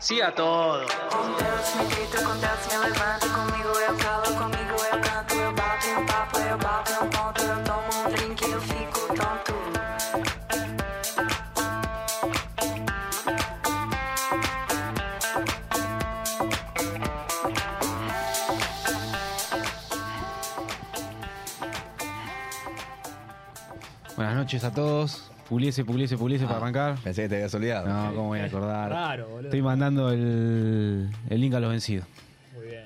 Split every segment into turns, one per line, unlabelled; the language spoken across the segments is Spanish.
Sí a todo.
um
Buenas noches a todos. Puliese, puliese, puliese para arrancar.
Ah, Pensé que te habías olvidado.
No, ¿cómo voy a acordar?
Raro, boludo.
Estoy mandando el, el link a los vencidos.
Muy bien.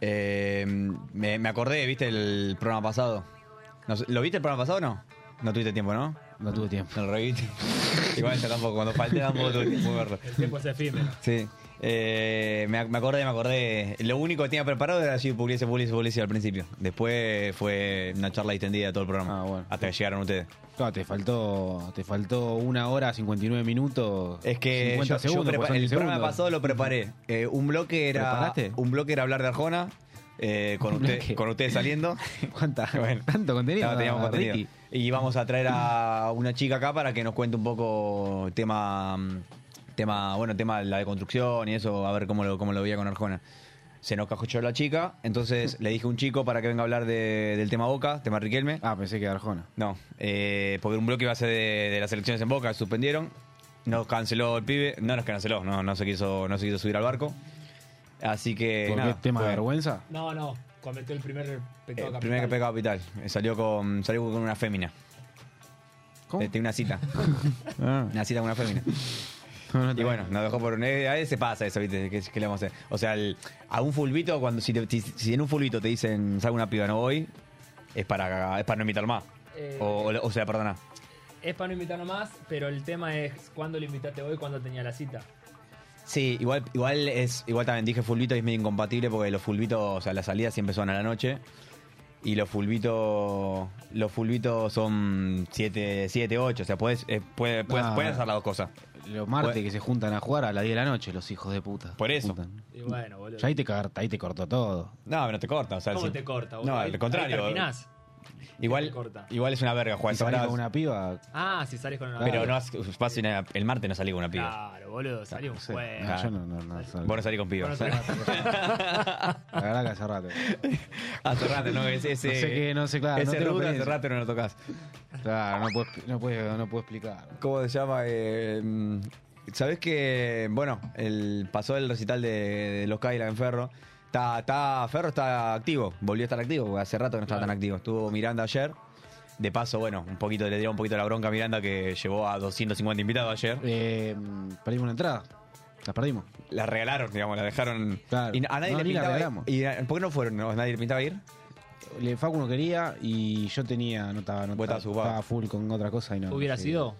Eh, me, me acordé, ¿viste el programa pasado? No sé, ¿Lo viste el programa pasado o no? No tuviste tiempo, ¿no?
No tuve tiempo.
No lo reviste. Igual yo tampoco, cuando falté tampoco tuve tiempo de verlo.
El tiempo es efímero.
Sí. Eh, me, ac- me acordé, me acordé. Lo único que tenía preparado era así, publice, publice, publice al principio. Después fue una charla distendida todo el programa.
Ah, bueno.
Hasta que llegaron ustedes.
No, te faltó, te faltó una hora 59 minutos.
Es que
50
yo- yo
segundos.
prepa-
porque son
el
10
programa
segundos.
pasado lo preparé. Eh, un bloque era
¿Preparaste?
un bloque era hablar de Arjona eh, con,
Un
usted-
bloque.
con ustedes saliendo.
¿Cuánta?
Bueno.
Tanto contenido. Ah,
Claro, teníamos contenido.
Ricky.
Y vamos a traer a una chica acá para que nos cuente un poco tema mm, tema bueno tema la de construcción y eso a ver cómo lo cómo lo veía con Arjona. Se nos cajochó la chica, entonces le dije a un chico para que venga a hablar de- del tema Boca, tema Riquelme.
Ah, pensé que era Arjona.
No, eh, porque un bloque iba a ser de, de las elecciones en Boca, suspendieron. Nos canceló el pibe, no nos canceló, no, no se quiso, no se quiso subir al barco. Así que
¿Por qué
nada,
tema de
fue-
vergüenza?
No, no. Cometió el primer pecado
eh,
capital.
primer que pega capital. Eh, Salió con, salió con una fémina.
¿Cómo?
Eh, Tenía una cita.
Ah.
Una cita con una fémina.
No, no te-
Y bueno, nos dejó por un. eh, A veces se pasa eso, ¿viste? ¿Qué, qué le vamos a hacer? O sea, el- a un fulbito, cuando si, te- si- si en un fulbito te dicen salgo una piba, no voy, es para, es para no invitar más.
Eh,
O, o- o sea, perdona.
Es para no invitarlo más, pero el tema es cuándo lo invitaste hoy, cuándo tenía la cita.
Sí, igual, igual es, igual también dije fulbito y es medio incompatible porque los fulbitos, o sea, las salidas siempre son a la noche. Y los fulbitos, los fulbitos son 7, 7, 8. O sea, puedes, eh, puede- puedes,
Ah.
pueden hacer las dos cosas.
Los martes
Bueno.
que se juntan a jugar a las 10 de la noche, los hijos de puta.
Por
Se
eso.
juntan.
Y bueno, boludo.
Ya ahí te, cagar- ahí te cortó todo.
No, pero no te corta. O sea,
¿Cómo
sí.
te corta, boludo?
No,
Ahí-
al contrario.
ahí terminás.
igual,
te corta?
igual es una verga jugar
Y
esas
salir
horas,
con una piba.
Ah, si sales con una
Pero no, has- pasa una- el martes no salí con una piba.
Claro, boludo, salió un
no sé.
juego.
No, yo no, no, no, salgo.
Vos no salís con pibas.
Bueno,
La verdad que hace rato.
hace rato, no, ese, ese,
No sé qué, no sé, claro, no
ese
tengo
rubro hace
experiencia.
rato no lo tocas.
Claro, no puedo, expli- no puedo, no puedo explicar.
¿Cómo se llama? Eh, mm, Sabés que, bueno, el, pasó el recital de, de los Kaila en Ferro. Está, está- Ferro está activo, volvió a estar activo, porque hace rato que no estaba tan activo. Estuvo Miranda ayer. De paso, bueno, un poquito le tiró un poquito la bronca a Miranda que llevó a 250 invitados ayer.
Eh, perdimos una entrada. La perdimos.
La regalaron, digamos, la dejaron.
Claro.
Y a nadie
No,
le
ni la
pintaba
regalamos.
ir. Y a- ¿Por qué no fueron? No, ¿Nadie le pintaba ir?
Le- Facu no quería y yo tenía, no estaba, no
Vos
estaba,
estabas ocupado.
estaba full con otra cosa y no.
¿Hubiera
sí.
sido?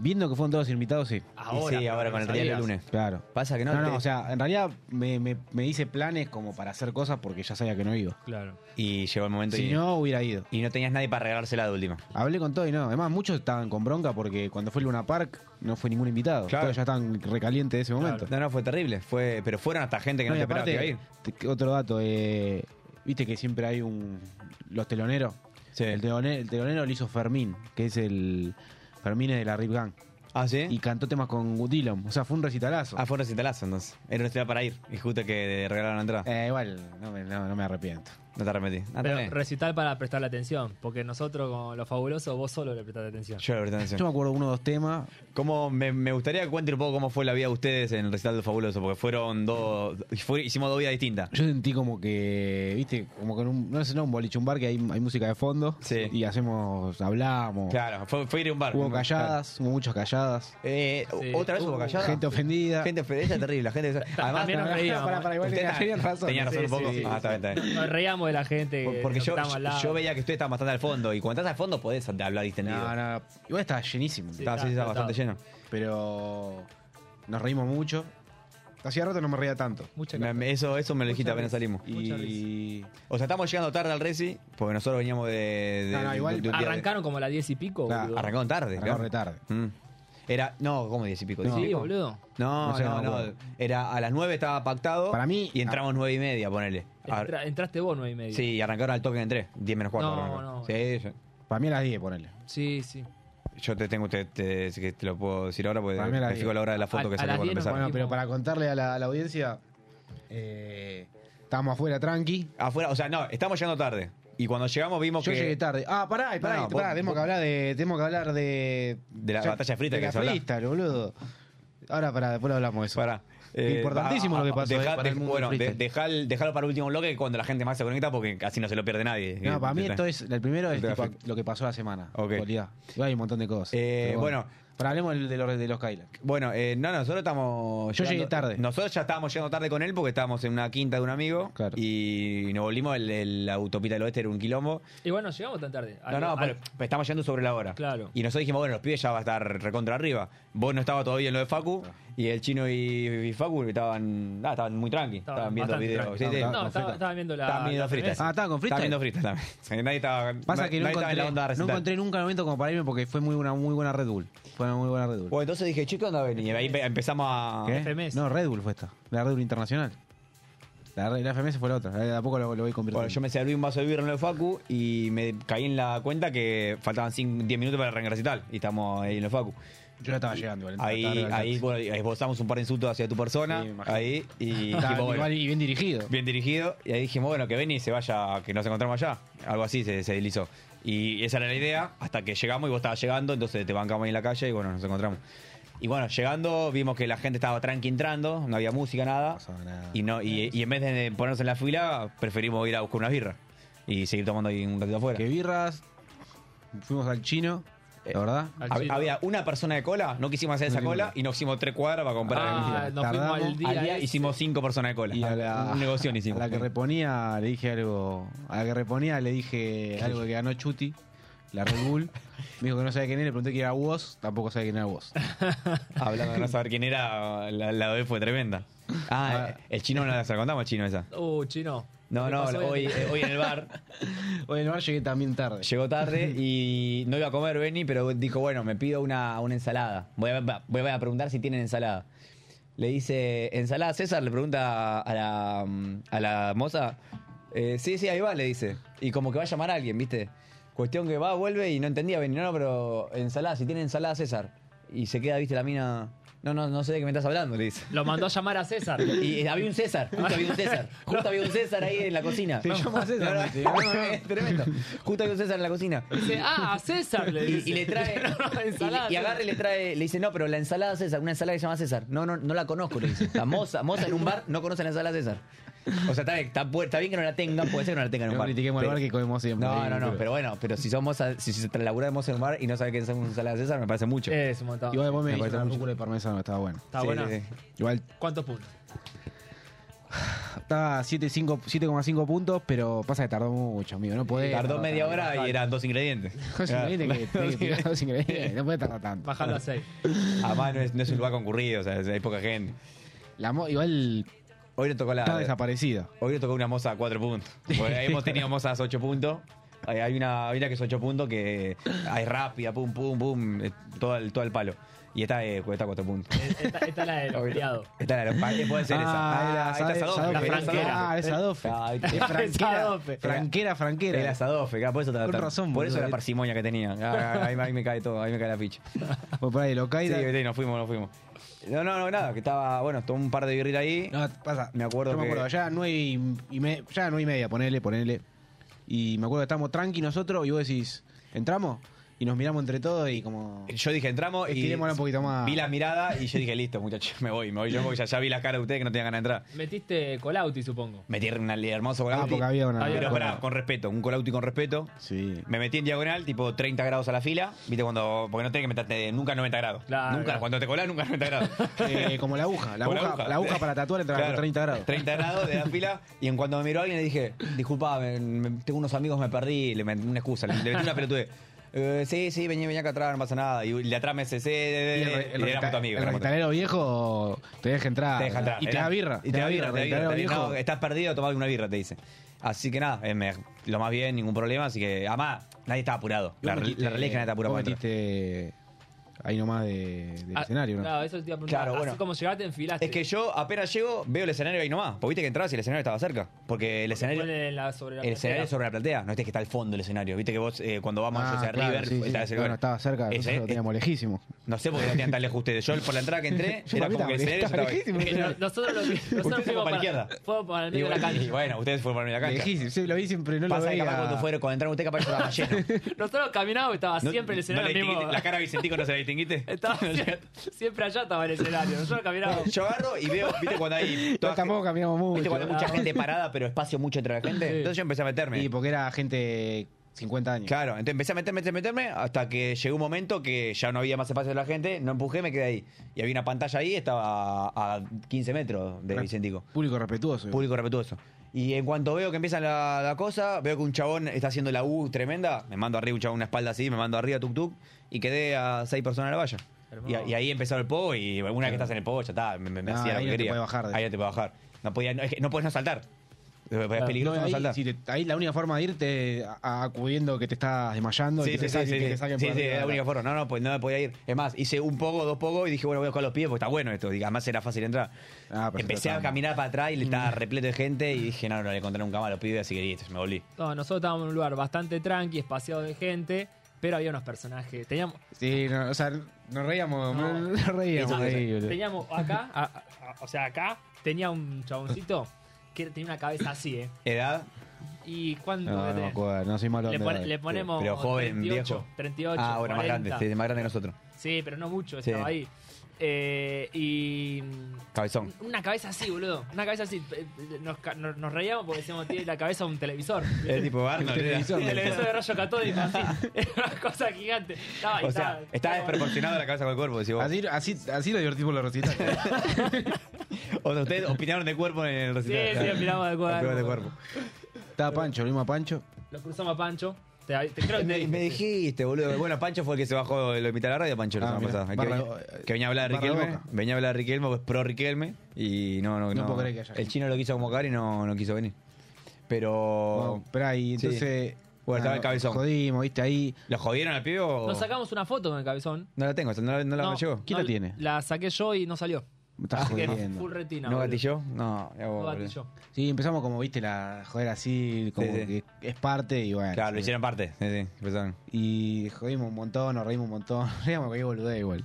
Viendo que fueron todos invitados, sí.
Ahora.
y sí,
pero
ahora
no
con el día del
sabías.
lunes.
Claro.
Pasa que no.
No, no,
te-
o sea, en realidad me, me- me hice planes como para hacer cosas porque ya sabía que no iba.
Claro.
Y llegó el momento
Si
y,
no, hubiera ido.
y no tenías nadie para regalársela de última.
Hablé con todo y no. Además, muchos estaban con bronca porque cuando fue el Luna Park no fue ningún invitado.
Claro.
Todos ya estaban recalientes de ese momento.
No, no, fue terrible. Fue, pero fueron hasta gente que no,
No, y
te esperaba que iba a
aparte,
ir.
te- otro dato, eh, viste que siempre hay un. Los teloneros.
Sí.
El, telone- el telonero lo hizo Fermín, que es el. Fermín es de la Rip Gang.
Ah, sí.
Y cantó temas con Dylan. O sea, fue un recitalazo.
Ah, fue un recitalazo entonces. Era un recital para ir. Y justo que regalaron la entrada.
Eh, igual, no me, no- no me arrepiento.
No te arrepentí. Ah,
Pero
también.
recital para prestarle atención, porque nosotros con lo fabuloso vos solo le prestaste atención.
Yo la verdad no sé.
Yo me acuerdo uno o dos temas.
¿Cómo me, me gustaría que cuenten un poco cómo fue la vida de ustedes en el recital del Fabuloso, porque fueron dos. fue- hicimos dos vidas distintas.
Yo sentí como que, viste, como con un, no sé, no, un boliche, un bar que hay, hay música de fondo.
Sí.
Y hacemos, hablamos.
Claro, fue, fue ir a un bar.
Hubo calladas, hubo muchas calladas.
Claro. Eh,
Sí.
Otra vez hubo
Uh,
calladas.
Ah, Gente ofendida.
Gente ofendida, es terrible. La gente. Además,
También nos reíamos.
Pará, pará, igual
Ustedes
tenía-
también-
tenían razón.
tenían razón
Sí,
un poco.
sí, sí,
ah, está bien, está bien.
Nos reíamos de la gente.
Por-
que-
Porque
que
yo,
estábamos al lado.
yo veía que ustedes estaban bastante al fondo y cuando estás al fondo podés hablar distendido.
No, no, igual estaba llenísimo.
Sí.
Estaba, sí,
está,
estaba
está,
bastante
está.
lleno.
Pero nos reímos mucho. Hacía rato no me reía tanto.
Mucha
Me-
carta.
me- eso, eso me lo dijiste
Mucha
apenas
risa.
salimos.
Mucha
Y.
O sea, estamos llegando tarde al Resi, porque nosotros veníamos de. de-
No, no,
de-
igual
de un día de-
Arrancaron como a las 10 y pico,
Claro,
boludo.
Arrancaron tarde,
Arrancó
claro.
re tarde.
Mm. Era. No, ¿cómo 10 y pico? ¿Diez y
Pues Sí,
pico?
boludo.
No,
No sé,
no,
no me
no.
acuerdo.
Era a las 9 estaba pactado.
Para mí- ah.
Y entramos 9 y media, ponele. Ar-
Entra- entraste vos nueve y media.
sí, y arrancaron al toque en 3. 10 menos 4.
No, no.
Sí, yo,
Para mí a las 10, ponele.
sí. sí.
yo te tengo. Te, te, que te lo puedo decir ahora porque
Para mí a las
me fijo
diez.
la hora de la foto
A-
que
a
salió
las
cuando
diez nos
empezaron.
Bueno,
Mismo.
pero para contarle a la, a la audiencia, eh, estábamos afuera tranqui.
Afuera, o sea, no, estamos llegando tarde. Y cuando llegamos vimos
Yo
que.
llegué tarde. Ah, pará, y pará,
No,
y
vos-
pará, tenemos
vos-
que hablar de. Tenemos que hablar de.
De la batalla frita
de
que
la
se habla.
freestyle, boludo. Ahora pará, después lo hablamos de eso.
Pará.
Importantísimo
ah,
lo que
ah,
pasó,
dejá-
eh, para el
dej-
mundo
bueno,
del
de-
freestyle.
dejá- dejalo para el último bloque cuando la gente más se conecta porque así no se lo pierde nadie.
No, para mí
Eh,
esto es. El primero es
Te
tipo,
afecta.
lo que pasó la semana.
Ok.
actualidad. Igual Hay un montón de cosas.
Eh,
pero
bueno.
Pero hablemos de los, de los Kaila.
Bueno, eh, no, no, nosotros estamos.
Yo llegué tarde.
Nosotros ya estábamos llegando tarde con él porque estábamos en una quinta de un amigo.
Claro.
Y nos volvimos, el, el- la autopista del oeste era un quilombo.
Igual no llegamos tan tarde.
No,
Al-
no,
al-
pero estamos yendo sobre la hora.
Claro.
Y nosotros dijimos, bueno, los pibes ya va a estar recontra arriba. Vos no estabas todavía en lo de Facu.
Ah.
Y el chino y, y Facu estaban, ah, estaban muy tranqui. Estaban, viendo
bastante
videos.
tranqui.
Sí, sí.
No, estaba- estaban viendo la.
Estaban viendo
la
fritas.
remesa.
Ah, ¿estaban con
Estaban
freestyle?
viendo freestyle también. O sea, nadie estaba,
Pasa
na-
que no
nadie estaba
encontré,
en la onda de
no
recital.
encontré nunca el momento como para irme porque fue muy, una muy buena Red Bull. Fue una muy buena Red Bull.
Bueno, entonces dije, che, ¿qué onda vení? Y ahí empe- empezamos a...
¿Qué?
FMS.
No, Red Bull fue esta. La Red Bull Internacional. La, re- la FMS fue la otra. De a poco lo, lo voy convirtiendo.
Bueno, yo me serví un vaso de birra en el Facu y me caí en la cuenta que faltaban 5, 10 minutos para arrancar el recital. Y estamos ahí en el Facu.
Yo ya estaba llegando, Valentín.
Ahí,
estaba tarde,
ahí
Valentín.
bueno, esbozamos un par de insultos hacia tu persona.
Sí, me imagino.
ahí y
Estaba
dijimos, bueno,
igual y bien dirigido.
bien dirigido. Y ahí dijimos, bueno, que ven y se vaya, que nos encontramos allá. Algo así se, se deslizó. Y esa era la idea, hasta que llegamos y vos estabas llegando, entonces te bancamos ahí en la calle y bueno, nos encontramos. Y bueno, llegando, vimos que la gente estaba tranqui entrando, no había música, nada.
pasaba nada.
Y, no, y, y en vez de ponerse en la fila, preferimos ir a buscar una birra y seguir tomando ahí un ratito afuera.
Que birras. Fuimos al chino, la verdad.
al
Hab-
chino.
Había una persona de cola, no quisimos hacer esa
No,
cola
no.
y nos hicimos tres cuadras para comprar.
Ah,
el-
nos
Tardamos.
fuimos al día.
Al día
ese.
hicimos cinco personas de cola.
Y a la,
un negocio
a
hicimos.
la que reponía le dije algo. A la que reponía le dije algo que ganó Chuti, la Red Bull. Me dijo que no sabía quién era, le pregunté quién era vos, tampoco sabía quién era vos.
Hablando de no saber quién era, la, la vez fue tremenda. Ah, eh, el chino no la se la contamos, el chino esa.
Uh, chino.
No,
Me
no,
pasó
hoy,
bien.
eh, hoy en el bar
Hoy en el bar llegué también tarde.
llegó tarde y no iba a comer Benny, pero dijo, bueno, me pido una, una ensalada. Voy a, voy a preguntar si tienen ensalada. Le dice, ¿ensalada César? Le pregunta a la, a la moza. Eh, sí, sí, ahí va, le dice. Y como que va a llamar a alguien, ¿viste? Cuestión que va, vuelve y no entendía Benny. No, no, pero ensalada, si tienen ensalada César. Y se queda, ¿viste? La mina... No, no, no sé de qué me estás hablando, le dice.
Lo mandó a llamar a César.
Y había un César, justo había un César. Justo había un César ahí en la cocina.
Te llama César,
No, no,
te llama.
es tremendo. Justo había un César en la cocina.
Dice, ah, a César le dice.
Y, y le trae.
Ensalada,
y, y agarra y le trae. Le dice, no, pero la ensalada César, una ensalada que se llama César. No, no, no la conozco, le dice. La moza, moza en un bar no conoce la ensalada César. O sea, está bien, está, bu- está bien que no la tengan, puede ser que no la tengan en un
No
bar.
critiquemos al
Pero-
bar que comemos siempre.
No, no, no, pero bueno, pero si son moza, si, si se labura de moza en un bar y no sabe que es una ensalada César, me parece mucho.
Es un montón.
Igual después me,
Me
hizo
parece
una
mucho.
rúcula de parmesano, estaba Eh, bueno.
Está
Sí,
buena.
sí, sí.
Igual
¿Cuántos puntos?
estaba 7,5 7,5 puntos, pero pasa que tardó mucho, amigo. No podés.
Tardó media hora
bastante.
y eran dos ingredientes.
Dos ingredientes que tenés que tirar dos ingredientes, No puede tardar tanto.
Bajalo
Ah.
a 6.
Además, no es, no es un lugar concurrido, o sea, hay poca gente.
La mo- igual
Hoy le tocó la.
está desaparecida.
Hoy le tocó una moza a cuatro puntos. Porque hemos tenido mozas a ocho puntos. Hay, hay una, hay una que es ocho puntos que hay rápida, pum, pum, pum, eh, todo el, todo el palo. Y esta eh, cuesta cuatro puntos.
Esta, esta es la del feriado.
Esta era, pa- puede ser esa.
Ah,
esta es
Sade-
Adofe, esta
Sadofe.
es Adofe.
franquera.
Ah, es Adofe.
Ah, ahí
Es
está.
franquera,
Sadofe.
franquera, franquera.
Era Sadofe, claro, por eso,
Con razón,
por
boludo.
eso la parsimonia que tenía. Ah, ahí, ahí me cae todo, ahí me cae la ficha.
Vos por ahí, lo
Sí,
caída.
sí, nos fuimos, nos fuimos. No, no, no, nada, que estaba, bueno, tomó un par de birritas ahí.
No, pasa.
Me acuerdo
Yo me
que-
acuerdo, ya nueve y, y me- ya nueve y media, ponele, ponele. Y me acuerdo que estábamos tranqui nosotros y vos decís, ¿entramos? Y nos miramos entre todos y como.
Yo dije, entramos y
Estirémosla un poquito más.
vi la mirada y yo dije, listo, muchachos, me voy, me voy yo porque ya, ya vi la cara de ustedes que no tenían ganas de entrar.
Metiste Colauti, supongo.
Metí una li- hermoso
Ah,
colauti.
porque había una.
Pero
bueno.
pará, con respeto, un colauti con respeto.
Sí.
Me metí en diagonal, tipo 30 grados a la fila. Viste cuando. Porque no tenés que meterte nunca 90 grados.
Claro,
nunca,
claro.
cuando te colás, nunca 90 grados.
Eh, como la aguja, la
Con
aguja, la aguja para tatuar entra
Claro,
con 30 grados.
30 grados de la fila. Y en cuanto me miró alguien, le dije, disculpa, me- me- tengo unos amigos, me perdí. Le metí una excusa, le, le metí una pelotudez. eh, sí, sí, vení, vení acá atrás, no pasa nada. Y el de atrás me cesé,
Y
y,
el, el
éramos
recta-
tu amigo.
el
éramos tu-
rectanero viejo te deja entrar.
Te deja entrar.
Y te da
Era-
birra.
Y te da birra, te da birra.
rectanero
te-
viejo.
no, estás perdido, tomá una birra, te dice. Así que nada, eh, me- lo más bien, ningún problema. Así que, además, nadie está apurado.
Y
La,
vos
re-
metiste-
la realidad es que nadie está apurado.
vos
para entrar.
metiste ahí nomás de, del
Ah,
escenario, ¿no?
Claro, eso te iba a preguntar.
Claro,
Así
bueno.
como llegaste, enfilaste.
Es que yo apenas llego, veo el escenario ahí nomás. Porque viste que entrabas y el escenario estaba cerca. Porque el escenario.
Ponle la- sobre la
El
platea.
escenario sobre la platea, no este que está al fondo el escenario. Viste que vos eh, cuando vamos
Ah,
hacia
claro,
River,
sí, sí.
está ese lugar.
Bueno, estaba cerca,
Ese- eh,
nosotros lo teníamos lejísimo.
no sé por qué no tenían tan lejos ustedes. Yo por la entrada que entré,
Yo
era
para mí
como que el escenario
estaba
estaba-
lejísimo.
Que no- nosotros lo nosotros
Ustedes fueron
fuimos
para
para
la izquierda.
Fuimos para el
Y
medio de la
bueno, y
cancha.
bueno, ustedes fueron para la cancha.
Lejísimo, sí, lo vi siempre, no lo
Pasa que
veía.
capaz cuando fueron, cuando entraron ustedes, capaz yo estaba lleno.
Nosotros caminábamos y estaba
No-
siempre el
no le
escenario al mismo.
distinguiste- La cara de Vicentico no se la distinguiste.
Estaba siempre, siempre allá estaba el escenario. Nosotros caminábamos.
Yo agarro y veo, viste cuando hay.
No, tampoco caminamos mucho.
Viste cuando hay
Ah.
mucha gente parada, pero espacio mucho entre la gente.
Sí.
Entonces yo empecé a meterme.
Y porque era gente 50 años.
Claro, entonces empecé a meterme, meterme, meterme, hasta que llegó un momento que ya no había más espacio de la gente, no empujé, me quedé ahí. Y había una pantalla ahí, estaba a 15 metros de
Re-
Vicentico.
Público respetuoso.
Público respetuoso. Y en cuanto veo que empieza la, la cosa, veo que un chabón está haciendo la U tremenda, me mando arriba un chabón una espalda así, me mando arriba tuk tuk, y quedé a seis personas a la valla. Y, a- y ahí empezó el pogo, y una vez que estás en el pogo ya está, me, me- me
No,
hacía lo
ahí
que
no te
quería.
podés bajar de-
Ahí no te podés bajar. No, podía, no, es que no podés no saltar. Es peligroso no,
ahí,
saltar.
si te- ahí la única forma de irte a- a- acudiendo que te estás desmayando y
Sí,
que
sí,
te
sí,
sa- y
sí,
que
sí.
te saquen
Sí,
por
sí,
arriba.
era la única forma. No, no, pues no me podía ir. Es más, hice un poco, dos pocos y dije, bueno, voy a buscar los pies porque está bueno esto. Dije, Además era fácil entrar.
Ah, perfecto,
Empecé a
está. Mm.
caminar para atrás y le estaba repleto de gente y dije, no, no le encontré nunca más a los pibes, así que listo, me volví.
No, nosotros estábamos en un lugar bastante tranqui, espaciado de gente, pero había unos personajes. Teníamos,
Sí, no, o sea, nos reíamos,
No.
nos reíamos.
Entonces,
ahí, boludo.
teníamos acá, a- a- a- o sea, acá tenía un chaboncito que tenía una cabeza así, ¿eh?
¿Edad?
Y cuando
No, no me acuerdo, no soy malo.
le,
de
pone-
edad.
le ponemos
Pero joven,
38,
viejo.
38,
ah, bueno,
40.
más grande, sí, más grande que nosotros.
Sí, pero no mucho,
Sí.
estaba ahí. Eh, y.
Cabezón.
Una cabeza así, boludo. Una cabeza así. Eh, Nos, ca- nos, nos reíamos porque decíamos, tiene la cabeza de un televisor.
Es tipo Barno,
televisor.
El televisor de rayo catódico, así. Era una cosa gigante. Estaba,
O sea, está desproporcionado la cabeza con el cuerpo. decís vos.
Así, así, así lo divertimos los recitales.
O sea, ustedes opinaron de cuerpo en el
Sí,
recital.
sí, miramos de cuadro.
Opinaron de cuerpo.
Estaba Pancho, lo mismo a Pancho.
Lo cruzamos a Pancho. Te, te- creo que te
Me,
dije,
me
sí.
dijiste, boludo. Bueno, Pancho fue el que se bajó de lo mitad de la radio, Pancho, la
Ah,
semana
mirá.
pasada. Que,
Barra-
venía- que venía a hablar de
Barra
Riquelme.
Boca.
Venía a hablar de Riquelme, pues pro Riquelme. Y no, no,
No
no.
puedo creer que haya
el chino lo quiso convocar y no, no quiso venir.
Pero
Pero.
y
Oh. sí.
entonces.
Bueno, estaba
nada,
el cabezón.
Jodimos, viste, ahí.
¿Lo jodieron al pibe o.?
Nos sacamos una foto con el cabezón.
No la tengo, o sea, no, la- no la
No,
llegó.
¿Quién
no,
la tiene?
La saqué yo y no salió.
Ah,
Me estás
Así que
jodiendo.
full retina.
¿No
boludo.
gatilló? No, ya vos,
No
boludo.
gatillo.
Sí, empezamos como, viste, la joder así, como
Sí, sí.
que es parte y bueno.
Claro,
sí.
lo hicieron parte. Sí, sí, pues empezaron.
Y jodimos un montón, nos reímos un montón. Reíamos que boludé igual.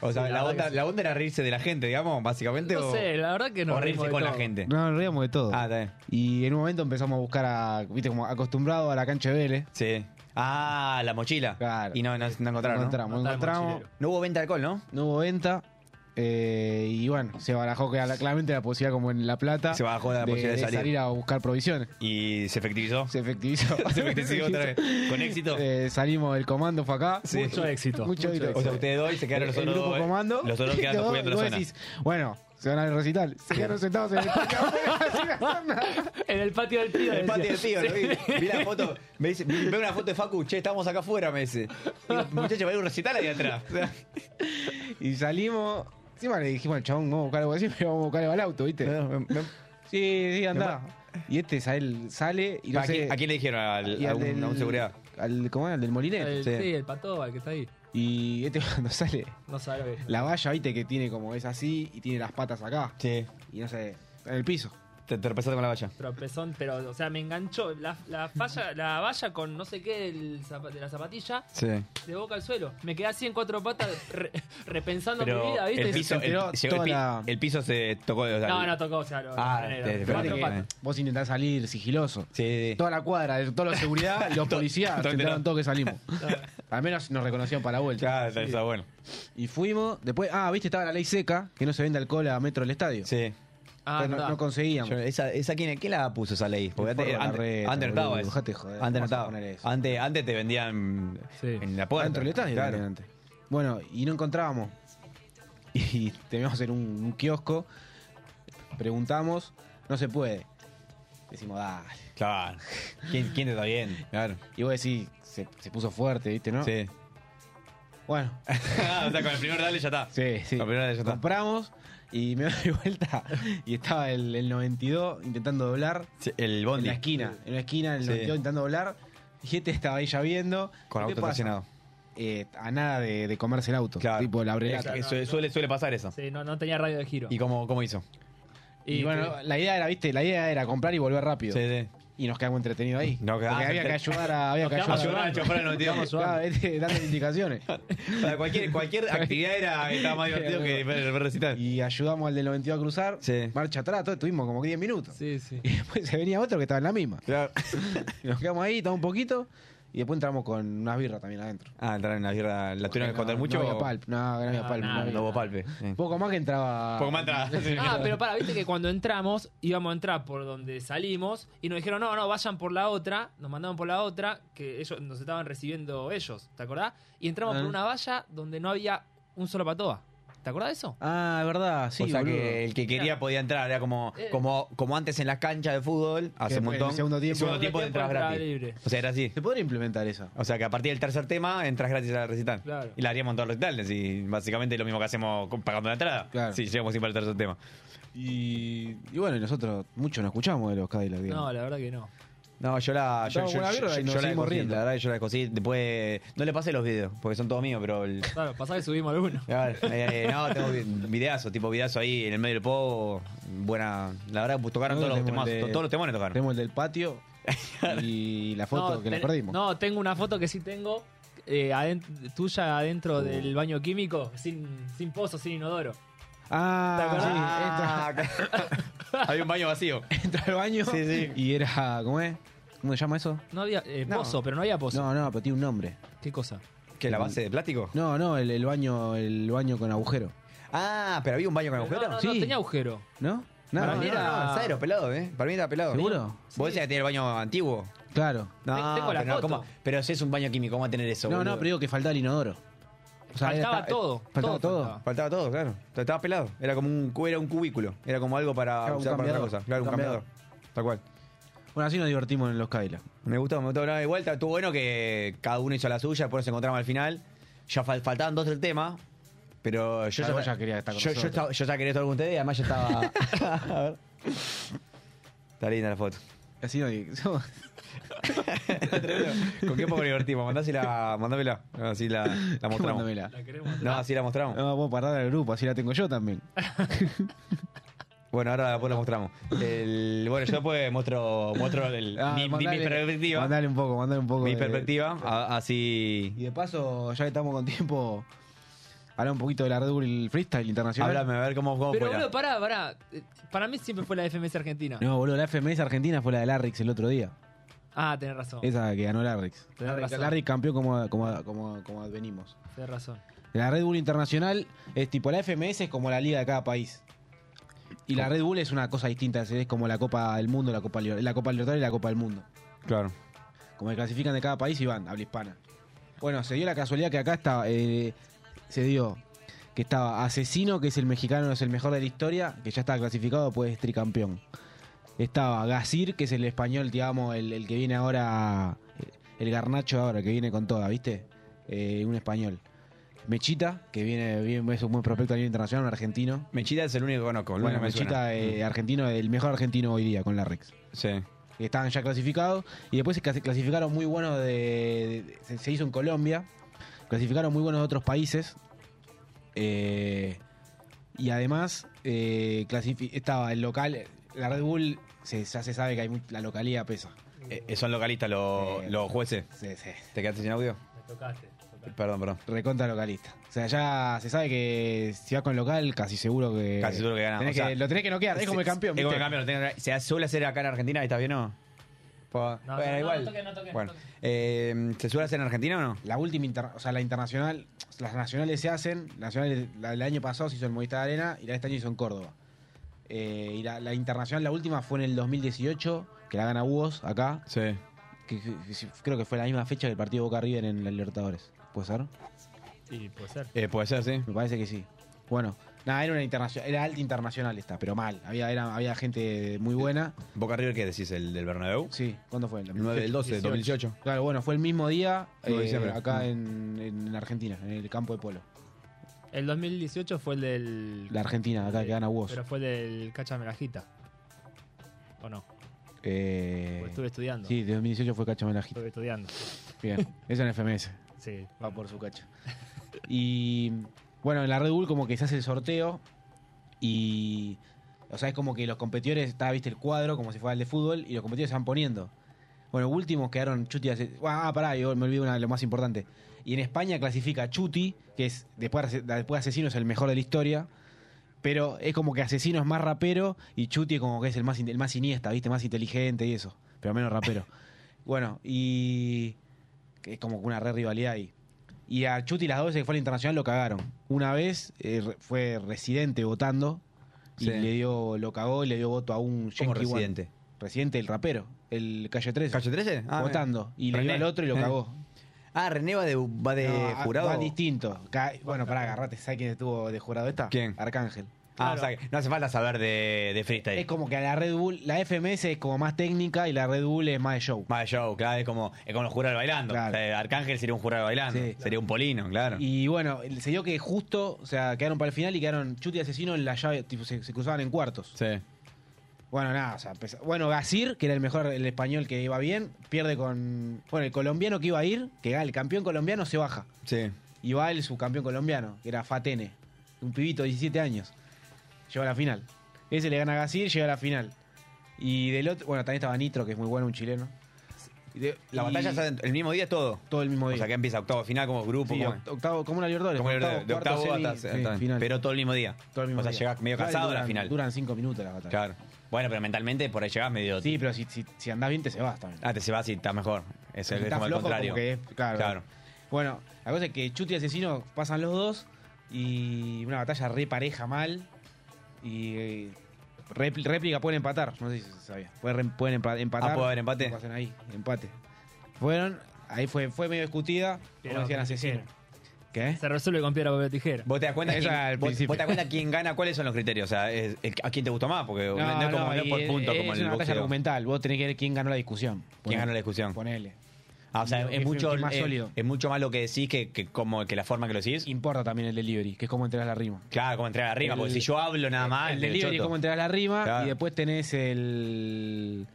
O sea,
Sí, la
la,
verdad
onda,
que sí.
la onda era reírse de la gente, digamos, básicamente.
No
o,
sé, la verdad que no.
o reírse con la gente.
No, nos reíamos de todo.
Ah, está bien.
y en un momento empezamos a buscar a, viste, como acostumbrado a la cancha de Vélez.
Sí. Ah, la mochila.
Claro.
Y no, no, no encontraron. ¿no?
encontramos,
No
no
está el
encontramos,
mochilero.
No hubo venta de alcohol, ¿no?
no hubo venta. eh, y bueno, se barajó que a la- claramente la posibilidad como en La Plata
Se bajó la posibilidad de salir.
a buscar provisiones.
Y se efectivizó.
Se efectivizó.
Se efectivizó otra vez. Con éxito.
Eh, salimos del comando, fue acá.
Sí.
Mucho éxito.
Mucho éxito.
O sea, ustedes dos y se quedaron los
el
otros
grupo
dos. eh.
comando.
Los otros quedan
Los dos,
jugando
y
la
vos
zona.
decís, bueno, se van al recital. Se quedaron sentados en el
En el patio del tío.
El
decía.
patio del tío, lo vi. Vi la foto. Me dice, vi- veo una foto de Facu, che, estamos acá afuera, me dice. Digo, Muchacho, va a ir un recital ahí atrás. O sea,
y salimos. Encima le dijimos al chabón, vamos a buscar algo así, pero vamos a buscar algo al auto, ¿viste?
me- me-
Sí, sí, andá. Y este sale, sale y no
¿A,
sé,
quién, a quién le dijeron? Al,
y
a,
al
un, a un
del-
seguridad.
Al, ¿Cómo era? Al del molinero.
El-
Sí.
sí, el pato, el que está ahí.
Y este cuando sale,
No sabe.
la valla, viste, que tiene como es así y tiene las patas acá.
Sí.
Y no sé, en el piso.
Te tropezaste con la valla.
Tropezón, pero, o sea, me enganchó la, la, falla, la valla con no sé qué del zapa- de la zapatilla
Sí.
de boca al suelo. Me quedé así en cuatro patas re- repensando mi
Pero
vida, ¿viste?
el piso, el, llegó
enteró
el
toda
pi-
la-
el piso se tocó. de
No, no tocó, o sea, lo-
Ah,
lo- lo-
te- te-
cuatro
te-
patas.
Vos intentás salir sigiloso.
Sí.
Toda la cuadra, de toda la seguridad, los
To-
policías,
todo
se enteraron
enterado.
todos que salimos. Al menos nos reconocían para la vuelta.
Ya, está, está bueno.
Y fuimos, después, ah, viste, estaba la ley seca, que no se vende alcohol a metro del estadio.
Sí.
Ah,
Entonces no,
verdad.
no conseguíamos.
Yo- esa, esa ¿quién, ¿Quién la puso esa ley? Porque
Forro
antes,
la
antes-
reta,
antes no
boludo,
estaba eso.
dejate joder,
antes no
¿cómo vas a
estaba.
poner eso?
Antes, antes te vendían
Sí.
en la puerta.
Adentro del estadio
Claro.
tenían antes. Bueno, y no encontrábamos. Y teníamos en un, un kiosco. Preguntamos, no se puede. Decimos, dale.
Claro. ¿Quién, quién te está bien? Claro.
Y vos decís, se, se puso fuerte, ¿viste, no?
Sí. Ah,
Bueno,
o sea, con el primer dale ya está.
sí, sí.
Con el primer dale ya está.
Compramos y me doy vuelta y estaba el, el 92 intentando doblar
Sí, el
en
bondi.
la esquina. En una esquina, el
Sí.
92 intentando doblar. Y gente estaba ahí ya viendo.
Con
¿Y qué
auto
pasa?
estacionado.
Eh, a nada de, de comerse el auto.
Claro.
Tipo la brelata.
Claro,
Eh,
no,
su-
no.
suele, suele pasar eso.
Sí, no, no tenía radio de giro.
¿Y cómo, cómo hizo?
Y, bueno, la idea era, viste, la idea era comprar y volver rápido.
Sí, sí.
Y nos quedamos entretenidos ahí.
No,
porque
quedamos
había que
entre-
ayudar a. Había que
Nos
ayudar
quedamos
a-
ayudando.
chofer del 92.
Estamos
Claro,
sudando.
viste, dando indicaciones.
Para cualquier, cualquier actividad era, estaba más divertido que ver el recital.
Y ayudamos al del 92 a cruzar.
Sí.
Marcha atrás, todo, estuvimos como 10 minutos.
Sí, sí.
Y después se venía otro que estaba en la misma.
Claro.
Y nos quedamos ahí, tomamos un poquito. Y después entramos con unas birras también adentro.
Ah, entraron en la guerra. ¿La tuvieron que
No, Ah.
contar mucho?
No había palp, no, no había
No,
palp.
nada,
no había.
No hubo palpe. sí.
Poco más que entraba.
Poco más entrada. sí.
Ah, pero para, viste que cuando entramos, íbamos a entrar por donde salimos y nos dijeron, no, no, vayan por la otra, nos mandaban por la otra, que ellos nos estaban recibiendo ellos, ¿te acordás? Y entramos
Ah.
por una valla donde no había un solo patoa. ¿Te acordás de eso?
Ah, es verdad, sí.
o sea
boludo.
que el que quería podía entrar, era como,
Eh.
como, como antes en las canchas de fútbol, hace un
después,
montón.
en el segundo tiempo-
segundo tiempo
Segundo tiempo
entras
entraba
gratis.
libre.
O sea, era así.
Se podría implementar esa.
O sea que a partir del tercer tema entras gratis al recital.
Claro.
Y la haríamos en todos los recitales. Y básicamente lo mismo que hacemos con- pagando la entrada.
Claro.
Sí, llegamos siempre al tercer tema.
Y, y bueno, y nosotros mucho no escuchamos de los Cadillacs. digamos.
No, la verdad que no.
No, yo la. Yo,
Estaba
yo,
buena
yo-
birra
yo-
y nos
yo la
seguimos
descosí,
riendo.
La verdad que yo la descosí. Después. No le pasé los videos, porque son todos míos, pero. el-
Claro, pasá que subimos alguno.
A ver, eh, no, tengo vi- videazo, tipo videazo ahí en el medio del povo. Buena. La verdad, pues, tocaron todos los
Tenemos
temas.
el de-
Todos los temones tocaron.
Tenemos el del patio y la foto que la
ten-
perdimos.
No, tengo una foto que sí tengo. eh, adent- tuya adentro
Uh.
del baño químico, sin, sin pozo, sin inodoro. ¿Te
Ah,
acordás?
sí,
Había un baño vacío.
entra, entra al baño
Sí, sí.
y era, ¿cómo es? ¿Cómo se llama eso?
No había eh,
No.
pozo, pero no había pozo.
No, no, pero tiene un nombre.
¿Qué cosa?
¿Qué? ¿La base de plástico?
No, no, el, el baño, el baño con agujero,
Ah, pero había un baño con
No,
agujero.
no, no,
Sí.
tenía agujero.
¿no?
Para
Nada,
mí
¿no?
era
era-
Zairo, pelado, ¿eh? Para mí era pelado.
¿Seguro?
¿Vos decías que tenía el baño antiguo?
Claro.
No,
tengo la
pero, no,
foto.
¿cómo? pero si es un baño químico, ¿cómo va a tener eso?
No,
boludo?
no, pero digo que faltaba el inodoro. O sea,
faltaba
era-
todo.
faltaba todo.
Faltaba todo, claro. Estaba pelado. Era como un, cu- era un cubículo. Era como algo para
Claro, un
usar para otra
cambiador.
cosa. Claro, un
Un
cambiador.
cambiador.
Tal cual.
Bueno, así nos divertimos en los Cadillacs.
Me gustó, me gustó hablar de vuelta. Estuvo bueno que cada uno hizo la suya, después nos encontramos al final. Ya fal- faltaban dos del tema. Pero yo
Claro, vos ya querías estar con
yo, yo,
nosotros.
estaba- yo ya quería estar con ustedes y además yo estaba. a ver. Está linda la foto.
Así nos divertimos.
¿Con qué poco divertimos? Mandásela, mandámela. Así la, la mostramos.
Mándamela.
La queremos.
No, así la mostramos.
No, vos parar al grupo, así la tengo yo también.
Bueno, ahora después la mostramos. El- bueno, yo después muestro, muestro el-
Ah,
mi, mi- mi
mandale-
perspectiva.
Mandale un poco, mandale un poco.
mi
de-
perspectiva, a- así.
Y de paso, ya que estamos con tiempo, hablar un poquito de la Red Bull Freestyle Internacional.
Háblame, a ver cómo, cómo
Pero
fue la-
boludo, pará, pará. Eh, Para mí siempre fue la FMS Argentina.
No, boludo, la FMS Argentina fue la de Larrix el otro día.
Ah, tenés razón.
Esa que ganó Larrix.
Tenés
Larrix,
razón.
Larrix campeón como, como, como, como advenimos.
Tenés razón.
La Red Bull Internacional es tipo, la FMS es como la liga de cada país. Y la Red Bull es una cosa distinta, es como la Copa del Mundo, la Copa, Liber- la Copa Libertadores y la Copa del Mundo.
Claro.
como que clasifican de cada país y van, habla hispana. Bueno, se dio la casualidad que acá estaba, eh, se dio que estaba Asesino, que es el mexicano, es el mejor de la historia, que ya estaba clasificado, pues es tricampeón. Estaba Gazir, que es el español, digamos, el, el que viene ahora, eh, el garnacho ahora, que viene con toda, ¿viste? Eh, un español. Mechita, que viene bien, es un buen prospecto a nivel internacional, un argentino.
Mechita es el único que conozco. el
Bueno,
único que me
Mechita, eh, argentino, el mejor argentino hoy día con la Rex
suena. Sí.
que estaban ya clasificados. Y después se clasi- clasificaron muy buenos de. de- se, se hizo en Colombia. Clasificaron muy buenos de otros países. Eh, y además, eh, clasifi- estaba el local. La Red Bull se- ya se sabe que hay mu- la localidad pesa.
Eh, son localistas los,
Sí.
los jueces.
Se, se-
¿Te quedaste sin audio?
Me tocaste.
Perdón, perdón.
recontra localista. O sea, ya se sabe que si vas con local, casi seguro que.
Casi seguro que gana,
Eh,
o
tenés
sea,
que- lo tenés que noquear, es como el campeón.
Es como el
¿viste?
campeón. lo tengo- se hace- suele hacer acá en Argentina, ¿estás bien o no? Po-
No,
bueno,
no,
igual.
no toques, no toques,
bueno,
no toques.
eh, ¿se suele hacer en Argentina o no?
La última, inter- o sea, la internacional, las nacionales se hacen, la nacional la del año pasado se hizo en Movistar Arena y la de este año se hizo en Córdoba. Eh, y la, la internacional, la última fue en el 2018, que la gana Hugo acá,
Sí.
que, que- que creo que fue la misma fecha que el partido Boca River en la Libertadores. ¿Puede ser?
Sí, puede ser.
Eh, puede ser, sí.
Me parece que sí. Bueno, Nada, era una internacional, era alta internacional esta, pero mal. Había, era, había gente muy buena.
Boca River, ¿qué decís? ¿El del Bernabéu?
Sí, ¿cuándo fue?
El 9 del 12 de 2018.
Claro, bueno, fue el mismo día
Nueve de
eh,
diciembre.
acá en, en Argentina, en el campo de polo.
El 2018 fue el del.
La Argentina, acá que gana vos.
Pero fue el del Cachamelajita. ¿O no?
Pues
Porque estuve estudiando.
Eh, sí, de 2018 fue Cacha Melajita.
Estuve estudiando.
Bien, es en FMS.
Sí.
Va por su cacha. Y bueno, en la Red Bull como que se hace el sorteo y... O sea, es como que los competidores, estaba, viste, el cuadro como si fuera el de fútbol y los competidores se van poniendo. Bueno, últimos quedaron Chuti hace... Ah, pará, yo me olvido una de lo más importante. Y en España clasifica Chuti, que es después, de Ase- después de Asesino es el mejor de la historia. Pero es como que Asesino es más rapero y Chuti como que es el más, in- el más siniesta, viste, más inteligente y eso. Pero menos rapero. bueno, y que es como una re rivalidad ahí. Y a Chuti las dos veces que fue al internacional lo cagaron. Una vez eh, re- fue residente votando y
Sí.
le dio, lo cagó y le dio voto a
Como
un yankee one.
residente.
Residente, el rapero, el calle 13.
¿Calle 13? Ah,
votando. Y le
René.
dio al otro y lo
Eh.
cagó.
Ah, René va de, va de
No, a-
jurado.
Va distinto. Ca- Bueno, pará, agarrate. ¿Sabes quién estuvo de jurado esta?
¿Quién?
Arcángel.
Ah, o sea, que no hace falta saber de, de freestyle.
Es como que a la Red Bull, la FMS es como más técnica y la Red Bull es más de show.
Más de show, claro, es como, es como los jurados bailando.
Claro.
O sea, Arcángel sería un jurado bailando,
Sí.
sería un polino, claro.
Y bueno, se dio que justo, o sea, quedaron para el final y quedaron Chuti y Asesino en la llave, tipo, se, se cruzaban en cuartos.
Sí.
Bueno, nada, o sea, empezó- bueno, Gasir, que era el mejor, el español que iba bien, pierde con, bueno, el colombiano que iba a ir, que gana el campeón colombiano, se baja.
Sí.
Y va el subcampeón colombiano, que era Fatene, un pibito de 17 años. Llegó a la final. Ese le gana a Gasir, llega a la final. Y del otro, bueno, también estaba Nitro, que es muy bueno, un chileno. Y de-
La
y
batalla es el mismo día todo.
todo el mismo
O
día.
sea, que empieza octavo final como grupo.
Sí,
como,
oct- octavo, como una Libertadores.
como
octavo,
de
cuarto,
octavo
semi,
hasta,
sí,
hasta-
final.
Pero todo el mismo día.
Todo el mismo
o sea,
día.
llegás medio
Claro,
cansado a
duran-
la final.
Duran cinco minutos las batallas.
Claro. Bueno, pero mentalmente por ahí llegás medio.
Sí, pero si, si, si andás bien te se vas también.
Ah, te se vas y estás mejor. Es,
Si
el, es
estás
como el
flojo,
contrario.
como que es- claro.
Claro.
Bueno, la cosa es que Chuti y Asesino pasan los dos y una batalla re pareja mal y eh, répl- réplica pueden empatar. No sé si se sabía. Pueden, re- pueden empa- empatar.
Ah, ¿puede haber empate?
Lo hacen ahí, empate. Fueron, ahí fue, fue medio discutida.
Pero,
Como decían Asesino. ¿Qué?
Se resuelve con piedra, papel, tijera.
Vos te das cuenta
Eso
quién,
al
vos-
principio.
vos te das cuenta quién gana, cuáles son los criterios. O sea, es- el- a quién te gustó más, porque no, no es como no es
y
por
es-
punto
es
como en el
una batalla
boxeo.
argumental. Vos tenés que ver quién ganó la discusión.
¿Quién ganó la discusión?
Ponele.
Ah, o sea,
Digo,
es
que fue-
mucho,
que más
es-
sólido.
es mucho más lo que decís que, que como que la forma que lo decís.
Importa también el delivery, que es cómo entras la rima.
Claro, como entregar arriba,
El-
porque si yo hablo nada más.
el
te
delivery
Ah,
es
choto.
cómo entras la rima
Claro.
y después tenés el.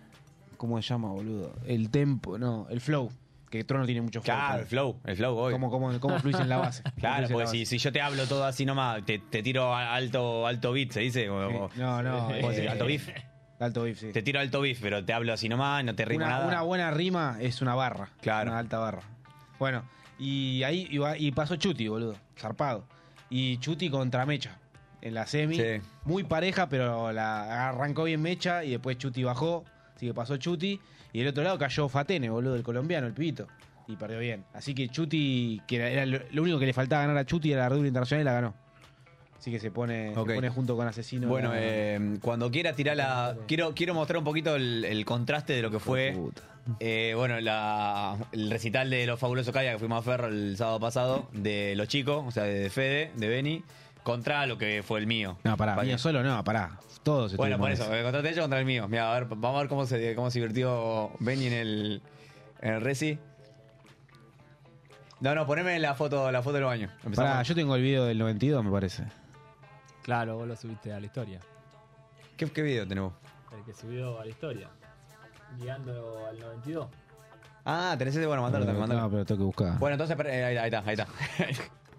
¿Cómo se llama, boludo? El tempo, no, el flow. Que Trono tiene mucho flow.
Claro, el flow, el flow hoy.
Cómo, cómo, cómo fluís en la base. cómo
Claro,
fluís en la
porque
base.
si, si yo te hablo todo así nomás, te, te tiro a- alto, alto beat, se dice. o- o-
Sí. No, no.
¿Cómo se
eh,
dice? alto beef.
Alto beef, sí.
Te tiro alto beef, pero te hablo así nomás, no te rimo
una,
nada.
una buena rima es una barra.
Claro.
Una alta barra. Bueno, y ahí iba- y pasó Chuti, boludo. Zarpado. Y Chuti contra Mecha. En la semi.
Sí.
Muy pareja, pero la arrancó bien Mecha y después Chuti bajó. Así que pasó Chuti. Y del otro lado cayó Fatene, boludo, el colombiano, el pibito. Y perdió bien. Así que Chuti, que era, era lo, lo único que le faltaba ganar a Chuti era la Red Bull Internacional y la ganó. Así que se pone, se
Ok.
pone junto con Asesino.
bueno,
la-
eh, cuando quiera tirar la. Quiero, quiero mostrar un poquito el, el contraste de lo que fue.
puta.
eh, bueno, la- el recital de los fabulosos Calla que fuimos a Ferro el sábado pasado, de los chicos, o sea, de Fede, de Benny, contra lo que fue el mío.
No, pará.
Para-
mío solo no, pará. Todos
Bueno,
estuvimos
por
en
eso,
esa.
me contraté yo contra el mío. Mira, a ver, vamos a ver cómo se, cómo se divirtió Benny en el, en el Resi. No, no, poneme la foto, la foto del baño. Empezamos.
Pará, yo tengo el video del 92, me parece.
Claro, vos lo subiste a la historia.
¿Qué, qué video tenemos?
El que subió a la historia. Guiando al 92.
Ah, tenés ese, bueno, mandalo también, mandalo.
No, pero tengo que buscar.
Bueno, entonces, per- eh, ahí, ahí está, ahí está.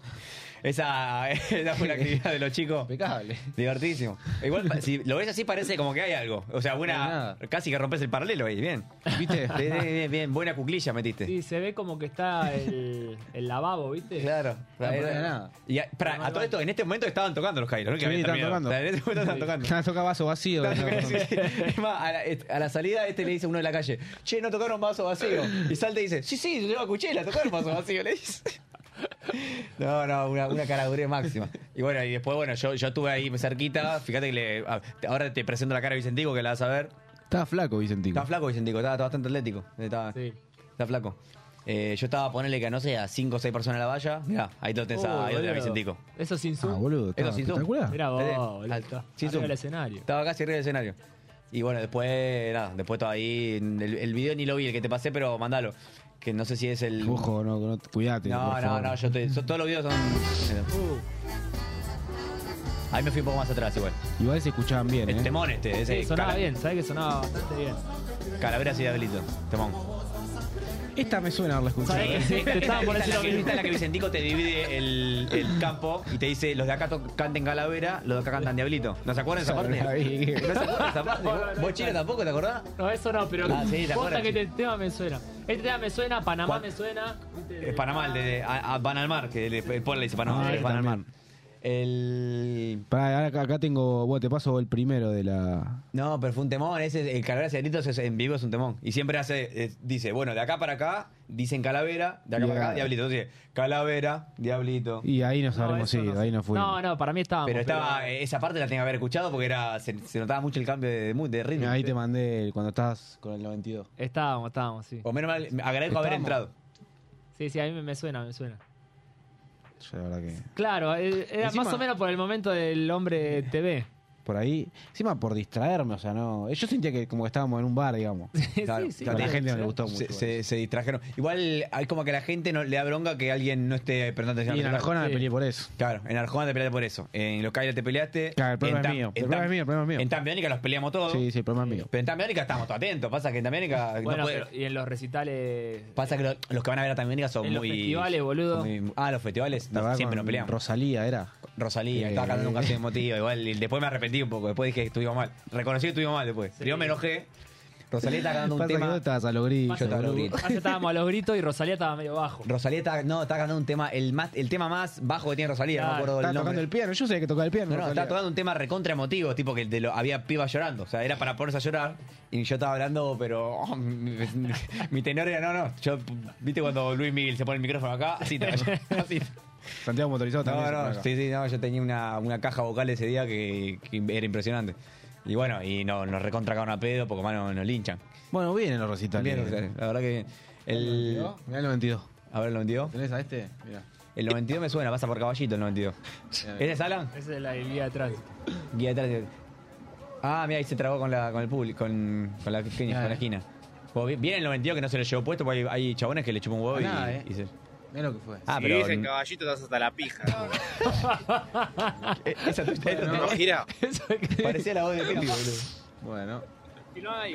esa, esa fue la actividad de los chicos.
impecable.
Divertísimo. Igual, pa- si lo ves así, parece como que hay algo. O sea,
No hay
buena.
nada.
Casi que rompes el paralelo ahí, bien.
¿Viste?
Bien, bien, bien, buena cuclilla metiste.
Sí, se ve como que está el, el lavabo, ¿viste?
Claro.
No,
Ahí
pero
era-
no era nada.
Y a, para,
No,
a
no,
todo
no.
esto, en este momento estaban tocando los Kairos. ¿no? Que
Sí,
habían
estaban
terminado.
tocando.
O sea, En este momento estaban tocando.
Nada, Ah, toca vaso vacío.
Estaban tocando, sí, sí. Es más, a la, es- a la salida este le dice uno de la calle, che, no tocaron vaso vacío. Y salte y dice, sí, sí, yo lo escuché, la tocaron vaso vacío, le dice. No, no, una, una caradurez máxima. Y bueno, y después, bueno, yo, yo estuve ahí cerquita, fíjate que le, a- ahora te presento la cara de Vicentico que la vas a ver.
Estaba flaco, Vicentico.
Está flaco Vicentico, está, está bastante atlético. Está,
Sí.
está flaco. Eh, yo estaba, ponerle que no sé, a 5 o 6 personas en la valla. Mirá, ahí lo tenés a,
Uy,
ahí lo tenés a
Oh, boludo.
Vicentico.
Eso sin
Ah,
zoom.
boludo,
Eso
está
sin zoom.
espectacular.
Mirá vos,
Está bien.
boludo,
Al-
está
sin
arriba
zoom.
del escenario.
Estaba casi arriba del escenario. Y bueno, después, nada, después estaba ahí. El, el video ni lo vi, el que te pasé, pero mandalo. Que no sé si es el.
Ojo, no, no, cuidate.
No,
por
no,
favor.
no, yo estoy. son- todos los videos son. Ahí me fui un poco más atrás, igual.
Igual se escuchaban bien,
El
¿eh?
temón este, ese.
Sí, sonaba
cala-
bien, sabes que sonaba bastante bien.
Calaveras y Diablito. Temón.
Esta me suena haberla escuchado.
¿Sabés
¿eh?
que sí? Te estaba Ah, por
Esta es
decir
la que- esta
lo
es la
mismo.
que Vicentico te divide el, el campo y te dice: los de acá to- canten Calavera, los de acá cantan Diablito. ¿No se acuerdan de esa
No la
parte?
vi.
¿No se acuerdan de esa parte?
No, no, no,
¿Vos, Chino, tampoco, te acordás?
No, eso no, pero
Ah, sí, ¿te acuerdas,
posta que
sí?
este tema me suena. Este tema me suena, Panamá
¿Cuál?
me suena.
Es Eh, Panamá, el de a, a Van al Mar, que el, el pueblo le dice Panamá,
Ah,
es
ese
Van al Mar.
también.
El.
Pará, ahora acá- acá tengo. Bueno, te paso el primero de la.
No, pero fue un temón, ese el Calavera Diablito es- en vivo es un temón. Y siempre hace, es- dice, bueno, de acá para acá, dicen Calavera, de acá
Y
para acá,
acá-
Diablito. Entonces, Calavera, Diablito.
Y ahí nos
No,
habremos
eso
ido, ahí no fuimos.
No, no, para mí estábamos.
Pero estaba, eh, esa parte la tenía que haber escuchado porque era, se, se notaba mucho el cambio de, mood, de ritmo.
Mirá, Ahí te mandé el- cuando estabas con el 92.
Estábamos, estábamos, sí.
O menos mal, agradezco haber
Estábamos.
entrado.
Sí, sí, a mí me- me suena, me suena.
Yo la verdad que.
Claro, eh, era
Encima-
más o menos por el momento del hombre TV.
Por ahí. Encima por distraerme, o sea, no. Yo sentía que como que estábamos en un bar, digamos.
Sí,
Claro,
sí,
A la
claro.
gente no le gustó mucho.
Se, se- se distrajeron. Igual hay como que a la gente no, le da bronca que alguien no esté prestando atención
Y
al
en
celular.
Arjona me
Sí.
peleé por eso.
Claro, en Arjona te peleaste por eso. En los Kailas te peleaste.
Claro, el problema
En
es
Tam-
mío, el
en
problema
Tam-
es mío, el problema es mío.
En Tambiónica los peleamos todos.
Sí, sí, el problema es mío.
Pero en Tambiónica estamos todos atentos. Pasa que en Tambiónica.
Bueno,
no puede-
pero- y en los recitales.
Pasa que lo- los que van a ver a Tambiónica son
En los
muy.
festivales, boludo.
muy- ah, los festivales.
La verdad,
siempre
con
nos peleamos.
Rosalía era.
Rosalía,
Eh.
estaba cantando un canción emotivo. Igual y después me arrepentí un poco. Después dije que estuvimos mal. Reconocí que estuvimos mal después. Yo me enojé. Rosalía estaba cantando un
Pasa que vos
tema.
estabas a los grillos,
Yo estaba a los
boludo.
gritos.
Allá estábamos a los gritos y Rosalía estaba medio bajo.
Rosalía está, no, está cantando un tema, el, más, el tema más bajo que tiene Rosalía, no me
Claro,
acuerdo
Estaba
el nombre.
tocando el piano, yo sabía que tocaba el piano.
No, no,
Rosalía.
estaba tocando un tema recontra emotivo, tipo que de lo- había pibas llorando. O sea, era para ponerse a llorar. Y yo estaba hablando, pero oh, mi, mi- mi tenor era, no, no. Yo, ¿Viste cuando Luis Miguel se pone el micrófono acá? Así estaba yo, así.
Santiago motorizado
No,
también.
no,
se
sí, sí, no, yo tenía una, una caja vocal ese día que, que era impresionante. Y bueno, y no, nos recontra cagaron a pedo porque más nos, nos linchan.
Bueno, vienen los recitales.
Bien, Rosario, la verdad que bien. El,
Mirá el 92.
a ver, el 92.
¿Tenés a este? Mirá.
El 92 me suena, pasa por caballito el 92. ¿Ese es Alan?
Esa es la guía de tránsito.
Guía atrás de- Ah, mira, ahí se trabó con, la, con el público, con, con la, esquina- con la esquina. Como vi- Viene el 92 que no se lo llevó puesto porque hay, hay chabones que le chupan un huevo y,
Nada, eh.
y se-
Mirá lo que fue.
Ah,
si
pero.
vivís en caballito estás hesta la pija.
Eh, Esa tuviste-
¿No gira?
Eso que-
Parecía la voz de Peli, boludo.
Bueno.
y no hay.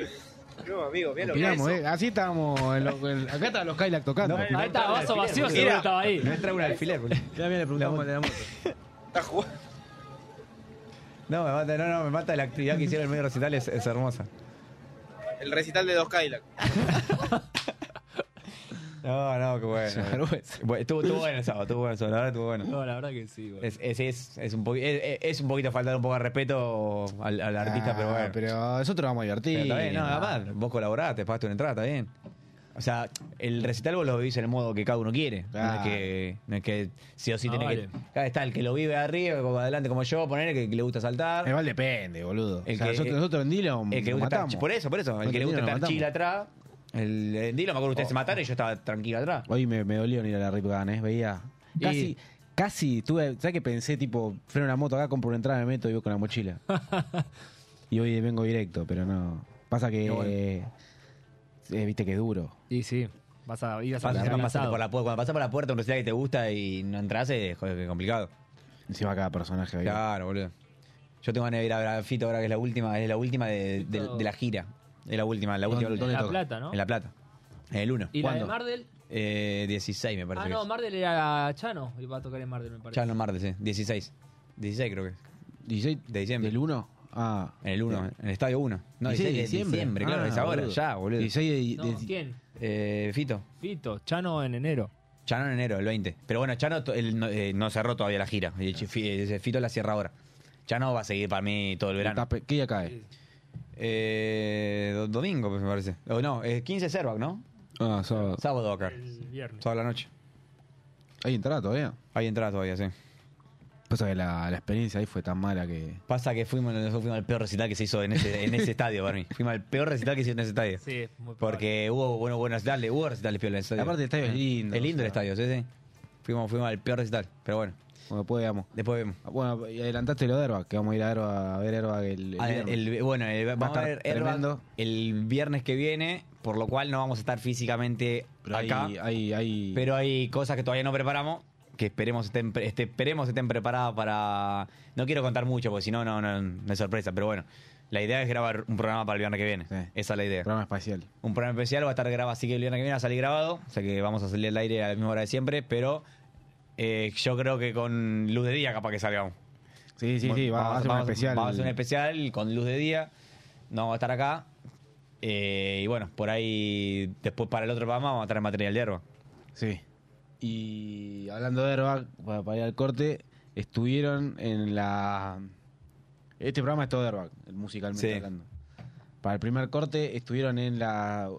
No, amigo, mirá lo que es.
Opinamos, eh. Así estábamos. en lo- en- acá estaban los Kailak tocando.
No,
Ahí estaba vaso vacío, seguro
Mira.
estaba ahí.
No entra un alfiler, boludo.
Ya bien, le preguntamos de la moto.
Está jugando.
No, me mata, no, no, me mata la actividad que hicieron en el medio recital, es, es hermosa.
El recital de dos Kailak.
No, no, qué bueno. Bueno, estuvo, estuvo bueno el sábado, estuvo bueno el sábado, la verdad estuvo bueno.
No, la verdad que sí, güey.
Es, es, es, es un poqui- es, es- es un poquito faltar un poco de respeto al, al artista,
Ah,
pero bueno.
Pero nosotros vamos a
Pero
divertir.
está bien, no, nada más. Vos colaborás, te pagaste una entrada, está bien. O sea, el recital vos lo vivís en el modo que cada uno quiere. No,
Claro.
es que, no es que sí o sí
Ah,
tenés
vale.
que. Claro, está el que lo vive arriba, como adelante como yo, poner el que le gusta saltar.
Igual depende, boludo.
El
o sea,
que-
nosotros, nosotros en Dillon
el que le
nos
gusta estar-
Eh, matamos.
Por eso, por eso. El
No
que le gusta
tenía,
estar
nos
chila
matamos. Oh.
atrás. El, el Dilo, me acuerdo que ustedes se mataron y yo estaba tranquilo atrás.
Hoy me, me dolió ir a la Rip Gun, ¿eh? Veía. Casi,
Y-
casi tuve. ¿Sabes qué pensé? Tipo, freno la moto acá, compro una entrada, me meto y voy con la mochila. y hoy vengo directo, pero no. Pasa que. eh, eh, viste que es duro.
Y sí, vas a ir a
Pasa-
salir
pasa-
lanzado.
por la pu- cuando pasas por la puerta de un recital que te gusta y no entras, es joder, complicado.
Encima cada personaje. ¿viste?
Claro, boludo. Yo tengo ganas de ir a ver a Fito ahora que es la última, es la última de, de- de la gira. Es la última, la última.
¿Dónde-
última.
dónde
La
toca?
Plata, ¿no?
En La Plata. En el 1.
¿Y la de Mardel?
Eh, 16 me parece.
Ah,
que
no,
es.
Mardel era Chano. Y va a tocar en Mardel, me parece.
Chano Martes, eh. 16. 16 creo que es.
16
De diciembre.
¿Del 1? Ah.
En el 1, en el Estadio 1. No, 16 de diciembre, claro,
Ah,
es ahora,
boludo.
ya, boludo.
16 de,
No,
de-
¿Quién?
Eh, Fito.
Fito, Chano en enero.
Chano en enero, el 20. Pero bueno, Chano to- él no, eh, no cerró todavía la gira. Y Ch- Fi- eh, Fito la cierra ahora. Chano va a seguir para mí todo el verano.
Tape- ¿Qué día cae?
Eh, do- domingo, pues, me parece. O no, eh, 15 Cervac, ¿no?
Ah, sábado.
Sábado acá.
El viernes.
Sábado a la noche.
¿Hay entrada todavía?
Hay entrada todavía, sí.
Pasa que la, la experiencia ahí fue tan mala que.
Pasa que fuimos, nosotros fuimos al peor recital que se hizo en ese, en ese estadio para mí. Fuimos al peor recital que se hizo en ese estadio.
Sí, es muy probable.
Porque hubo bueno, buenos recitales, hubo recitales piola en el estadio.
Aparte, el estadio es lindo,
Es lindo
o sea.
el estadio, sí, sí. Fuimos, fuimos al peor recital, pero bueno,
Bueno, después veamos.
después vemos.
Bueno, y adelantaste lo de Airbag, que vamos a ir a, Airbag, a ver Airbag el. el
Ah, el-
viernes.
el- bueno, el, vamos a,
estar
ver Airbag
tremendo.
el viernes que viene, por lo cual no vamos a estar físicamente
Pero hay-
acá.
hay- hay-
Pero hay cosas que todavía no preparamos, que esperemos estén, pre- este- esperemos estén preparadas para... No quiero contar mucho, porque si no, no, no, no es sorpresa, pero bueno. La idea es grabar un programa para el viernes que viene.
Sí.
Esa es la idea.
programa espacial.
Un programa especial va a estar grabado, así que el viernes que viene va a salir grabado. O sea que vamos a salir al aire a la misma hora de siempre, pero eh, yo creo que con luz de día capaz que salgamos.
Sí, sí, sí, va,
Vamos
va a ser un
vamos-
especial.
Vamos a hacer un especial con luz de día. No vamos a estar acá. Eh, y bueno, por ahí, después para el otro programa vamos a traer material de hierba.
Sí. Y hablando de Airbag, para, para ir al corte, estuvieron en la. Este programa es todo Airbag, musicalmente
Sí.
hablando. Para el primer corte estuvieron en la.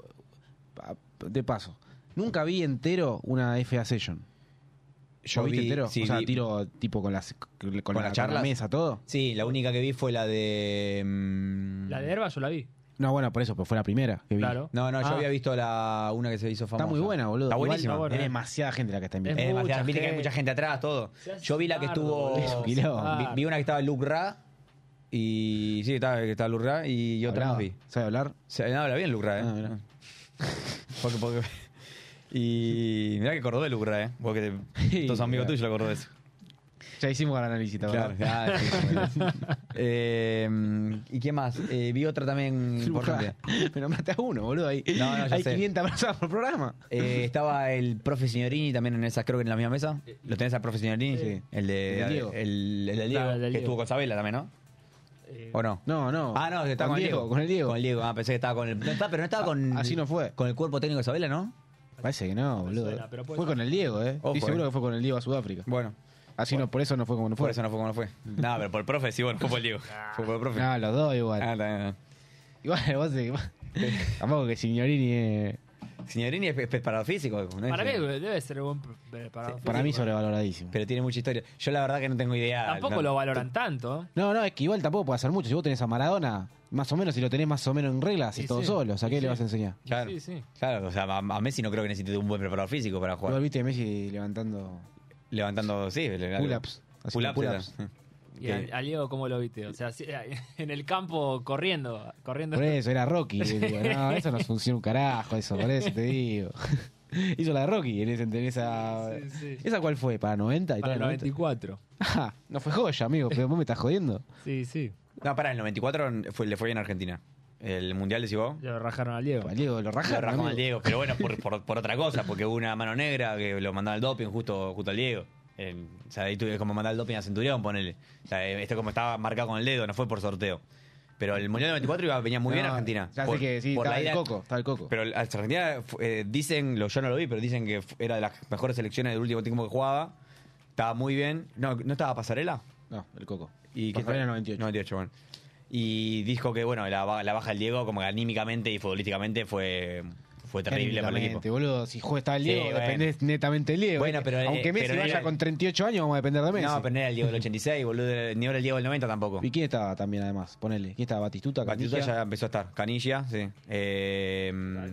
pa- De paso, nunca vi entero una FA Session.
Yo
¿Vos viste
vi-
entero?
sí,
o sea,
vi-
tiro tipo con las con, la- con la,
charlas?
mesa, todo.
Sí, la única que vi fue la de. mm,
La de Herba yo la vi.
No, bueno, por eso, pero fue la primera que vi.
Claro.
No, no, yo
Ah.
había visto la una que se hizo famosa.
Está muy buena, boludo.
Está
Igual
buenísima. ¿eh?
está buena.
Es demasiada gente la que está invitada.
Es demasiada-
Mucha
viste que hay
gente.
mucha gente atrás, todo.
Se hace
Yo vi la que
tarde,
estuvo.
boludo.
Es un quilombo.
vi,
Ah.
vi una que estaba Luke Ra. Y. Sí, estaba, que estaba Luke Ra y otra
Hablaba.
más vi.
¿Sabe hablar?
Se, no, habla bien Lucra, ¿eh?
Ah, mirá.
porque, porque- y mirá que acordó de Lucra, ¿eh? Porque te, tus amigos
claro.
tuyos lo acordó de eso.
Ya hicimos el análisis, ¿verdad?
Ah, sí, bueno. Eh, ¿Y qué más? Eh, vi otra también importante.
Pero mate a uno, boludo. Ahí.
No, no, ya
Hay
sé.
500 personas por programa.
Eh, estaba el profe Signorini también en esa, creo que en la misma mesa. ¿Lo tenés al profe Signorini?
Sí.
El de,
El de Diego.
El, el de Diego,
Claro, el de
que
Diego.
estuvo con Sabela también, ¿no?
Eh,
¿O no?
No, no.
Ah, no, está con, el Diego,
Con el Diego. Ah,
Con el Diego, ah, pensé que estaba con el. No está, pero no estaba con.
Así no fue.
Con el cuerpo técnico de Sabela, ¿no?
Parece que no,
Me suena,
boludo.
pero puede
fue
ser.
con el Diego, ¿eh?
Ojo,
Estoy seguro
eh.
que fue con el Diego a Sudáfrica.
Bueno.
Así no, por eso no fue como no fue. Ah.
Por eso no fue como no fue. No, pero por el profe, sí, bueno, fue por el Diego. Fue por el profe.
No, los dos igual.
Ah, está bien,
Igual, vos de- Tampoco que Signorini eh,
está bien. Signorini es es preparado físico. ¿no?
Para mí
Sí.
debe ser buen eh, preparado.
Para mí sobrevaloradísimo.
Pero tiene mucha historia. Yo la verdad que no tengo idea.
Tampoco
no.
lo valoran tanto.
No, no, es que igual tampoco puede hacer mucho. Si vos tenés a Maradona, más o menos, si lo tenés más o menos en regla, haces
Y
todo
sí.
solo. O sea, ¿qué
Y
le
sí.
vas a enseñar?
Claro.
Sí, sí.
Claro, o sea, a, a Messi no creo que necesite un buen preparado físico para
Igual
jugar.
viste a Messi levantando
Levantando, sí, le-
pull-ups. haciendo
Pull-ups.
pull-ups.
era.
Y a, a Diego, ¿cómo lo viste? O sea, sí, en el campo corriendo. corriendo.
Por eso, era Rocky. Yo digo, no, eso no funciona un carajo, eso, por eso te digo. Hizo la de Rocky en esa. en esa,
Sí, sí.
¿Esa cuál fue? ¿Para 90? y
Para
tal,
el 94.
Ah, no fue joya, amigo, pero vos me estás jodiendo.
Sí, sí.
No, pará, el 94 fue- le fue bien a Argentina. El Mundial le llegó.
Lo rajaron al Diego.
Al Diego lo
Lo
rajaron.
rajó
amigo.
al Diego, pero bueno, por, por- por otra cosa, porque hubo una mano negra que lo mandaba al doping justo, justo al Diego. En- o sea, ahí tuve como mandar al doping a Centurión, ponele. O sea, eh, esto como estaba marcado con el dedo, no fue por sorteo. Pero el Mundial 94 iba, venía muy bien
No,
a Argentina.
Ya
Por-
sé que sí,
por
estaba
la
el
idea-
coco, estaba el coco.
Pero la Argentina, eh, dicen, lo, yo no lo vi, pero dicen que fu- era de las mejores selecciones del último tiempo que jugaba. Estaba muy bien. No, ¿no estaba Pasarela?
no, el coco.
Y
Pasarela
estaba-
98.
98, bueno. Y dijo que, bueno, la, ba- la baja del Diego, como que anímicamente y futbolísticamente fue, fue terrible para el equipo.
Anímicamente, boludo, si juega está el
Sí,
Diego,
bueno.
dependés netamente del Diego.
Bueno, pero, eh,
Aunque Messi
pero
vaya
era-
con 38 años, vamos a depender de Messi.
No, pero no era el Diego del 86, boludo. Ni era el Diego del 90 tampoco.
¿Y quién estaba también, además? Ponele. ¿Quién estaba? ¿Batistuta?
Batistuta
Canilla?
ya empezó a estar. Canilla, sí. Eh,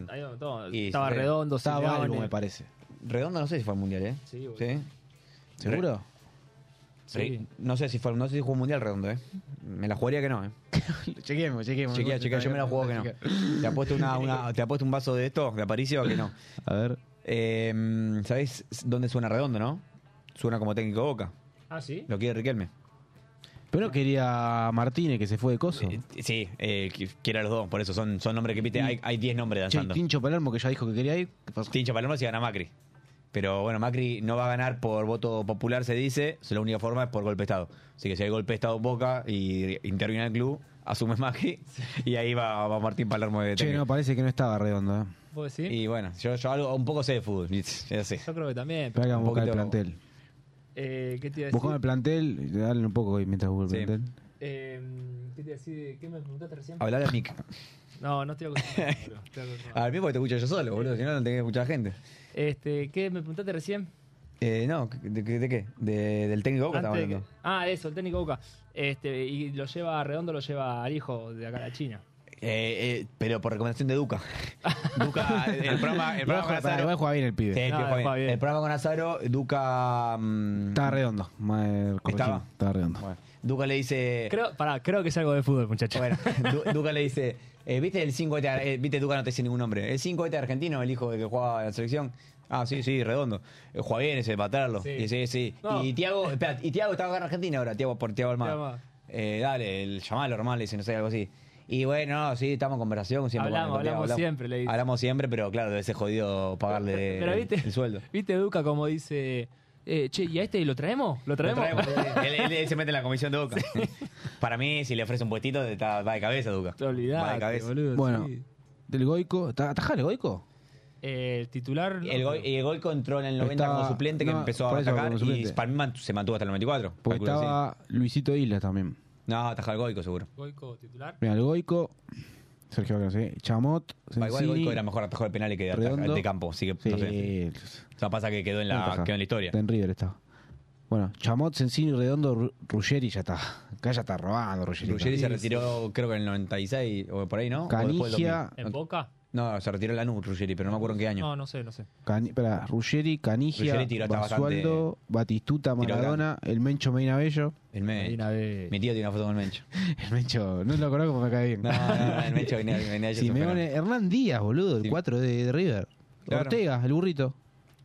Ahí va todo.
Y-
Estaba
sí.
redondo,
Estaba
Simeone.
algo, me parece.
Redondo no sé si fue al mundial, ¿eh?
Sí, boludo.
¿Sí?
¿Seguro?
Sí.
No sé si fue, no sé si jugó un mundial redondo, ¿eh? Me la jugaría que no, ¿eh?
chequemos, chequemos.
Chequea, chequea, yo me la juego que no. Te apuesto, una, una- te apuesto un vaso de esto, de Aparicio, que no.
A ver.
Eh, ¿Sabés dónde suena redondo, no? Suena como técnico de boca.
Ah, sí.
Lo quiere Riquelme.
Pero quería a Martínez que se fue de coso.
Eh, Sí, eh, qui- quiere a los dos, por eso son, son nombres que pite. Hay hay 10 nombres
Che,
danzando.
Tincho Palermo que ya dijo que quería ir. ¿Qué pasó?
Tincho Palermo si gana Macri. Pero bueno, Macri no va a ganar por voto popular, se dice. La única forma es por golpe de Estado. Así que si hay golpe de Estado en Boca y interviene el club, asume Macri y ahí va, va Martín Palermo de
Che, no,
técnico.
parece que no estaba redondo, eh.
¿Vos decís?
Y bueno, yo, yo algo, un poco sé de fútbol. Ya sé.
Yo creo que también.
Espera que vamos a
Un
buscar el
poquito-
plantel.
Eh, ¿Qué te iba a decir?
Buscamos el plantel, y dale un poco ahí mientras busco el
Sí.
plantel.
Eh, ¿Qué te iba a decir? ¿Qué me preguntaste recién?
Hablar de Mick.
No, no estoy acostumbrado. boludo. Estoy acostumbrado.
Al mismo que te escucho yo solo, boludo. Si no, no tenés que escuchar gente.
Este, ¿Qué me preguntaste recién?
Eh, no, ¿de, qué- de qué? De- del técnico Boca estamos
Antes de que-
hablando.
Ah, eso, el técnico Boca. Este, y lo lleva a Redondo, lo lleva al hijo de acá de la China.
Eh, eh, pero por recomendación de Duca. Duca, el el programa, el programa con
Igual juega- pará,
Azaro.
igual juega bien el
Sí,
pibe.
el
No,
piojo
juega
bien.
bien.
El programa con Azaro, Duca. mm,
Estaba redondo. Madre, corregime,
Estaba.
Estaba redondo.
bueno, Duca le dice.
Creo, pará, creo que es algo de fútbol, muchachos.
Bueno, Du- Duca le dice, eh, ¿viste el 5 de Ar- eh, Viste, Duca no te dice ningún nombre. El 5 este argentino, el hijo de que jugaba en la selección. Ah, sí, sí, redondo. Eh, Juega bien ese, patarlo.
Sí.
Sí, sí, sí.
No.
Y Tiago, espera, y Tiago estaba acá en Argentina ahora, Tiago por Tiago
Tiago
Almada.
Almada.
Eh, dale, el llamalo, hermano, le dice, no sé, algo así. Y bueno, no, sí, estamos en conversación. Siempre con-
Hablamos,
con Tiago,
hablamos siempre, le dice.
Hablamos siempre, pero claro, debe ser jodido pagarle
Pero viste,
el sueldo.
¿Viste Duca como dice, eh, che, ¿y a este lo traemos? ¿Lo
Lo
traemos?
traemos. él, él- él se mete en la comisión de Boca. Para mí, si le ofrece un puestito, está- va de cabeza, Duca.
Te
Va
olvidás,
de cabeza.
boludo.
Bueno,
sí.
del Goico. ¿está- ¿Ataja el Goico?
Eh, el titular... no,
El gol,
pero-
el gol contró en el 90
Estaba-
como suplente que
no,
empezó
por
a
eso,
atacar
como
y
suplente.
para mí man- se mantuvo hasta el 94.
Porque
calculo así.
estaba Luisito Isla también.
No, ataja el Goico seguro.
Goico, titular.
Mira, el Goico. Sergio Vargas, ¿eh? Chamot.
Va, Igual el
Sensini,
Goico era mejor atajado de penales que de, ataja-
Redondo.
de campo, así que
Sí.
no sé. O sea, pasa que quedó en
No
la,
ataja.
quedó en la historia.
Está en River estaba. Bueno, Chamot, Sensini, Redondo, Ru- Ruggeri ya está. Acá ya está robando Ruggeri.
Ruggeri se retiró, creo que en el 96 o por ahí, ¿no? O después del
Canigia,
2000.
¿En Boca?
No, se retiró en Lanús, Ruggeri, pero no me acuerdo en qué año.
No, no sé, no sé.
Cani- pará, Ruggeri, Canigia,
Ruggeri tiró hasta
Basualdo, Batistuta,
tiró
Maradona, el Mencho Medina Bello.
El Mencho.
Medina Bello.
Mi tío tiene una foto con el Mencho.
El Mencho, no lo conozco porque me cae bien.
No, no, no, el Mencho venía, venía ayer, es un
Simeone,
fenómeno.
Hernán Díaz, boludo, el
Sí.
4 de, de River.
Claro.
Ortega, el burrito.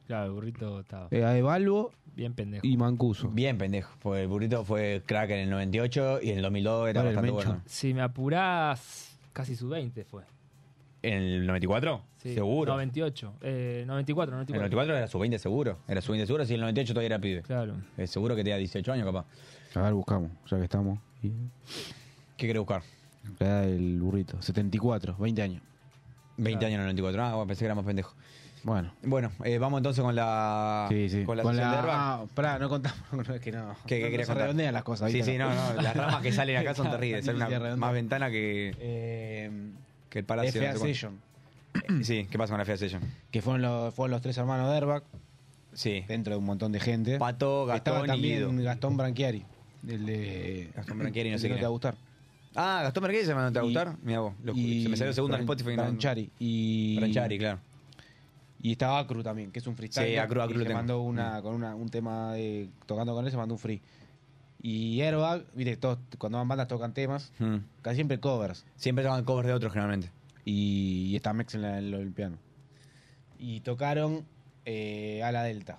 Claro, el burrito estaba
Eh, Adebalvo
bien pendejo.
y Mancuso.
Bien, pendejo. Fue, el burrito fue crack en el 98 y en el 2002 era
Ahora el
bastante
Mencho.
bueno.
Si me apurás, casi su 20 fue.
¿En el 94?
Sí,
Seguro.
98. Eh,
En
94,
el
94.
94 era sub-20 seguro. Era sub-20 seguro, si en el 98 todavía era pibe.
Claro.
Eh, seguro que tenía 18 años, capaz.
A ver, buscamos, ya que estamos. Y-
¿Qué quiere buscar?
La edad del burrito, 74, 20 años.
20 años en el 94. Ah, bueno, pensé que era más pendejo.
Bueno.
Bueno, eh, vamos entonces con la...
sí, sí.
Ah, Con la, sección de Herbach.
ah, pará, no contamos. No, es que no.
¿Qué- qué
no, no
querías
se
contar?
redondean las cosas.
Sí,
¿viste?
sí, no, no. Las ramas que salen acá son
Está
terribles. Son
difícil
una
redondear.
más ventana que,
Eh,
que el palacio.
FA
no sé cuánto.
Session,
Sí, ¿qué pasa con la FA Session?
que fueron los, fueron los tres hermanos de Herbach,
Sí.
dentro de un montón de gente.
Pato,
Estaba
Gastón y
también
Guido.
Gastón Branchiari, el de...
Gastón Branchiari, no
el
sé
que
quién
te va a
es.
gustar.
Ah, Gastón Merguez se me va a
Y-
gustar. Mira vos. lo-
Y
se me salió segundo en
Bran-
Spotify. no-
Branchari. Y,
Branchari, claro.
Y estaba Acru también, que es un freestyle.
Sí, Acru, Mm. Acru lo
que
tengo.
mandó una, con una, un tema de, tocando con él, se mandó un free. Y Airbag, viste, todos, cuando van bandas tocan temas,
Mm.
casi siempre covers.
Siempre tocan covers de otros, generalmente.
Y, y está Mex en, la- en lo del piano. Y tocaron eh, a la Delta,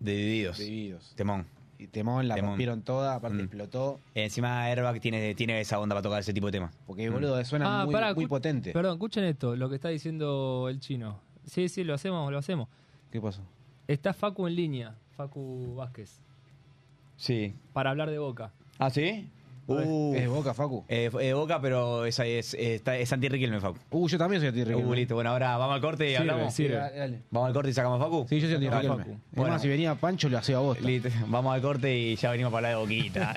De Divididos.
divididos.
Temón.
Y Temón la
Temón.
rompieron toda, aparte
Mm.
explotó.
Encima Airbag tiene, tiene esa onda para tocar ese tipo de temas.
Porque,
Mm.
boludo, suena
Ah,
muy,
pará,
muy
escu-
potente.
Perdón, escuchen esto, lo que está diciendo el chino. Sí, sí, lo hacemos, lo hacemos.
¿Qué pasó?
Está Facu en línea, Facu Vázquez,
Sí.
para hablar de Boca.
¿Ah, sí? Uh,
¿Es de Boca, Facu?
eh, eh, Boca, pero esa es, está, es anti Riquelme, Facu.
Uh, yo también soy anti-Riquelme.
Uh, listo. Bueno, ahora vamos al corte y
Sirve,
hablamos.
sirve.
Dale, dale.
Vamos al corte y sacamos a Facu.
Sí, yo soy
Facu.
anti-Riquelme. Es
Bueno.
más, si venía Pancho, lo hacía a vos.
Listo. Vamos al corte y ya venimos para hablar de Boquita.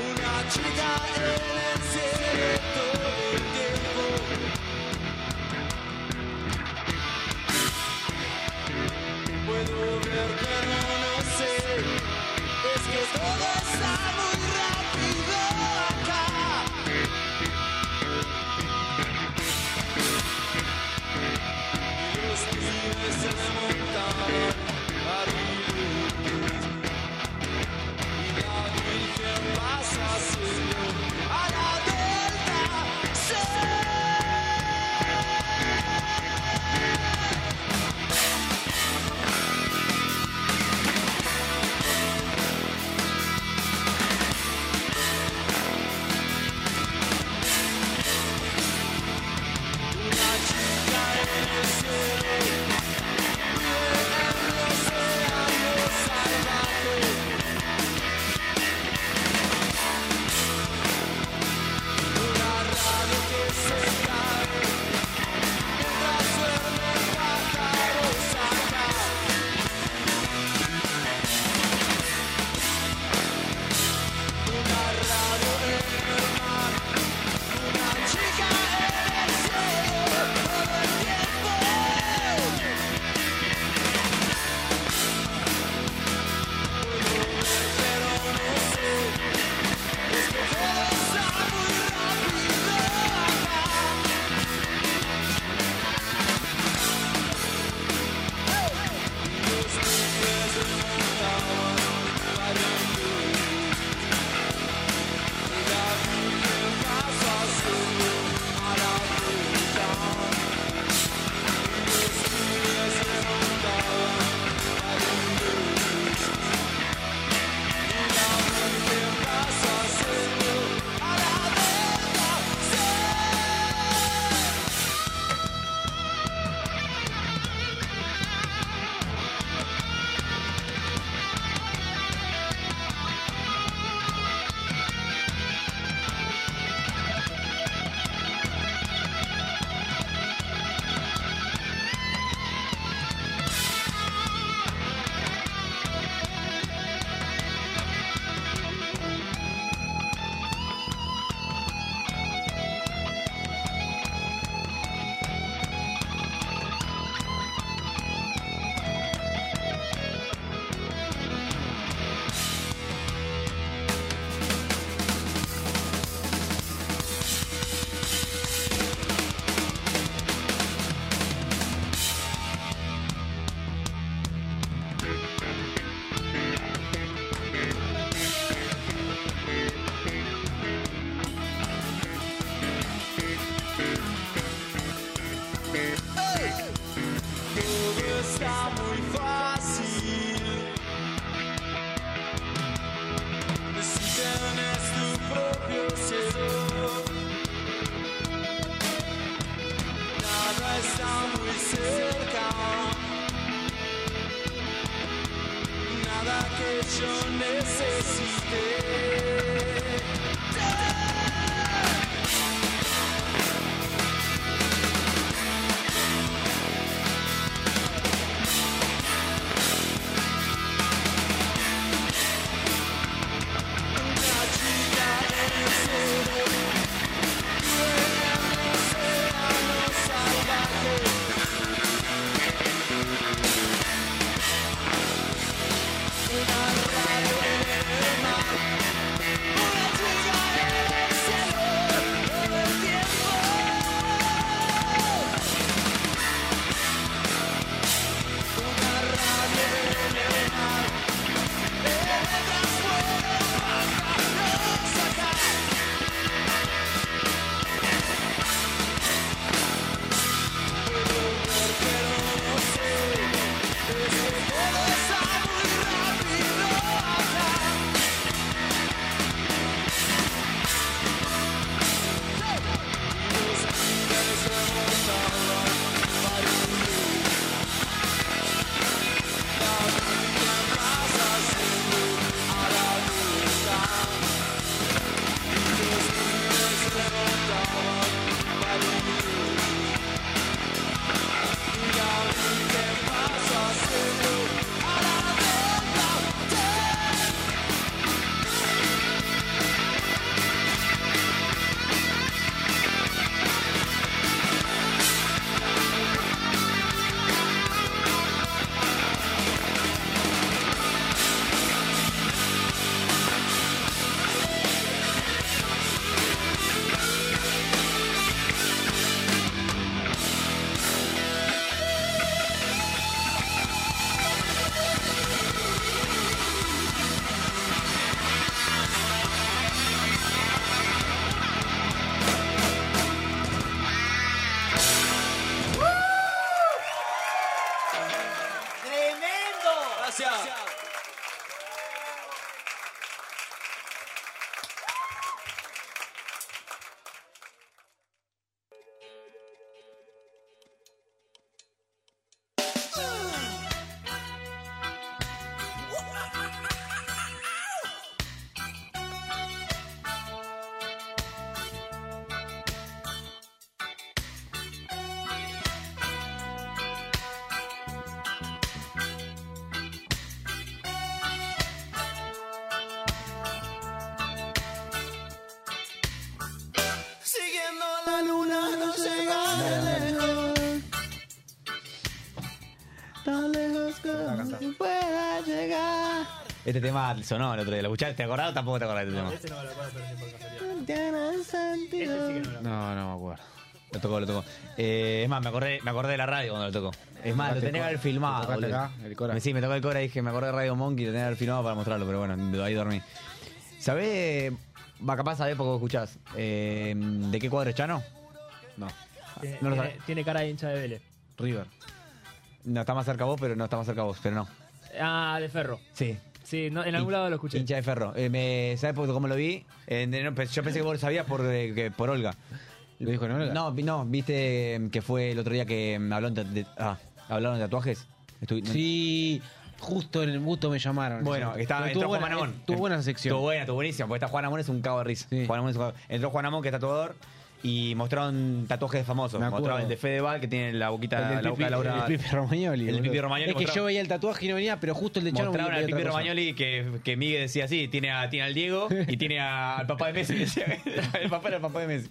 Una
chica en el cielo todo el tiempo. Puedo ver pero no sé, es que todo está muy rápido acá. Los tigres se montaron arriba y la Virgen pasa haciendo a la vuelta. Se chica en el cielo todo el tiempo. Todo está muy Tá fácil. Si tienes tu propio cielo, nada está muy cerca. Nada que yo necesite. Una chica en el cielo
Este tema sonó el otro día. ¿Lo escuchaste? ¿Te acordás o tampoco te acordás de este tema?
Este no me lo acuerdo, pero sí por casualidad. Este sí que no lo
No, no me acuerdo.
Lo tocó, lo tocó. Eh, es más, me acordé, me acordé de la radio cuando lo tocó. Es más, lo
tocaste
tenía que
el
haber
Cora. Lo
filmado.
tocaste
boludo.
acá, el Cora.
Me- Sí, me tocó el Cora y dije, me acordé de Radio Monkey, lo tenía que haber filmado para mostrarlo, pero bueno, ahí dormí. ¿Sabés? Va, capaz sabés porque vos escuchás. Eh, ¿De qué cuadro es Chano? No.
Tiene,
No lo
tiene-
sabe.
tiene cara de hincha de Vélez.
River.
No, está más cerca vos, pero no está más cerca vos, pero no.
Ah, de Ferro.
Sí.
Sí, no, en algún lado lo escuché.
Hincha de ferro. Eh, me, ¿Sabes por cómo lo vi? Eh, no, pe- yo pensé que vos lo sabías por, eh, que- por Olga.
¿Lo dijo en Olga?
No, vi- no, viste em, que fue el otro día que mm, hablaron de, de- ah, hablaron de tatuajes. Estuvi-
Sí, justo en el gusto me llamaron.
Bueno,
Pero
está,
estuvo
entró Juan
buena-
Amón.
Estuvo buena esa sección.
Estuvo buena, estuvo buenísima, porque está Juan Amón es un cago de risa.
Sí.
Juan Amón es un cago- Entró Juan Amón, que es tatuador, y mostraron tatuajes famosos.
Me acuerdo.
Mostraron el de Fedeval, que tiene la boquita,
El del
la boca de
Pipi-
Laura.
el Pipi Romagnoli.
El
boludo.
Pipi Romagnoli
Es que
mostró-
yo veía el tatuaje y no venía, pero justo el de Chano me
Mostraron al
pedía
Pipi
otra cosa.
Romagnoli que, que Miguel decía así, tiene, a, tiene al Diego y tiene a- al papá de Messi. decía. el papá era el papá de Messi.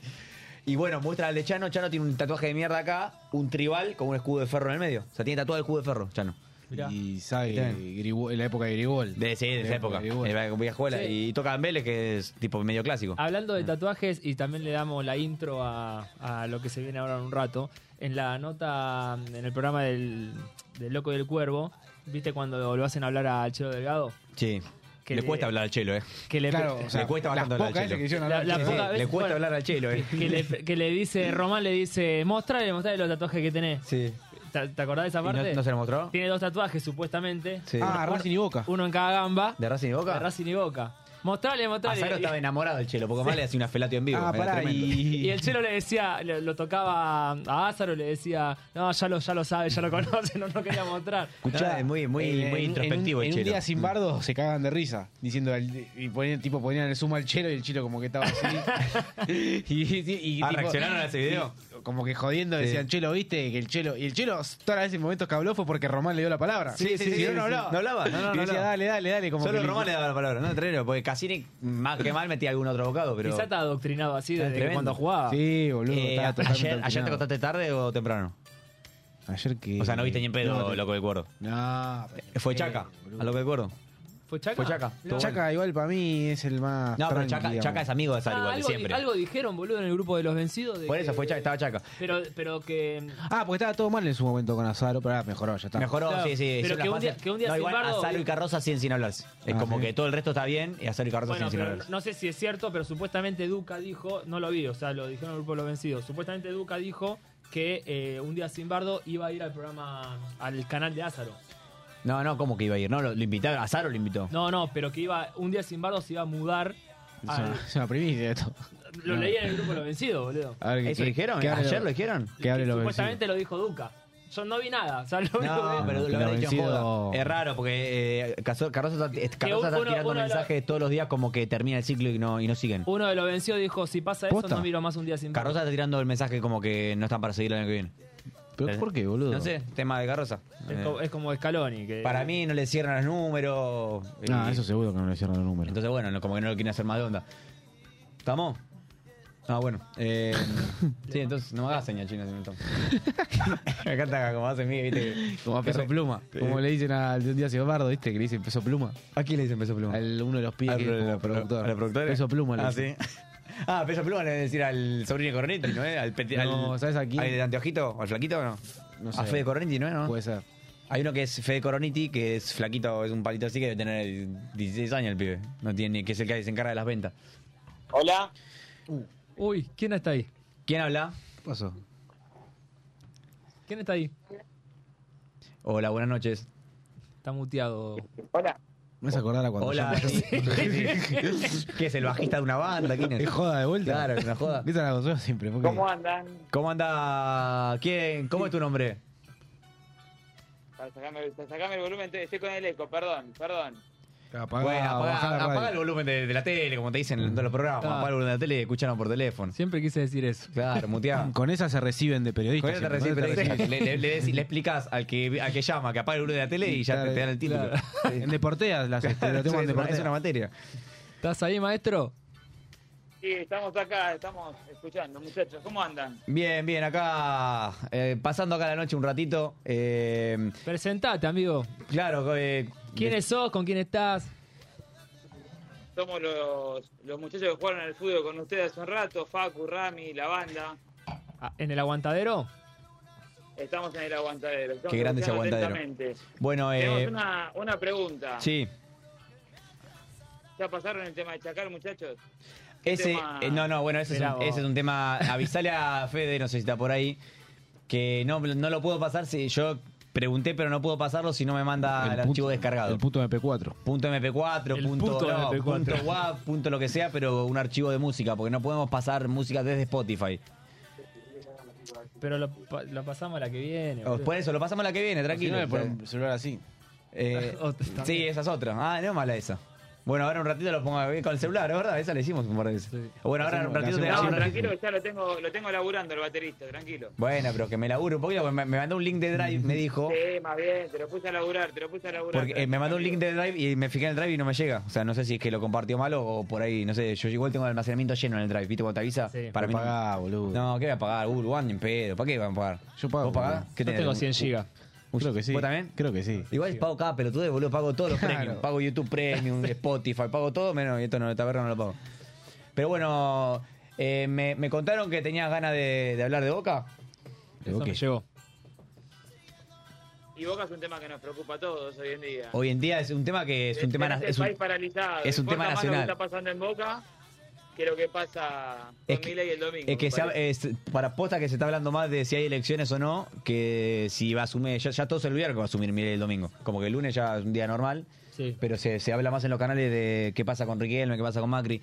Y bueno, muestra al de Chano. Chano tiene un tatuaje de mierda acá, un tribal con un escudo de ferro en el medio. O sea, tiene tatuado el escudo de ferro, Chano.
Mirá.
Y sabe,
Está
Gribol- en la época de Gribol.
De, sí, de
En
esa
la
época.
de Gribol.
Eh, Viajuela.
Sí.
Y toca en Vélez, que es tipo medio clásico.
Hablando de tatuajes, y también le damos la intro a, a lo que se viene ahora en un rato, en la nota, en el programa del, del Loco y del Cuervo, ¿viste cuando lo hacen hablar al Chelo Delgado?
Sí.
Que
le
le-
cuesta hablar al chelo, ¿eh?
Que le,
Claro, o sea,
Le cuesta bastante
las
hablar
pocas
al
veces
Chelo.
que hicieron
La-
hablar al
la
Chelo.
Sí,
poca-
le
vez-
cuesta
bueno.
hablar al chelo, ¿eh?
que, le, que le dice, Román le dice, mostrale, mostrale los tatuajes que tenés.
Sí.
¿Te, te acordás de esa
¿Y no,
parte?
no se lo mostró?
Tiene dos tatuajes, supuestamente.
Sí.
Ah, Racing y Boca.
Uno en cada gamba.
¿De Racing y Boca?
De Racing y Boca. Mostrale, mostrale.
Azaro estaba enamorado del chelo, porque más le hacía una felatio en vivo.
Ah,
era
pará,
tremendo.
y...
Y el chelo le decía, lo, lo tocaba a Ázaro, le decía, no, ya lo, ya lo sabe, ya lo conoce, no lo quería mostrar.
Escuchá,
No, es muy- muy-
en-
muy
en-
introspectivo
en,
el
un- en
Chelo. Mm.
un día sin bardo se cagan de risa. Diciendo, al- y ponían, tipo, ponían el sumo al chelo y el chelo como que estaba así. y, y- y,
Ah,
tipo,
¿reaccionaron a ese video?
y como que jodiendo decían, chelo, viste, que el chelo. Y el chelo, todas las veces en momentos que habló fue porque Román le dio la palabra.
Sí, sí, sí,
Si no,
sí,
no
sí.
hablaba.
No hablaba, no, no, no
y decía,
hablaba.
dale, dale, dale. Como
Solo
que le-
Román le daba la palabra, no Treno, porque Cassini, más que mal, metía algún otro bocado, pero.
Quizá está adoctrinado así
Está
desde que
tremendo.
cuando jugaba.
Sí, boludo.
Eh,
estaba totalmente
ayer, ayer te
alucinado.
acostaste tarde o temprano?
Ayer que.
O sea, no viste ni en pedo,
No, te- Eh,
loco del cuerdo. Eh,
No,
Fue Chaca,
boludo.
a loco del cuerdo.
¿Fue Chaca?
Fue Chaca.
Mirá.
Todo
Chaca igual para mí es el más.
No, pero
tranqui,
Chaca,
digamos.
Chaca es amigo de
Ah,
Azar igual, de
algo,
siempre.
algo dijeron, boludo, en el grupo de los vencidos. de
Por eso
que-
fue Chaca, estaba Chaca.
Pero, pero que.
Ah, porque estaba todo mal en su momento con Azaro, pero ahora mejoró, ya está.
Mejoró,
Claro,
sí, sí.
pero
hizo
que
una
un día-
fase-
que un día
no,
sin
igual,
embargo-
Azaro y Carroza siguen sin hablarse. Es
Ah,
como
sí.
que todo el resto está bien y Azaro y Carroza
Bueno,
siguen sin
pero
hablarse.
no sé si es cierto, pero supuestamente Duca dijo, no lo vi, o sea, lo dijeron en el grupo de los vencidos. Supuestamente Duca dijo que eh, un día sin bardo iba a ir al programa, al canal de Ázaro.
No, no, ¿cómo que iba a ir? No, lo, lo invitaron, Azaro lo invitó.
No, no, pero que iba, un día sin bardo se iba a mudar.
Es
al-
Ah.
una, es una primicia esto.
lo
no.
leí en el grupo de los vencidos, boludo.
A ver,
¿Eso
que-
dijeron?
que hable
¿Ayer
lo-
lo dijeron?
Que hable
Y
lo
Supuestamente lo dijo Duca. Yo no vi nada, o sea, lo único
No,
que-
pero lo
Lo
habrá dicho en
vencido-
joda. Es raro porque eh, Caso- Carroza está, es- Carroza está
uno-
tirando
uno de los-
mensajes todos los días como que termina el ciclo y no, y no siguen.
Uno de los vencidos dijo, si pasa eso,
Posta.
no miro más un día sin bardo.
Carroza está tirando el mensaje como que no están para seguir el año que viene.
¿Pero por qué, boludo?
No sé, tema de Carroza.
Es,
Eh,
co- es como Scaloni. Que
para mí no le cierran los números. y-
No, eso seguro que no le cierran los números.
Entonces, bueno, no- como que no lo quieren hacer más de onda. ¿Estamos? Ah, bueno. Eh, sí, entonces no me hagas señas chinas. entonces. me encanta como hace mí, ¿viste?
como a peso
Corre.
pluma. Como le dicen al de un día Bardo, ¿viste? Que le dicen peso pluma.
¿A quién le dicen peso pluma?
Al uno de los pibes
Al-
que es como
al-
productor.
¿A la productora?
Peso pluma le
Ah,
dicen.
sí. Ah, peso pluma le debe decir al sobrino de Cornetti, ¿no? eh? Al, peti-
No,
al-
¿sabes a quién?
¿Al de anteojito? ¿O al flaquito o no?
No
A
sé. Pues-
Fede Cornetti, ¿no? ¿no?
Puede ser.
Hay uno que es Fede Cornetti, que es flaquito, es un palito así que debe tener 16 años el pibe. No tiene, que es el que se encarga de las ventas.
Hola.
Uy, ¿quién está ahí?
¿Quién habla?
¿Qué pasó?
¿Quién está ahí?
Hola, buenas noches.
Está muteado.
Me vas a acordar a cuando
Hola.
yo-
¿Qué es el bajista de una banda? ¿Quién
Es
es?
joda de vuelta.
Claro, es una joda.
Viste la consola siempre. ¿por qué?
¿Cómo andan?
¿Cómo anda? ¿Quién? ¿Cómo es tu nombre?
Para sacarme, para sacarme el volumen, estoy- estoy con el eco, perdón, perdón.
Apagá,
bueno,
bajá la
apaga,
radio. Mm.
apaga el volumen de, de la tele, como te dicen en todos los programas.
Ah.
Apaga el volumen de la tele y escucharon por teléfono.
Siempre quise decir eso.
Claro, muteado.
Con esa se reciben de periodistas.
Con eso te
siempre,
recibe,
con esa
pero
reciben.
le, le, le decís- le explicás al que, al que llama que apague el volumen de la tele y ya te, te dan el título.
Claro. En deporteas las este, lo
Es
tengo
una-
en
es
deporteas.
una materia.
¿Estás ahí, maestro?
Sí, estamos acá, estamos escuchando, muchachos, ¿cómo andan?
Bien, bien, acá eh, pasando acá la noche un ratito. eh,
Presentate, amigo.
claro, eh,
¿Quiénes sos? ¿Con quién estás?
somos los, los muchachos que jugaron al fútbol con ustedes hace un rato, Facu, Rami, la banda.
Ah, ¿En el aguantadero?
Estamos en el aguantadero. estamos
Qué grande ese
escuchando
aguantadero.
atentamente.
Bueno, eh,
Tenemos una, una pregunta.
sí.
¿Ya pasaron el tema de Chacar, muchachos? ¿Qué
Ese,
tema?
eh, no, no, bueno, ese es,
Esperá
un,
vos.
ese es un tema. Avisale a Fede, no sé si está por ahí, que no, no lo puedo pasar. Si yo pregunté, pero no puedo pasarlo si no me manda el,
punto-
archivo descargado.
El punto MP4.
punto MP4,
El
punto,
puto
no,
MP4.
punto WAV, punto lo que sea, pero un archivo de música, porque no podemos pasar música desde Spotify.
Pero lo, pa- lo pasamos a la que viene.
O
Oh,
boludo.
pues.
Por eso, lo pasamos la que viene,
Si
tranquilo.
no, le ponen el celular así.
Eh,
Otra también.
sí, esa es otra. Ah, no mala esa. Bueno, ahora un ratito lo pongo ahí con el celular, es ¿verdad? Esa la hicimos un par de veces.
Sí.
Bueno, ahora un
Hacemos-
ratito
la
te
hacemos
No,
siempre.
tranquilo, que ya lo tengo, lo tengo laburando el baterista, tranquilo.
Bueno, pero que me labure un poquito, porque me, me mandó un link de Drive, me dijo.
Sí, más bien, te lo puse a laburar, te lo puse a laburar.
Porque eh, me mandó un link de Drive y me fijé en el Drive y no me llega. O sea, no sé si es que lo compartió malo o por ahí, no sé. Yo igual tengo el almacenamiento lleno en el Drive, ¿viste? Cuando te avisa.
Sí.
para mí no-
Apagá, boludo.
No, ¿qué voy a pagar? Uh, Luan, ni en pedo. ¿Para qué van a pagar?
Yo pago,
¿Vos pagás?
boludo.
¿Qué
Yo
tenés?
tengo 100 gigas.
Creo que sí.
¿Vos también?
Creo que sí.
Igual pago cada pelotude, boludo. Pago todos los
Claro.
premium. Pago YouTube Premium, Spotify, pago todo menos. Y esto no, la taberna no lo pago. Pero bueno, eh, me, me contaron que tenías ganas de, de hablar de boca.
Eso
Ok.
me llegó.
Y Boca es un tema que nos preocupa a todos hoy en día.
Hoy en día es un tema que es un tema. na-
Tenés el
Es un,
este país paralizado.
es un
Importa
tema
más
nacional.
lo que está pasando en Boca que lo que pasa con
Es que-
Milei el domingo.
Es que eh,
me
se ha-
parece.
es- para posta que se está hablando más de si hay elecciones o no, que si va a asumir, ya, ya todos se olvidaron que va a asumir Milei el domingo. Como que el lunes ya es un día normal,
Sí.
pero se, se habla más en los canales de qué pasa con Riquelme, qué pasa con Macri.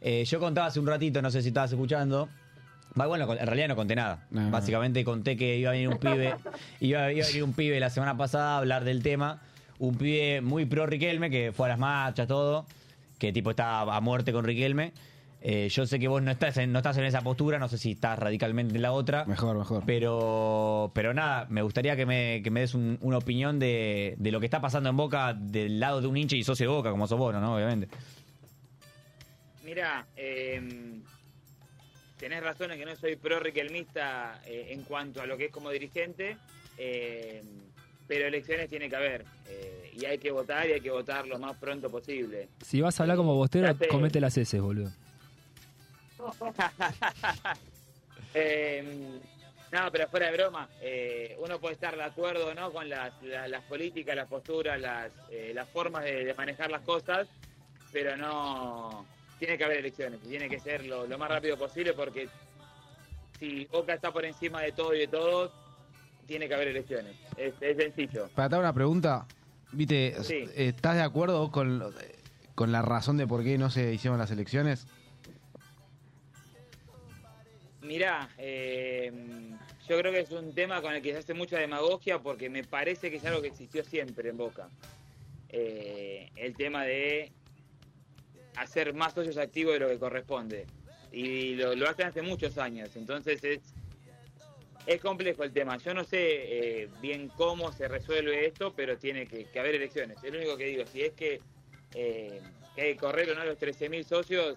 Eh, yo contaba hace un ratito, no sé si estabas escuchando. Va, Bueno, en realidad no conté nada.
No.
Básicamente conté que iba a venir un pibe, iba, iba a venir un pibe la semana pasada a hablar del tema. Un pibe muy pro Riquelme, que fue a las marchas, todo, que tipo está a muerte con Riquelme. Eh, yo sé que vos no estás, en, no estás en esa postura, no sé si estás radicalmente en la otra.
Mejor, mejor.
Pero, pero nada, me gustaría que me, que me des un- una opinión de, de lo que está pasando en Boca del lado de un hincha y socio de Boca, como sos vos, ¿no? Obviamente.
Mirá, eh, tenés razón en que no soy pro riquelmista eh, en cuanto a lo que es como dirigente, eh, pero elecciones tiene que haber. eh, y hay que votar y hay que votar lo más pronto posible.
Si vas a hablar como bostero,
Fíjate.
comete las heces, boludo.
Eh, no, pero fuera de broma, eh, uno puede estar de acuerdo o no con las, la- las políticas, las posturas, las, eh, las formas de, de manejar las cosas, pero no. Tiene que haber elecciones, tiene que ser lo, lo más rápido posible porque si Oca está por encima de todo y de todos, tiene que haber elecciones. Es, es sencillo.
Para te hago una pregunta, viste,
Sí.
¿estás de acuerdo vos con, lo- con la razón de por qué no se hicieron las elecciones?
Mirá, eh, yo creo que es un tema con el que se hace mucha demagogia porque me parece que es algo que existió siempre en Boca. Eh, el tema de hacer más socios activos de lo que corresponde. Y lo, lo hacen hace muchos años, entonces es, es complejo el tema. Yo no sé eh, bien cómo se resuelve esto, pero tiene que, que haber elecciones. El único que digo, si es que, eh, que hay que correr o no los 13.000 socios,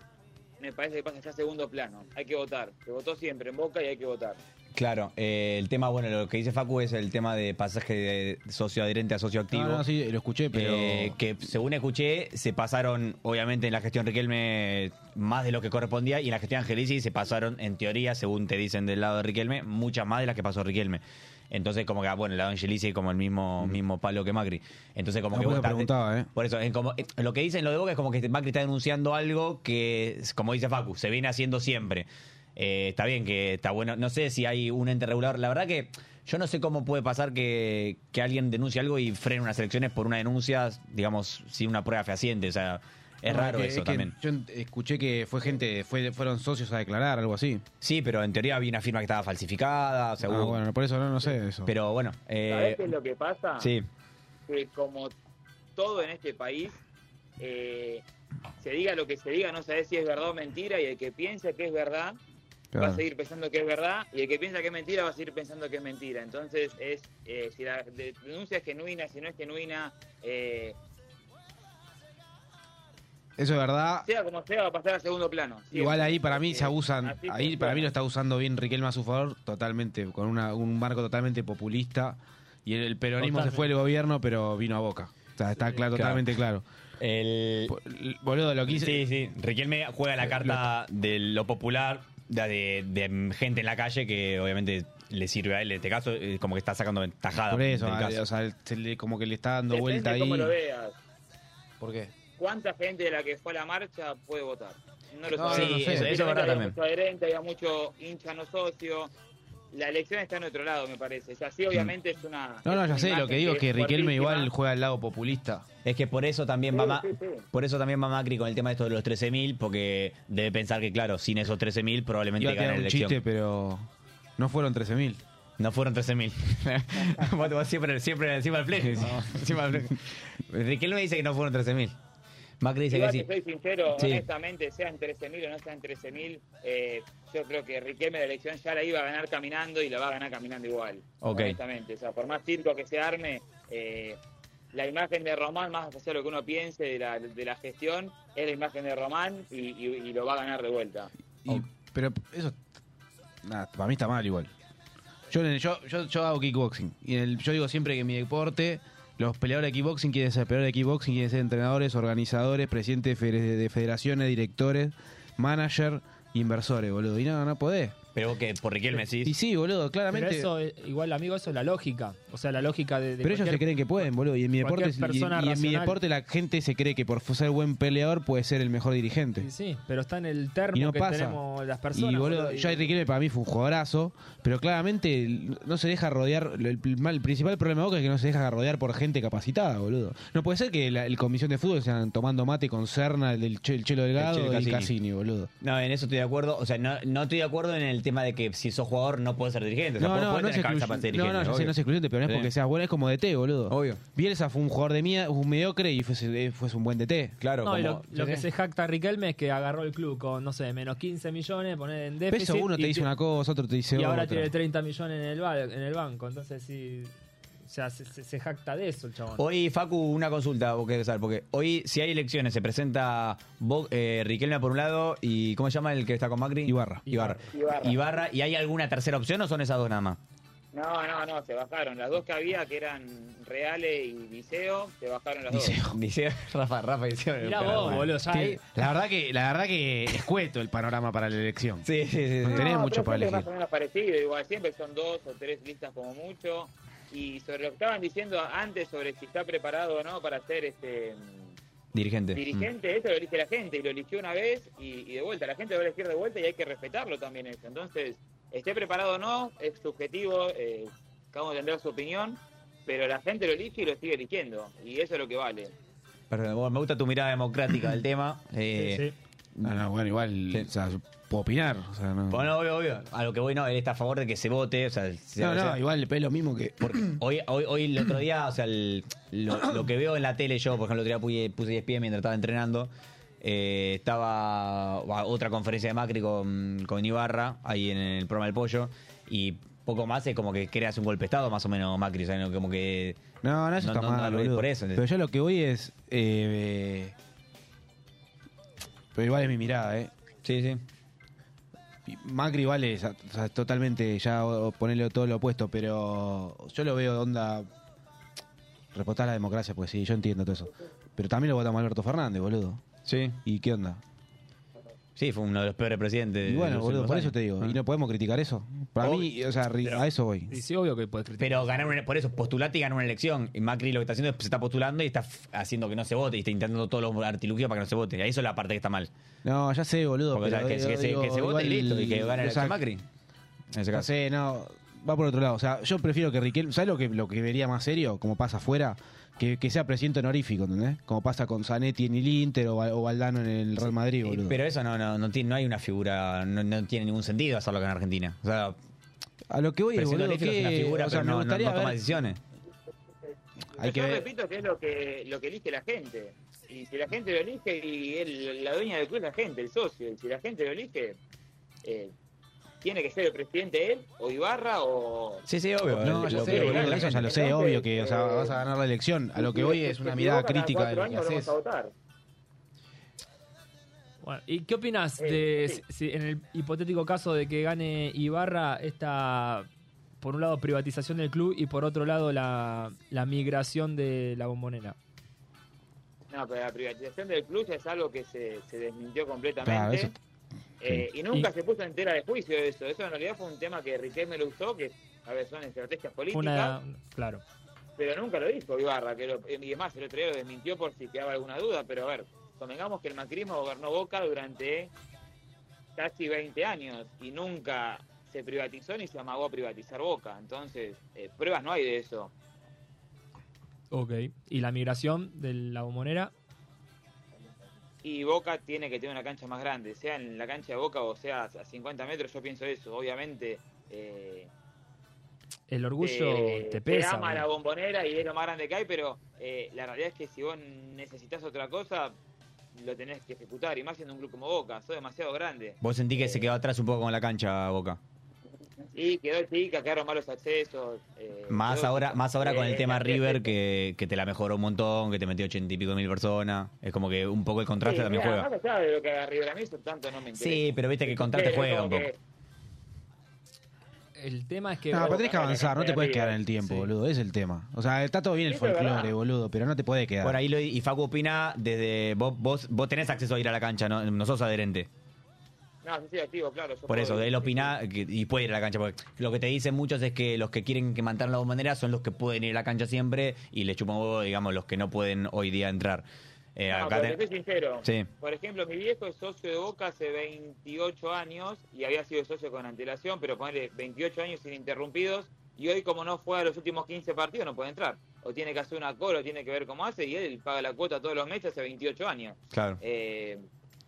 me parece que pasa ya a segundo plano. Hay que votar. Se votó siempre en Boca y hay que votar.
Claro, eh, el tema, bueno, lo que dice Facu es el tema de pasaje de socio adherente a socio activo.
No, no, sí, lo escuché, pero...
Eh, que según escuché, se pasaron, obviamente, en la gestión Riquelme más de lo que correspondía y en la gestión Angelici se pasaron, en teoría, según te dicen del lado de Riquelme, muchas más de las que pasó Riquelme. Entonces, como que, ah, bueno, el lado de Angelici como el mismo, mismo palo que Macri. Entonces, como
No,
que
pues
estás-
preguntaba, ¿eh?
Por eso, en como- en- lo que dicen lo de Boca es como que Macri está denunciando algo que, como dice Facu, se viene haciendo siempre. Eh, está bien que está bueno. No sé si hay un ente regulador. La verdad que yo no sé cómo puede pasar que, que alguien denuncie algo y frene unas elecciones por una denuncia, digamos, sin una prueba fehaciente. O sea, es
No,
raro
que-
eso
es que
también.
Yo en- escuché que fue gente, fue, fueron socios a declarar, algo así.
Sí, pero en teoría había una firma que estaba falsificada. O sea,
Ah,
hubo-
bueno, por eso no, no sé eso.
Pero bueno. eh,
¿Sabés qué es lo que pasa?
sí,
Que como todo en este país, eh, se diga lo que se diga, no sabés si es verdad o mentira, y el que piensa que es verdad va
Claro.
a seguir pensando que es verdad, y el que piensa que es mentira va a seguir pensando que es mentira. Entonces, es eh, si la de- denuncia es genuina, si no es genuina, eh,
Eso es verdad.
sea como sea, va a pasar a segundo plano. Siempre.
Igual ahí para mí se
Eh,
abusan,
así
ahí
funciona.
para mí lo está usando bien Riquelme a su favor, totalmente, con una- un marco totalmente populista. Y el, el peronismo se
Totalmente.
fue del gobierno, pero vino a boca. O sea, está claro, totalmente claro.
El,
Boludo, Pues, lo quise.
Sí, sí. Riquelme juega la carta de lo popular, de, de- de gente en la calle que obviamente le sirve a él. En este caso, eh, como que está sacando ventajada.
Por eso,
del
ah,
caso.
o sea, se le- como que le está dando
Depende
vuelta ahí.
cómo lo veas.
¿Por qué?
¿Cuánta gente de la que fue a la marcha puede votar? No lo
No,
sabemos.
no, no sé.
eso, eso es
Evidentemente
verdad
había
también.
mucho adherente, había mucho hincha no socio. La elección está en otro lado, me parece. O sea, sí, obviamente es una.
No, no,
es
ya
una
sé, lo
imagen
que digo es que Riquelme igual
fuertísima.
juega al lado populista.
Es que por eso también va Ma-
Sí, sí, sí.
por eso también va Macri con el tema de esto de los 13.000, porque debe pensar que, claro, sin esos 13.000 probablemente
Iba a
gana
tirar
la
un
elección.
chiste, pero no fueron 13.000.
No fueron 13.000. Vos- vos siempre, siempre encima del fleje. Encima del fleje. Riquelme dice que no fueron 13.000. Macri dice
Igual
que sí.
te soy sincero,
Sí.
honestamente, sean 13.000 o no sean 13.000, eh, yo creo que Riquelme la elección ya la iba a ganar caminando y la va a ganar caminando igual.
Ok.
Honestamente, o sea, por más circo que se arme, eh, la imagen de Román, más allá de lo que uno piense de la, de la gestión, es la imagen de Román y, y- y lo va a ganar de vuelta.
Y- Pero eso, nada, para mí está mal igual. Yo, en el- yo, yo, yo hago kickboxing. Y en el- yo digo siempre que en mi deporte, los peleadores de kickboxing quieren ser peleadores de kickboxing, quieren ser entrenadores, organizadores, presidentes de fede- de federaciones, directores, manager, inversores, boludo. Y no, no podés.
Pero que por Riquelme
Y
sí.
sí, boludo,
Pero
claramente.
eso, eh, igual, amigo, eso es la lógica. O sea, la lógica de. de
Pero ellos
cualquier-
se creen que pueden, boludo. Y en mi deporte,
cualquier
y-
persona
y en mi
racional.
deporte la gente se cree que por ser buen peleador puede ser el mejor dirigente.
Sí, sí, pero está en el termo
Y no
que
pasa.
tenemos las personas.
y boludo,
boludo, y-
Jair Riquelme para mí fue un jugadorazo, pero claramente no se deja rodear. El, el principal problema de Boca es que no se deja rodear por gente capacitada, boludo. No puede ser que la el comisión de fútbol sean tomando mate con Serna, el, del Che- el Chelo Delgado
Chelo
y
Cassini.
Cassini, boludo.
No, en eso estoy de acuerdo. O sea, no, no estoy de acuerdo en el tema de que si sos jugador no puedes ser dirigente. O sea,
No,
podés-
no,
podés
no es
tener cabeza para ser
excluyente. No,
dirigente.
no, yo sé,
obvio. Eh.
no es excluyente, pero no es
Sí.
porque seas bueno, es como DT, boludo.
Obvía.
Bielsa fue un jugador de mía, un mediocre y fuese, eh, fuese un buen DT.
Claro,
No, y
como-
lo, lo que se jacta Riquelme es que agarró el club con, no sé, menos 15 millones, poner en déficit.
Peso uno te
y
dice
ti-
una cosa, otro te dice
Y
otra.
ahora tiene 30 millones en el, ba- en el banco. Entonces, sí. O sea, se, se- se jacta de eso el chabón.
Hoy, Facu, una consulta, vos querés saber, porque hoy si hay elecciones se presenta Bo- eh, Riquelme por un lado y ¿cómo se llama el que está con Macri?
Ibarra.
Ibarra.
Ibarra.
Ibarra. ¿Y hay alguna tercera opción o son esas dos nada más?
No, no, no, se bajaron. Las dos que había, que eran Reales y Viseo, se bajaron las dos.
Dice Rafa, Rafa dice.
Mirá vos, boludo. Ya ahí-
La verdad que, la verdad que escueto el panorama para la elección.
Sí, sí, sí. sí.
No tenés
pero
mucho para
siempre
elegir.
Más o menos parecido, igual siempre son dos o tres listas como mucho. Y sobre lo que estaban diciendo antes sobre si está preparado o no para ser este mm,
Dirigente.
dirigente, eso lo elige la gente y lo eligió una vez y, y de vuelta. La gente lo va a elegir de vuelta y hay que respetarlo también eso. Entonces, esté preparado o no, es subjetivo, eh, cada uno tendrá su opinión, pero la gente lo elige y lo sigue eligiendo. Y eso es lo que vale.
Mm. Perdón, bueno, me gusta tu mirada democrática del tema.
Sí,
Eh,
sí.
No, no, bueno, igual,
Sí.
o sea, yo puedo opinar. O sea, no.
Bueno, obvio, obvio. A lo que voy, no, él está a favor de que se vote. O sea, se-
no,
o
no,
sea,
igual es lo mismo que.
Porque hoy, hoy, hoy el otro día, o sea, el- lo, lo que veo en la tele, yo, por ejemplo, el otro día puse, puse 10 pies mientras estaba entrenando. eh, estaba va, otra conferencia de Macri con, con Ibarra, ahí en el programa del pollo, y poco más es como que creas un golpe de estado, más o menos Macri, o sea, no, como que.
No, no, eso
No,
está
no,
mal,
no,
boludo.
por eso,
Pero yo lo que voy es. eh, eh, pero igual es mi mirada, ¿eh?
Sí, sí.
Y Macri vale, o sea, o sea, totalmente, ya o- ponerle todo lo opuesto, pero yo lo veo onda. Reportar la democracia, pues sí, yo entiendo todo eso. Pero también lo votamos a Alberto Fernández, boludo.
Sí.
¿Y qué onda?
Sí, fue uno de los peores presidentes.
Y
de Eh,
bueno,
los
boludo,
últimos
por eso
años. Ah.
te digo. ¿Y no podemos criticar eso? Para
Obvio,
mí, o sea, ri- a eso voy.
Y sí, obvio que puedes criticar.
Pero ganar una- por eso, postulate y ganar una elección. Y Macri lo que está haciendo es se está postulando y está f- haciendo que no se vote y está intentando todos los artilugios para que no se vote. Eso es la parte que está mal.
No, ya sé, boludo.
Porque,
pero
o sea, que,
digo-
que se, que
digo,
se vote y
igual-
listo, y que gane
o sea,
elección Macri. En ese
Ya
caso.
sé, no. Va por otro lado. O sea, yo prefiero que Riquelme. ¿Sabes lo que, lo que vería más serio? Como pasa afuera. Que, que sea presidente honorífico, ¿entendés? Como pasa con Zanetti en el Inter o, Val- o Valdano en el Real Madrid,
Y-
boludo.
Pero eso no, no, no, tiene, no hay una figura, no, no tiene ningún sentido hacerlo acá en Argentina. O sea,
a lo que voy es,
presidente
boludo,
honorífico es una
que-
figura,
o sea,
pero
me
no, no- no
gustaría
toma
ver-
decisiones.
Hay
Pero
que
yo
ver.
repito que es lo que lo que elige la gente. Y si la gente lo elige, y el- la dueña del club es la gente, el socio. Y si la gente lo elige, eh, tiene que ser el presidente él, o Ibarra, o...
Sí, sí, obvio. eh,
No,
Lo-
ya
lo
sé,
que-
boludo, eso ya lo sé,
Entonces,
obvio que o sea,
eh,
vas a ganar la elección. A lo que
Si
voy
se-
es
se
una mirada
equivoca cada
crítica de
cuatro
lo que
años, lo
haces.
vamos a votar.
Bueno, ¿Y qué opinas
Eh,
de
sí.
si- si en el hipotético caso de que gane Ibarra esta, por un lado, privatización del club y por otro lado, la, la migración de la bombonera?
No, pero la privatización del club ya es algo que se, se desmintió completamente.
Claro, eso-
Eh, y nunca
Y-
se puso entera de juicio eso. Eso en realidad fue un tema que Riquelme lo usó, que a ver, son estrategias políticas,
Una, claro.
pero nunca lo dijo Ibarra. Que lo- y es más, el otro día lo desmintió por si quedaba alguna duda, pero a ver, convengamos que el macrismo gobernó Boca durante casi 20 años y nunca se privatizó ni se amagó a privatizar Boca. Entonces, eh, pruebas no hay de eso.
Ok. ¿Y la migración de la bombonera?
Y Boca tiene que tener una cancha más grande, sea en la cancha de Boca o sea a 50 metros, yo pienso eso. Obviamente, eh,
El orgullo
te,
te
te
pesa.
ama la
boludo.
bombonera y es lo más grande que hay, pero eh, la realidad es que si vos necesitas otra cosa, lo tenés que ejecutar. Y más siendo un club como Boca, sos demasiado grande.
Vos sentís que se quedó atrás un poco con la cancha, Boca.
Y quedó chica, quedaron malos accesos. eh,
Más
quedó-
ahora, más ahora con el
eh,
tema
la-
River que, que te la mejoró un montón, que te metió ochenta y pico mil personas. Es como que un poco el
Sí,
contraste también
eh, mira,
juega.
Más allá de lo que haga River a mí, eso tanto no me interesa.
Sí, pero viste que el contraste
Pero
juega un
eh, como
poco.
que-
El tema es que.
No, pero tenés que
Boca
avanzar, no te
arriba.
puedes quedar en el tiempo,
Sí.
boludo. Es el tema. O sea, está todo bien el
Eso es verdad.
folclore, boludo, pero no te puedes quedar.
Por ahí lo, y Facu opina desde vos, vos, vos tenés acceso a ir a la cancha, no, no sos adherente.
No, sí, sí, activo, claro. yo
Por
puedo
eso,
ir.
él opina que- y puede ir a la cancha. Porque lo que te dicen muchos es que los que quieren que mantengan la bombonera son los que pueden ir a la cancha siempre y le chupan huevo, digamos, los que no pueden hoy día entrar. Eh,
No,
acá
pero
te-
te soy sincero.
Sí.
Por ejemplo, mi viejo es socio de Boca hace 28 años y había sido socio con antelación, pero ponerle 28 años ininterrumpidos y hoy como no juega los últimos 15 partidos no puede entrar. O tiene que hacer una cola, o tiene que ver cómo hace y él paga la cuota todos los meses hace 28 años.
Claro.
Eh,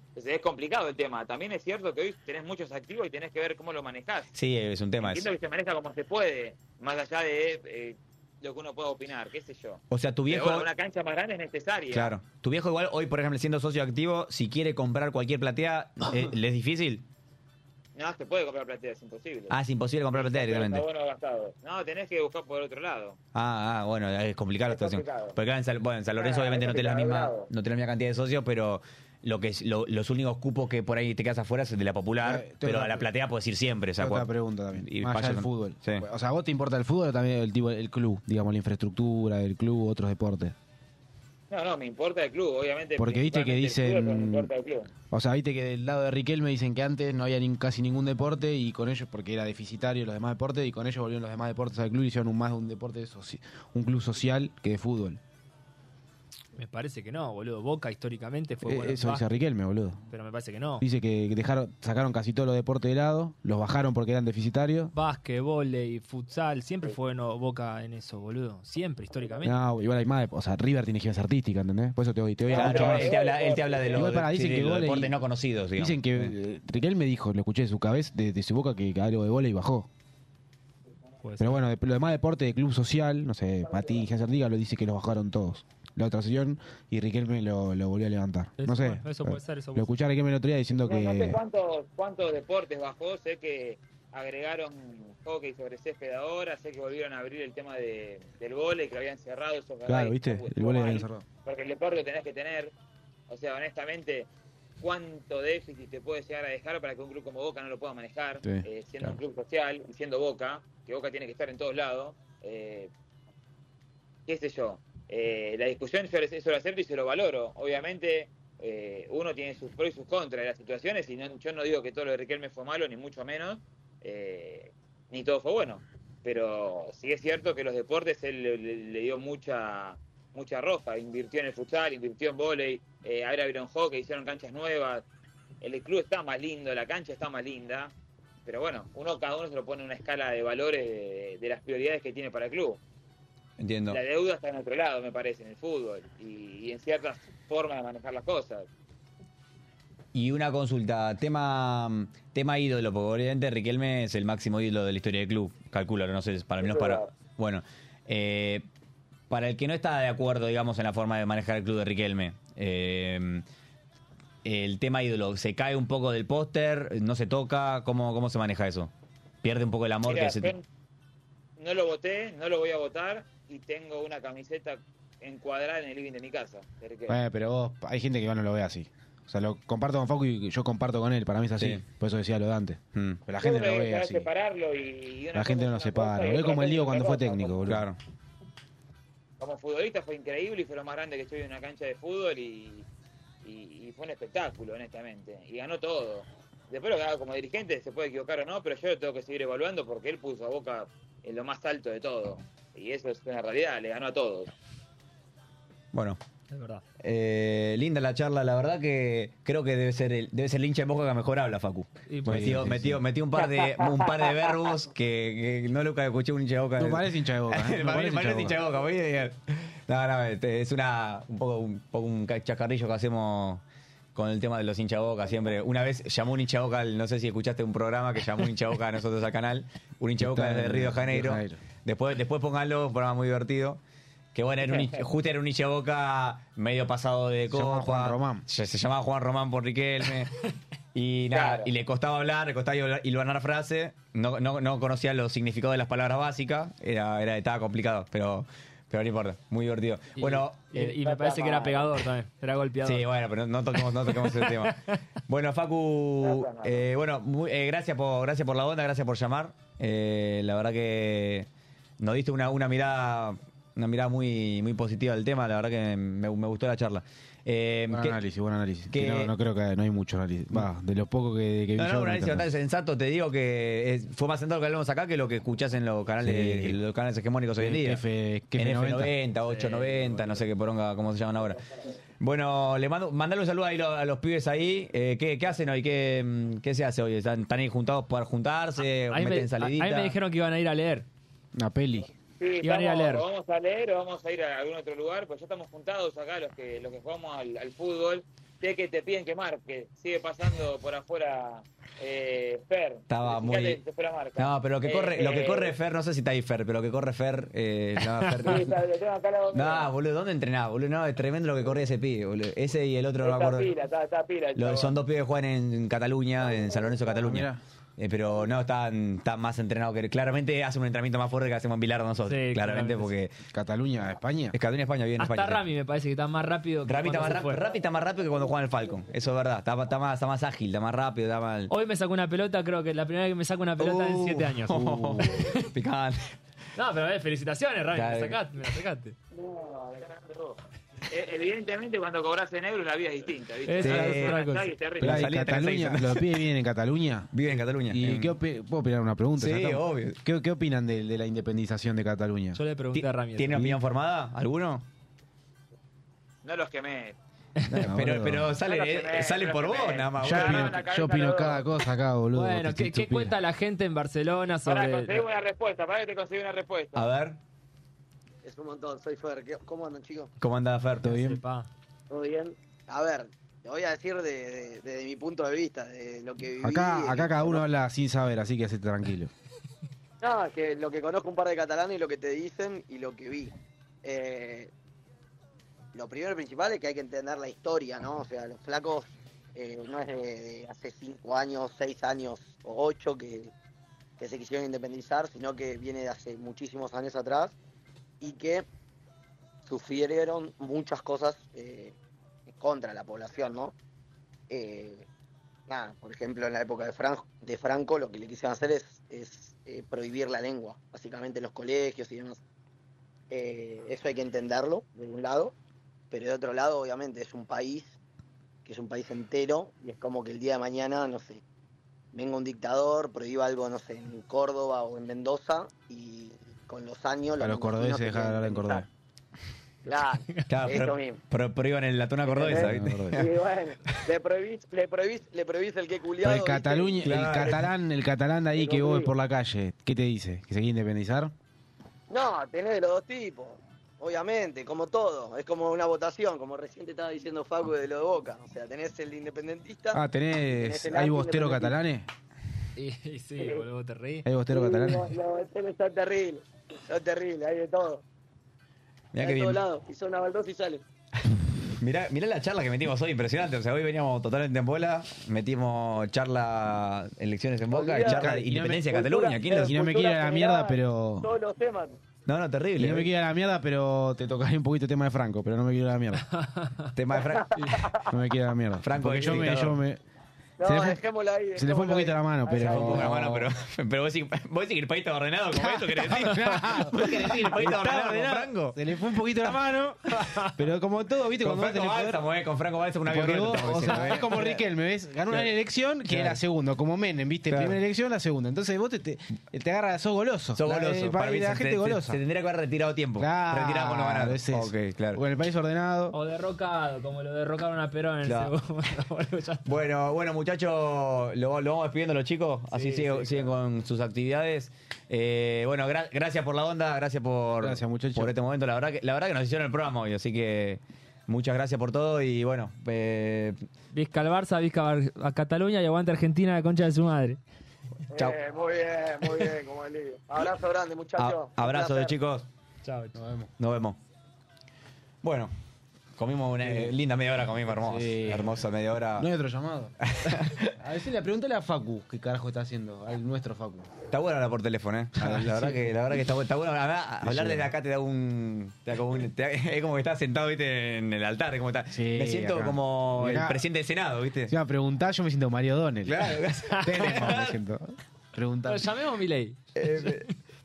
entonces es complicado el tema. También es cierto que hoy tenés muchos activos y tenés que ver cómo lo manejás.
Sí, es un tema.
Entiendo
eso.
que se maneja como se puede, más allá de eh, lo que uno pueda opinar, qué sé yo.
O sea, tu
Pero
viejo.
bueno, una cancha más grande es necesaria.
Claro. Tu viejo igual hoy, por ejemplo, siendo socio activo, si quiere comprar cualquier platea, eh, ¿le es difícil?
No, se puede comprar platea, es imposible.
Ah, es imposible comprar platea
Pero está
directamente.
bueno gastado. No, tenés que buscar por otro lado.
Ah, ah, bueno, es complicada la
Es
situación.
complicado.
Porque acá en San, bueno, en San Lorenzo
Claro,
obviamente
es
no tenés la
complicado,
misma,
bravo.
no tenés la misma cantidad de socios, pero lo que es, lo- los únicos cupos que por ahí te quedas afuera es el de la popular,
Ah, tengo
pero
otra
a la
pre-
platea puedes ir siempre. O sea,
otra
cual-
pregunta también.
y
más allá
vaya
del
con-
fútbol.
Sí.
O sea, ¿vos te importa el fútbol o también el, tipo, el club? Digamos, la infraestructura del club, otros deportes.
No, no, me importa el club, obviamente.
Porque viste que
principalmente el
dicen-
fútbol, pero me importa el club.
O sea, viste que del lado de Riquelme dicen que antes no había ni- casi ningún deporte y con ellos, porque era deficitario los demás deportes, y con ellos volvieron los demás deportes al club y hicieron un más de un deporte, soci- un club social que de fútbol.
Me parece que no, boludo. Boca históricamente fue.
Eh,
bueno,
Eso
va,
dice Riquelme, boludo.
pero me parece que no.
Dice que dejaron, sacaron casi todos los deportes de lado, los bajaron porque eran deficitarios.
Básquet, volei, futsal, siempre fue no, Boca en eso, boludo. Siempre, históricamente.
No, igual hay más. dep- O sea, River tiene giras artísticas, ¿entendés? Por eso te voy, te voy a
Claro,
mucho más.
él, te habla, él te habla de, los-
Igual para,
sí,
dicen
de
que
los
gol y-
deportes no conocidos. digamos.
Dicen que
Sí.
eh, Riquelme dijo, lo escuché de su cabeza, de, de su boca, que algo de bola y bajó.
Puede ser.
Pero bueno, de, lo demás deporte de club social, no sé, Patí, Artiga lo dice que los bajaron todos. La otra sesión y Riquelme lo, lo volvió a levantar.
Eso
no sé.
puede- eso puede ser, eso puede
lo escuché a Riquelme el otro día diciendo
No,
que.
no sé cuántos, cuántos deportes bajó, sé que agregaron hockey sobre césped ahora, sé que volvieron a abrir el tema de, del vole que habían cerrado esos
claro, ¿viste? El gol era encerrado.
Porque el deporte lo tenés que tener. O sea, honestamente, ¿cuánto déficit te puede llegar a dejar para que un club como Boca no lo pueda manejar?
Sí,
Eh, siendo un club social y siendo Boca, que Boca tiene que estar en todos lados. eh, ¿Qué sé yo? Eh, la discusión yo les- eso lo acepto y se lo valoro. Obviamente, eh, uno tiene sus pros y sus contras de las situaciones y no- yo no digo que todo lo de Riquelme fue malo, ni mucho menos, eh, ni todo fue bueno. Pero sí es cierto que los deportes él le- le- le dio mucha mucha roja, invirtió en el futsal, invirtió en volei, eh, ahora abrieron hockey, hicieron canchas nuevas, el club está más lindo, la cancha está más linda, pero bueno, uno cada uno se lo pone en una escala de valores de, de las prioridades que tiene para el club.
Entiendo.
La deuda está en otro lado, me parece, en el fútbol, y, y en ciertas formas de manejar las cosas.
Y una consulta, tema tema ídolo, porque obviamente Riquelme es el máximo ídolo de la historia del club, calculo, no sé, para mí no es para... Bueno, eh, para el que no está de acuerdo, digamos, en la forma de manejar el club de Riquelme, eh, el tema ídolo, ¿se cae un poco del póster? ¿No se toca? ¿Cómo, cómo se maneja eso? ¿Pierde un poco el amor?
Mirá,
que se-
yo no lo voté, no lo voy a votar, y tengo una camiseta encuadrada en el living de mi casa. de Riquelme.
Bueno, Eh, pero vos, hay gente que igual no lo ve así. O sea, lo comparto con Facu y yo comparto con él. Para mí es así.
Sí.
Por eso decía lo de antes.
Mm,
Pero la gente
Yo
no lo
creo que
ve
hay que
así.
separarlo y- y una
La gente no lo
cosa es una cosa
separa.
y
Lo ve
otra
como el
cosa
Diego
es
cuando
otra
fue
cosa.
técnico, boludo.
claro.
como futbolista fue increíble y fue lo más grande que estoy en una cancha de fútbol y, y- y fue un espectáculo, honestamente. Y ganó todo. Después lo que haga como dirigente se puede equivocar o no, pero yo lo tengo que seguir evaluando porque él puso a Boca en lo más alto de todo. Y eso es una realidad, le ganó a todos.
Bueno,
Es verdad.
eh, linda la charla, la verdad que creo que debe ser el, debe ser el hincha en boca que mejor habla, Facu.
Y pues-
Metió, metió, metió un par de un par de verbos que, que no nunca escuché un hincha de boca.
No parece hincha de boca. ¿eh?
Parece-
No parece
parece
hincha
hincha
de
de boca, voy a llegar. No, no, este, es una, un poco un, poco un ca- chacarrillo que hacemos con el tema de los hincha de boca siempre. Una vez llamó un hincha de boca, al- no sé si escuchaste un programa que llamó un hincha de boca a nosotros al canal, un hincha de boca
Está
de
en
Río de Janeiro.
Río de Janeiro.
Después, después pónganlo, un programa muy divertido. Que bueno, era un, hincha- justo era un hincha de boca medio pasado de
Se llamaba
copa.
Juan Román.
Se, se llamaba Juan Román por Riquelme. Y nada,
Claro.
y le costaba hablar, le costaba hilo- hilvanar frases, no, no, no conocía los significados de las palabras básicas, era, era, estaba complicado, pero, pero no importa, muy divertido.
y-
bueno,
y,
eh,
y me parece que era pegador también, era golpeador.
sí, bueno, pero no toquemos, no toquemos ese tema. Bueno, Facu,
No, no, no.
eh, bueno, muy- eh, gracias, por, gracias por la onda, gracias por llamar. Eh, la verdad que nos diste una, una mirada una mirada muy, muy positiva del tema, la verdad que me, me gustó la charla. Eh,
Buen
¿qué-
análisis, buen análisis.
que-
No, no creo que no hay mucho análisis. Va, de lo poco que, que vi
No,
yo,
no, un
hay
análisis
tanto.
bastante sensato. Te digo que es- fue más sentado lo que hablamos acá que lo que escuchás en los canales,
Sí.
los canales hegemónicos hoy en día.
F- que
en
F90.
F90, 890, no sé qué poronga, cómo se llaman ahora. Bueno, le mando, mandale un saludo ahí lo- a los pibes ahí. Eh, ¿qué, qué hacen hoy? ¿Qué, mm, qué se hace hoy? ¿Están, están ahí juntados para juntarse?
Ah, Ahí
¿Meten
me,
salidita?
ahí me dijeron que iban a ir a leer.
Una peli.
Sí,
Iban a ir a
estamos-
leer.
o Vamos a leer o vamos a ir a algún otro lugar, pues ya estamos juntados acá los que los que jugamos al, al fútbol. Sé que te piden que marque, sigue pasando por afuera eh, Fer.
Estaba
Fíjate,
muy-
se fue la marca.
No, pero lo que corre,
Eh,
lo que
eh,
corre Fer, no sé si está ahí Fer, pero lo que corre Fer, eh, no, Fer-
sí, está- lo tengo acá a la boca.
No, boludo, ¿dónde entrenaba, boludo? No, es tremendo lo que corría ese pibe, boludo. Ese y el otro no me
está
acuerdo.
pila, está, está pila. el
Lo-
chabón.
son dos pibes que juegan en Cataluña, en San Lorenzo, Cataluña.
Ah, Mirá.
Eh, pero no, están, están más entrenados que... Claramente hacen un entrenamiento más fuerte que hacemos en Pilar nosotros.
Sí,
claramente,
claramente,
porque...
Cataluña, España.
Es Cataluña, España, bien
Hasta
España. sí.
Rami me parece que está más rápido que
Rami está
cuando
más,
se
rápido,
fue.
Rami está más rápido que cuando juega en el Falcon. Eso es verdad. Está, está más, está más ágil, está más rápido, está más...
Hoy me sacó una pelota, creo que es la primera vez que me saco una pelota en
Uh.
7 años.
Uh, picante.
No, pero eh, felicitaciones, Rami,
Ya,
me
eh.
la sacaste, me la sacaste.
Eh, evidentemente cuando cobras en euros la vida es distinta, ¿viste?
Esa
es otra
cosa.
Ay, es terrible.
Pero
la
de
salida
Cataluña,
36.
los pibes vienen en Cataluña.
Vive en Cataluña. Em,
¿Y
En-
qué opi- puedo opinar una pregunta?
Sí,
Ya estamos.
obvio.
¿Qué, qué opinan de, de la independización de Cataluña?
Yo le pregunté a Rami. eso.
¿Tiene opinión formada? ¿Alguno?
No los quemé.
No,
pero,
boludo.
pero
No lo
sale, eh,
quemé,
sale
no lo
por vos,
quemé.
nada más.
yo
Ah,
boludo.
opino,
no, la cabeza
yo opino
lo-
cada cosa acá, boludo.
Bueno,
vos te
¿qué, qué
estupida.
cuenta la gente en Barcelona
Para
sobre.?
conseguir una respuesta, para que te conseguí una respuesta.
A ver,
Es un montón, soy Fer. ¿Qué- ¿Cómo andan, chicos?
¿cómo anda Fer?
¿Todo bien?
Epa.
¿Todo bien? A ver, te voy a decir de- de- desde mi punto de vista, de lo que viví. este
Acá,
de-
acá cada uno habla sin saber, así que hacete tranquilo.
No, que lo que conozco un par de catalanes y lo que te dicen y lo que vi. Eh, lo primero y principal es que hay que entender la historia, ¿no? O sea, los flacos eh, no es de, de hace cinco años, seis años o ocho que, que se quisieron independizar, sino que viene de hace muchísimos años atrás y que sufrieron muchas cosas eh, contra la población, ¿no? Eh, nada, por ejemplo, en la época de, Fran- de Franco lo que le quisieron hacer es, es, eh, prohibir la lengua, básicamente en los colegios y demás. Eh, eso hay que entenderlo, de un lado, pero de otro lado, obviamente, es un país, que es un país entero, y es como que el día de mañana, no sé, venga un dictador, prohíba algo, no sé, en Córdoba o en Mendoza, y con los años...
A los
mendocinos
cordobeses
se
dejar de
quieren
hablar en cordobés.
Claro,
Claro,
eso
pero,
mismo.
pero, pero iban en la tuna cordobesa,
En
¿viste?
cordobés.
Y bueno, le prohibís, le prohibís, le prohibís el que
Pero
culiado.
Pues el, Cataluña, el
Claro.
catalán, el catalán de ahí
Pero
que vos
sí.
ves por la calle, ¿qué te dice? ¿Que se quiere independizar?
No, tenés de los dos tipos. Obviamente, como todo. Es como una votación, como recién te estaba diciendo Facu de lo de Boca. O sea, tenés el independentista.
Ah, tenés.
Tenés el
¿Hay
anti
bosteros catalanes?
independentista.
Y, y sí, boludo, te reí.
¿Hay bosteros
Y
catalanes?
los- los boteros están terribles. Son terribles, hay de todo.
Mirá
hay
que
de
bien.
todos lados. Y son una baldosa y sale.
Mirá, mirá la charla que metimos hoy, impresionante. O sea, hoy veníamos totalmente en bola, metimos charla elecciones en boca,
Olvidate.
charla
Y no me-
independencia de Cataluña. ¿Quién
Cultura-
lo-
Y no me quiere ir a la
cultura
mierda,
general,
pero-
Todos los temas.
No, no,
Y no me
terrible.
quiero ir a la mierda, pero te tocaré un poquito el tema de Franco, pero no me quiero ir a la mierda.
Tema de Fra-
No me quiero ir a la mierda.
Franco
Porque
es
yo me,
dictador.
yo me-
No,
Se le fue-
dejémosla ahí.
Se le fue un
dejémosla
poquito
ahí.
la mano,
Se
pero.
me fue un poco la mano, pero, pero vos, decís, vos decís que el país está ordenado como esto, ¿querés decir? ¿Vos querés decir que el país está ordenado como Franco?
Se le fue un poquito la mano. Pero como todo, viste,
Con
cuando vos
Franco
tenés poder.
Bálsamo, eh, con Franco Bálsamo una
Porque
violeta.
vos,
estamos
o sea,
diciendo,
es como
eh.
Riquelme, ¿ves? Ganó una
Claro.
elección que
Claro.
era segundo, como Menem, ¿viste?
Claro.
Primera elección, la segunda. Entonces vos te, te, te agarras, sos goloso.
Sos
La-
goloso.
el
para
país-
mí
la
se-
gente
se,
golosa.
Se tendría que haber retirado a tiempo.
Claro,
retirado con lo ganado.
es eso.
Ok, claro.
Bueno, el país ordenado.
O derrocado, como lo derrocaron a Perón en
Claro.
el segundo. boludo, ya está.
Bueno, bueno, muchachos, lo, lo vamos despidiendo los chicos, así
Sí,
sigue-
sí,
siguen con sus actividades. Eh, bueno, gra- gracias por la onda, gracias por,
Gracias, muchachos.
por este momento. La verdad, que, la verdad que nos hicieron el programa hoy, así que muchas gracias por todo y bueno, eh,
Vizca al Barça, Vizca Bar- a Cataluña y aguante Argentina la concha de su madre.
Chau.
Eh, muy bien, muy bien, como el lío. Abrazo grande, muchachos.
a- abrazo de
Un placer.
chicos,
Chao, nos vemos.
nos vemos. Bueno, comimos una eh, linda media hora, comimos hermosa,
Sí.
hermosa media hora.
No hay otro llamado. a veces le pregúntale a Facu qué carajo está haciendo, al nuestro Facu.
Está bueno hablar por teléfono, ¿eh? La, la verdad, que, la verdad que está bueno. Está bueno hablar, hablar desde acá te da un. Te da como un- te da- es como que estás sentado, ¿viste? En el altar. es Como está.
Sí,
me siento
acá.
como
Mirá.
el presidente del Senado, ¿viste?
Si me preguntar, yo me siento Mario Donel.
Claro.
Teléfono me siento. Preguntar.
Lo llamemos a Milei.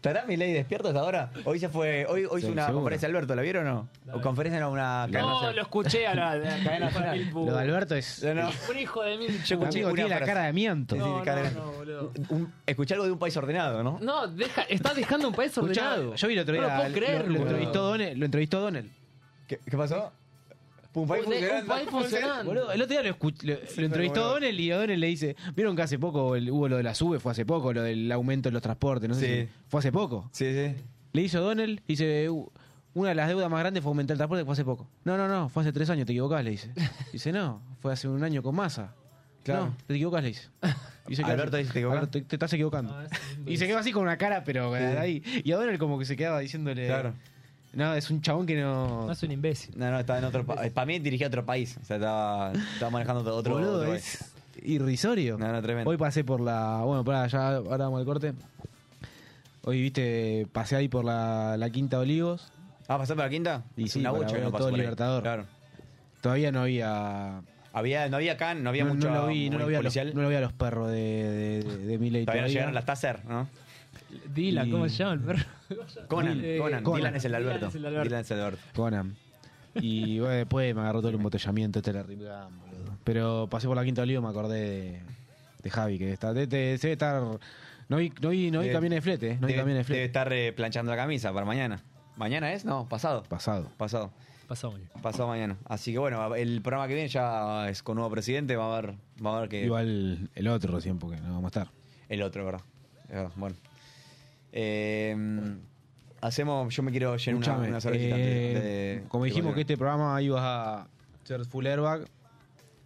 Eh, ¿Estará mi ley despierto hasta ahora? Hoy se fue. Hoy, hoy hizo
Sí,
una
seguro.
conferencia, Alberto, ¿la vieron o no? O conferencia no, una.
No, lo escuché a la, a la cadena
nacional.
Mil Pu-
Lo de Alberto es.
No, no.
Un hijo de mil.
Yo
Amigo,
escuché
tiene
una
la
frase.
cara de miento.
Sí,
No,
cadena-
no, no, boludo.
Un- escuché algo de un país ordenado, ¿no?
No, deja, está dejando un país
Escuchá,
ordenado.
yo vi el otro día.
No lo puedo
lo-
creer,
lo,
boludo.
entrevistó Donel, lo entrevistó Donel.
¿Qué, qué pasó? Un país
Un- un
funcionando.
país funcionando.
Boludo, el otro día lo, escu- lo- lo entrevistó
boludo.
Donel y a Donel le dice, vieron que hace poco el- hubo lo de la sube, fue hace poco, lo del aumento en los transportes, no sé
Sí.
si- fue hace poco.
Sí, sí.
Le hizo Donel, dice, "U- una de las deudas más grandes fue aumentar el transporte, que fue hace poco. No, no, no, fue hace tres años, te equivocás, le dice. Dice, no, fue hace un año con masa.
Claro.
No, te equivocás, le dice. dice ¿qué
Alberto
hace?
dice, "Te equivocás".
Alberto, te, te estás equivocando.
No, es un imbécil.
y se quedó así con una cara, pero eh, ahí. Y a Donel como que se quedaba diciéndole,
Claro.
no, es un chabón que no...
No es un imbécil.
No, no, estaba en otro país. Para mí dirigía otro país. O sea, estaba, estaba manejando otro, otro,
Boludo,
otro país.
es irrisorio.
No, no, tremendo.
Hoy pasé por la. Bueno, pará, ya ahora vamos al corte. Hoy, viste, pasé ahí por la, la Quinta Olivos.
Ah, ¿pasó por la quinta?
Y
Es
sí,
una
para
bocha que
ver
no pasó
todo
por ahí.
Libertador.
Claro.
Todavía no había.
Había, no había can, no había mucho
lo vi, no lo vi a los,
policial.
no lo vi a los perros de, de, de, de
Todavía no
Milei todavía.
llegaron las Taser, ¿no?
Dylan,
Y-
¿cómo se llama el perro?
Conan,
Eh,
Conan,
Conan.
Dylan es el Alberto.
Dylan es el Alberto.
Dylan es el Alberto.
Conan. Y bueno, después me agarró todo el embotellamiento este de la Ripgam, boludo. Pero pasé por la Quinta Olivos y me acordé de, de Javi, que está, de- de- se debe estar. No vi, no vi, no vi
Debe-
camiones de flete, eh, no vi
Debe,
camiones de
debe
flete.
estar eh, planchando la camisa para mañana. ¿Mañana es? No, pasado.
Pasado.
Pasado.
Pasó, boludo.
Pasado mañana. Así que bueno, el programa que viene ya es con nuevo presidente. Va a ver, va a ver que.
Igual el otro recién, porque no vamos a estar.
El otro, ¿verdad? Es verdad, Bueno. Eh, hacemos. Yo me quiero llenar una,
Escuchame,
una cervecita
eh,
antes de-
como
de continuar.
dijimos que este programa ibas a ser full airbag.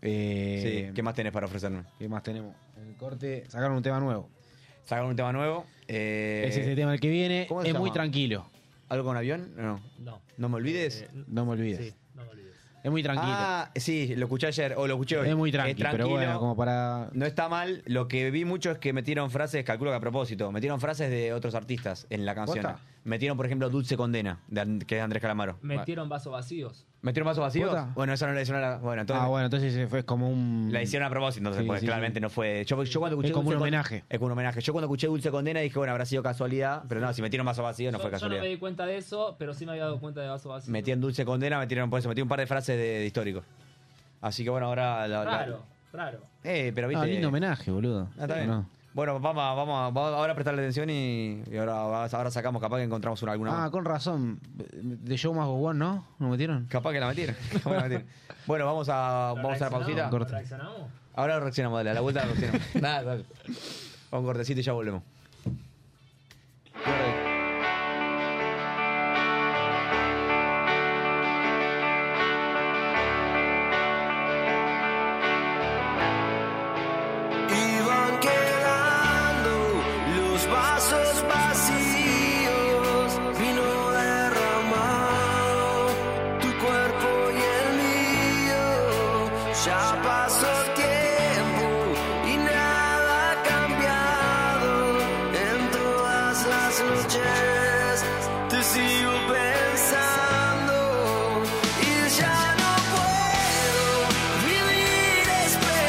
eh,
Sí, ¿qué más tenés para ofrecerme?
¿qué más tenemos? En el corte sacaron un tema nuevo.
Sacaron un tema nuevo. eh,
es ese tema el que viene.
¿cómo
Es
se
muy
llama?
tranquilo.
¿Algo con avión? No.
No.
No me olvides.
Eh,
No me olvides.
sí, no me olvides.
Es muy tranquilo.
Ah, sí, lo escuché ayer o lo escuché hoy.
es muy tranquilo, pero bueno,
tranquilo,
como para.
No está mal. Lo que vi mucho es que metieron frases, calculo que a propósito, metieron frases de otros artistas en la canción.
¿Posta?
Metieron, por ejemplo, Dulce Condena, de And- que es de Andrés Calamaro.
Metieron vasos vacíos.
¿Metieron vasos vacíos?
¿Posta?
Bueno, esa no la hicieron. a la- Bueno, entonces
ah, bueno, entonces eh, fue como un.
La hicieron a propósito, entonces,
Sí,
porque
sí,
claramente
sí.
no fue. Yo, yo cuando escuché
Es como
Dulce
un
Con-
homenaje.
Es como un homenaje. Yo cuando escuché Dulce Condena dije, bueno, habrá sido casualidad, pero no, si metieron vasos vacíos no
Yo-
fue
yo, no
casualidad.
me di cuenta de eso, pero sí me había dado cuenta de vasos vacíos.
Metieron Dulce Condena, metieron por eso, metieron un par de frases de, de histórico. Así que bueno, ahora. La, la-
Raro, raro.
eh, pero viste.
Ah, lindo homenaje, boludo.
Ah, está bien.
No.
Bueno, vamos, a- vamos, a- vamos ahora a prestarle atención y, y ahora, ahora sacamos, capaz que encontramos una, alguna.
Ah,
más.
con razón. De Show más Go One, ¿no? ¿No metieron?
Capaz que la metieron. capaz que la metieron. bueno, vamos a,
¿Lo
vamos a la pausita.
reaccionamos? ¿Lo reaccionamos?
Ahora lo reaccionamos, dale, a la vuelta lo reaccionamos. Nada, dale. Vamos, cortecito y ya volvemos.
Iban quedando los vasos vacíos, vino derramado tu cuerpo y el mío. Ya pasó el tiempo y nada ha cambiado. En todas las noches te sigo pensando y ya no puedo vivir esperando.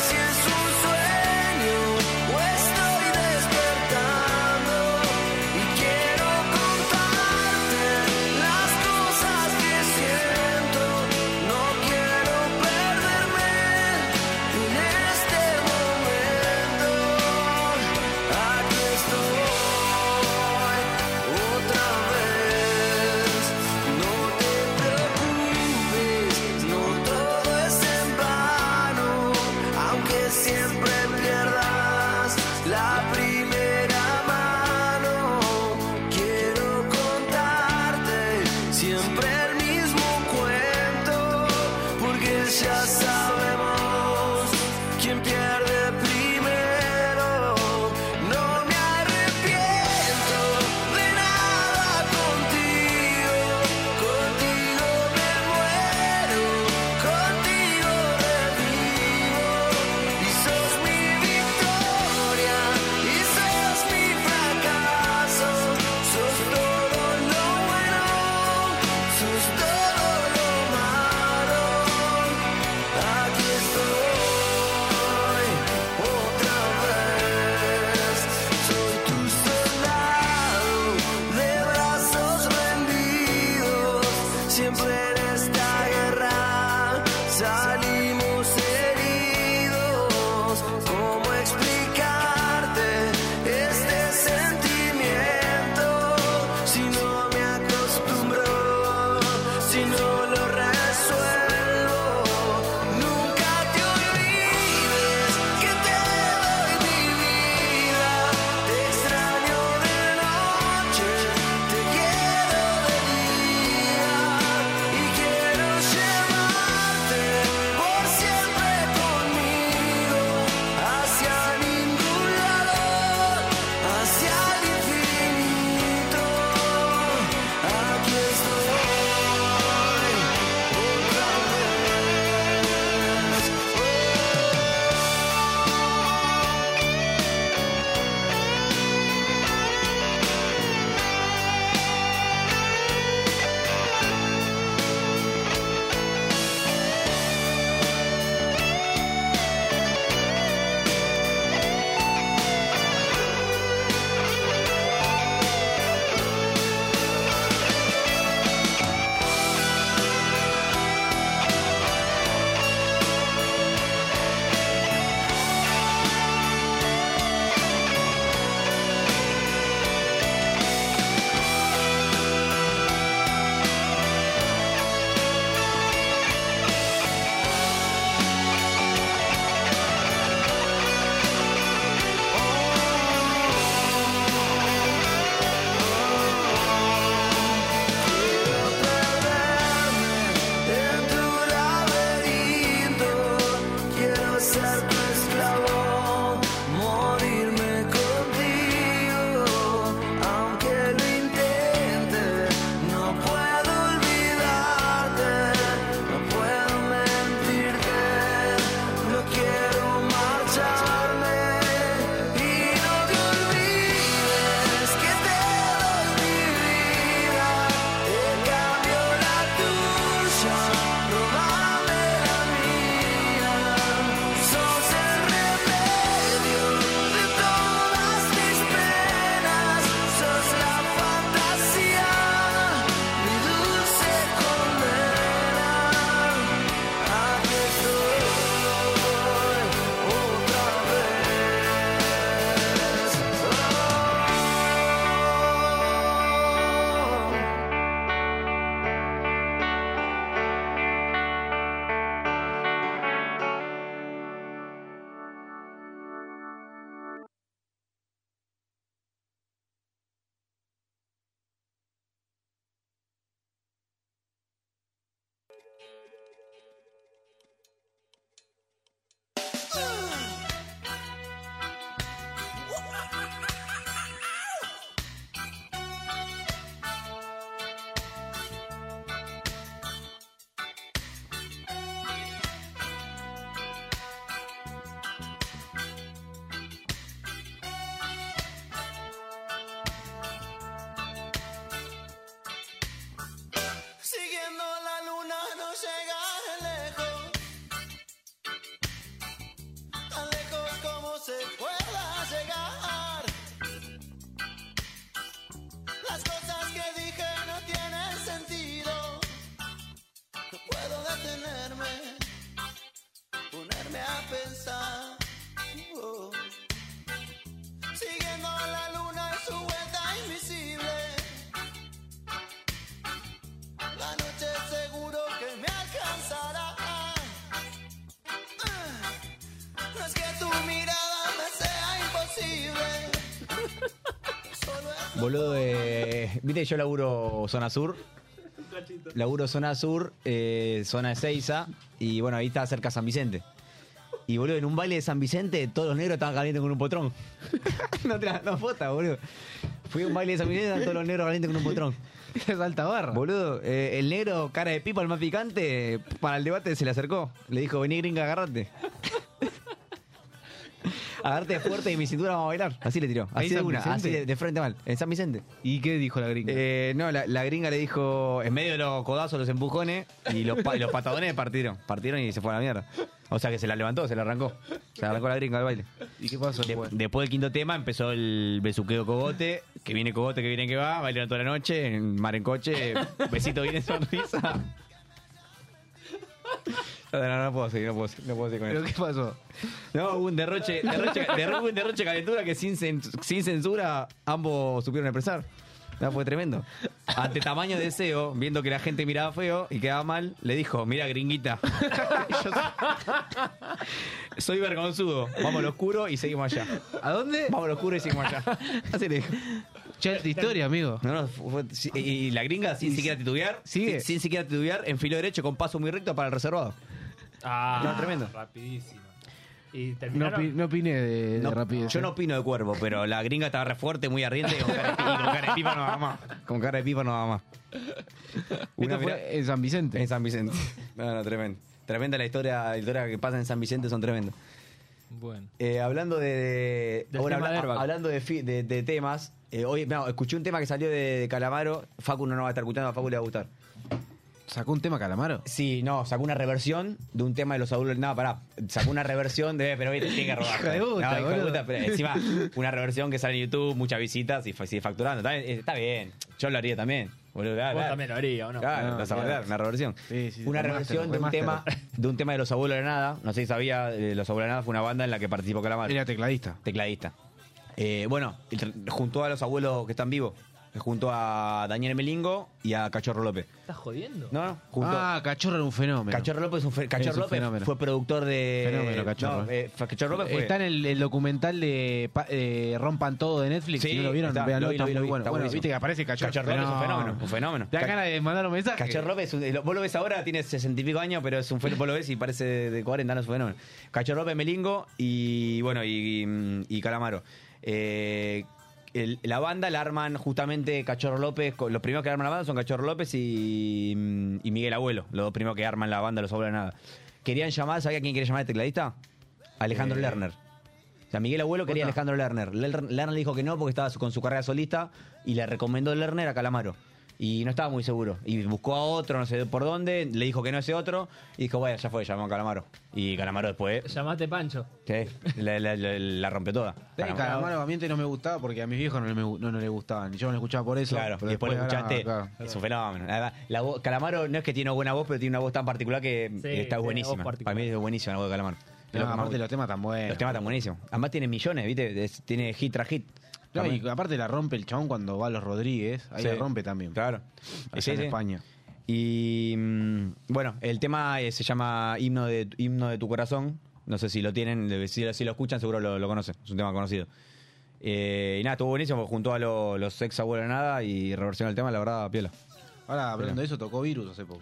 este ya sabemos quién pierde primero. No me arrepiento de nada contigo. Contigo me muero, contigo revivo. Y sos mi victoria, y sos mi fracaso. Sos todo lo bueno, sos todo lo malo. Aquí estoy otra vez. Soy tu soldado de brazos rendidos. Siempre en esta guerra salimos heridos. ¿Cómo explicarte este sentimiento? Si no me acostumbro, si no lo resuelvo. Nunca te olvides que te doy mi vida. Te extraño de noche, te quiero de día. Y quiero llevarte por siempre conmigo. Hacia ningún lado, hacia el infinito. Aquí estoy. En tu laberinto quiero ser tu esclavo, morirme contigo. Aunque lo intente, no puedo olvidarte, no puedo mentirte. No quiero marcharme y no te olvides que te doy mi vida. Te cambio la tuya, robame la mía. Sos el remedio de todas mis penas. Sos la fantasía, mi dulce condena. Aquí estoy otra vez. Oh. Siguiendo la luna no llegaré lejos, tan lejos como se pueda llegar. Las cosas que dije no tienen sentido, no puedo detenerme, ponerme a pensar. Oh. Siguiendo la luna en su vuelta invisible. La noche seguro que me alcanzará. Ah. No es que tu mirada me sea imposible.
eh, Boludo de. Viste, yo laburo zona sur. laburo zona sur, eh, zona de Seiza, y bueno, ahí está cerca San Vicente. Y boludo, en un baile de San Vicente, todos los negros estaban calientes con un potrón. no te la no fota, boludo. Fui a un baile de San Vicente, estaban todos los negros calientes con un potrón.
Es alta barra.
Boludo, eh, el negro, cara de pipa, el más picante, para el debate se le acercó. Le dijo, vení gringa, agarrate. Agárrate fuerte y mi cintura vamos a bailar. Así le tiró.
¿Ahí
Así de
San
una,
Vicente?
así de, de frente mal. En San Vicente.
¿Y qué dijo la gringa?
Eh, no, la, la gringa le dijo, en medio de los codazos, los empujones y los, pa- y los patadones partieron. Partieron y se fue a la mierda. O sea que se la levantó, se la arrancó. Se la arrancó la gringa al baile.
¿Y qué pasó
De-
después?
después del quinto tema empezó el besuqueo cogote, que viene cogote, que viene que va, bailaron toda la noche, en mar en coche, besito viene sonrisa. No, no, no puedo seguir, no puedo, seguir, no puedo seguir con
¿Pero
eso.
qué pasó?
No, hubo un derroche, derroche, derro- hubo un derroche de calentura que sin, cen- sin censura ambos supieron expresar. No, fue tremendo. Ante tamaño deseo, viendo que la gente miraba feo y quedaba mal, le dijo, mira gringuita. Yo soy- soy vergonzudo. Vamos al oscuro y seguimos allá.
¿A dónde?
Vamos al oscuro y seguimos allá. Así le dijo.
Che, alta historia, amigo.
No, no, fue- sí, y, y la gringa sin siquiera titubear,
sigue.
Sin, sin siquiera titubear, en filo derecho con paso muy recto para el reservado.
Ah,
No, tremendo.
Rapidísimo. Y
No,
terminaron.
opi- no opiné de, de
No,
rapidez. eh.
Yo no opino de cuerpo, pero la gringa estaba re fuerte, muy ardiente y con cara, de- y con cara de pipa no va más. Con cara de pipa no va más. Una mirá-
Esto fue en San Vicente.
en San Vicente. No, no, tremendo. Tremenda la historia, la historia que pasa en San Vicente son tremendas.
Bueno.
Eh, hablando de.
Del tema de Airbag.
hablando de, fi- de- de temas. eh, hoy no, escuché un tema que salió de, de Calamaro. Facu no nos va a estar escuchando, a Facu le va a gustar.
¿Sacó un tema Calamaro?
Sí, no, sacó una reversión de un tema de los Saúl. No, pará. Sacó una reversión de. Pero viste, tiene que robar.
Hijo de puta,
no, hijo de
boludo.
puta, pero encima, una reversión que sale en YouTube, muchas visitas y fa- sigue facturando. Está, bien, está bien. Yo lo haría también. Boludo, claro,
Vos
claro.
también lo harías, ¿o no?
Claro,
No,
vas a mandar,
claro.
una reversión.
Sí, sí,
una
remaster,
reversión de un,
remaster.
tema, de un tema de los abuelos de la nada. No sé si sabía, eh, los abuelos de la nada fue una banda en la que participó Calamar
Era tecladista.
tecladista. Eh, bueno, el- junto a los abuelos que están vivos. Junto a Daniel Melingo y a Cachorro López.
¿Estás jodiendo?
No, no, junto
Ah, Cachorro era un fenómeno.
Cachorro López, es un fe- Cachorro
Es un
López
fenómeno.
fue productor de.
Fenómeno, Cachorro.
No, eh, fue- Cachorro López fue.
Está en el, el documental de pa- eh, Rompan Todo de Netflix.
Sí,
si no lo vieron,
está,
véanlo,
lo vi,
está
lo vi,
muy
lo vi,
bueno.
está
Bueno,
buenísimo.
viste que aparece Cachorro.
Cachorro López es un fenómeno, un fenómeno.
Te da
Ca-
ganas de mandar un mensaje.
Cachorro López, es un- vos lo ves ahora, tiene sesenta y pico años, pero es un fenómeno, vos lo ves y parece de 40, no es un fenómeno. Cachorro López, Melingo y, bueno, y, mm, y- y Calamaro. Eh, el- la banda la arman justamente Cachorro López, con- los primeros que arman la banda son Cachorro López y, mm, y Miguel Abuelo, los dos primeros que arman la banda, los abuelos de nada. Querían llamar, ¿sabía quién quería llamar de tecladista? Alejandro
Eh,
Lerner. O sea, Miguel Abuelo quería a Alejandro Lerner. Ler- Lerner dijo que no porque estaba su- con su carrera solista y le recomendó Lerner a Calamaro. Y no estaba muy seguro. Y buscó a otro, no sé por dónde, le dijo que no ese otro y dijo, bueno, ya fue, llamó a Calamaro. Y Calamaro después,
Llamate Pancho.
sí, la, la- la- la rompió toda.
Sí,
Calamaro.
Calamaro a mí antes no me gustaba porque a mis viejos no, me, gu- no, no les gustaban. Y yo no lo escuchaba por eso.
Claro,
pero
y después lo
ahora,
escuchaste,
claro.
es un fenómeno. Además, la voz- Calamaro no es que tiene buena voz, pero tiene una voz tan particular que
Sí,
está
tiene
buenísima.
voz
Para
particular.
mí es buenísima la voz de Calamaro. Es
No,
lo que más
aparte
gusta.
los temas tan buenos.
Los temas están buenísimos. Además tiene millones, ¿viste? Es- tiene hit tras hit.
No,
También.
y aparte la rompe el chabón cuando va a los Rodríguez. Ahí
Sí.
la rompe también.
Claro.
Allá
Sí,
en
sí.
España.
Y mm, bueno, el tema eh, se llama Himno de, Himno de tu Corazón. No sé si lo tienen, de- si lo, si lo escuchan seguro lo, lo conocen. Es un tema conocido. Eh, y nada, estuvo buenísimo porque juntó a lo- los ex abuelos de nada y reversionó el tema, la verdad, piola.
Ahora, hablando de eso, tocó Virus hace poco.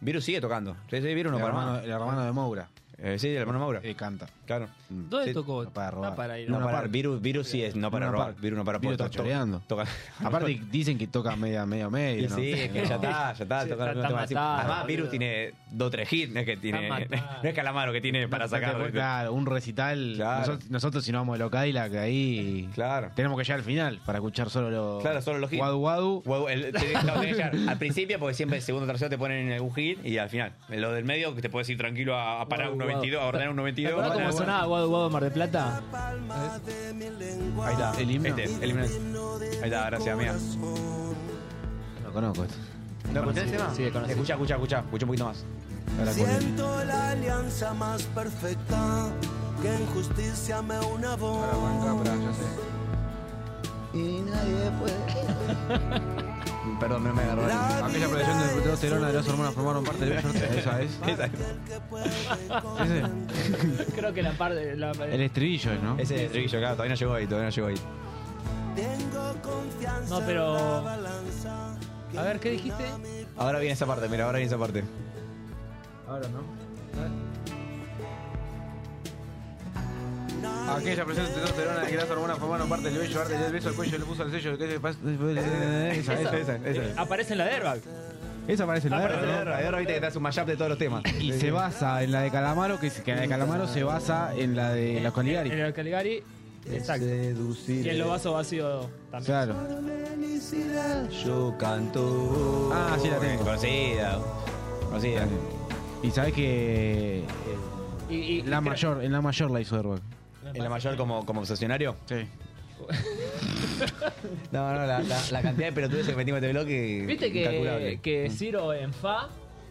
Virus sigue tocando. Sí, sí, Virus no
el,
para
hermano,
más.
el hermano de Moura.
Eh, sí, el hermano Mauro.
eh, canta.
Claro.
¿Dónde
Sí,
tocó?
no para robar.
Ah, para ir.
No
Luna
para,
Park.
virus, virus sí es no para
Luna
robar.
Park.
Virus no para
Virus
robar. To-
está
to-
choreando.
toca-
Aparte dicen que toca media, medio, medio.
Y
¿no?
sí, es que ya
No.
está, ya está.
Sí,
toca
está-
algún
está
tema así.
matado,
Además,
boludo.
Virus tiene dos tres hits, no es que tiene.
matado.
No es Calamaro que tiene para sacar.
Claro,
¿viste?
Claro, un recital.
Claro.
Nosotros, nosotros si no vamos de locadila que ahí
Claro.
tenemos que llegar al final para escuchar solo los
Claro, solo los hits.
Wadu Wadu.
Huevo, el- te- no, tenés que llegar al principio, porque siempre el segundo tercero te ponen algún hit y al final. Lo del medio que te puedes ir tranquilo a, a parar
Guau,
un
guau.
92, a ordenar un
¿Te
92.
acordás cómo sonaba Guado Guado Mar de Plata?
Ahí está.
El himno.
Este, el himno. Ahí está, gracias, mía.
Lo conozco esto.
¿No escuchás el tema?
Sí, lo conocí.
Escucha, escucha, escucha. Escucha un poquito más.
Ahora con-
Siento la alianza más perfecta que en justicia me una voz.
Perdón, no me agarró.
Aquella producción donde los testosterona de los hermanos formaron parte del Bello Esa es.
Esa-
Ese.
Creo que la parte. La,
El estribillo, ¿no?
Ese es el estribillo, claro, todavía no llegó ahí, todavía no llegó ahí.
Tengo confianza
No, pero-
en la balanza.
A ver, ¿qué dijiste?
Ahora viene esa parte, mira, ahora viene esa parte.
Ahora no.
Aquella presión de dos Terona que das alguna forma no parte, le voy a llevar desde el beso al cuello, le puso el sello, que se pasa.
Esa, esa, Ah, esa. Esa,
Aparece en la derba.
Esa parece la
Ahora,
verdad. ¿no?
ahora, ahora viste que te hace un mashup de todos los temas.
Y se basa en la de Calamaro, que, se- que la de Calamaro se basa en la de los
En
Caligari.
el Caligari. Exacto.
eh, Seducir.
Y en los vasos vacíos también.
Claro.
Yo canto.
Ah, sí, la tengo.
Conocida. Conocida.
Y sabes que eh,
Y, y-
la
y-
mayor, en la mayor la hizo Herbert.
¿En la mayor como, como obsesionario?
Sí.
No, no, la, la, la cantidad de pelotudes que metimos en este bloque.
Viste que,
incalculable. Mm.
que Ciro en Fa.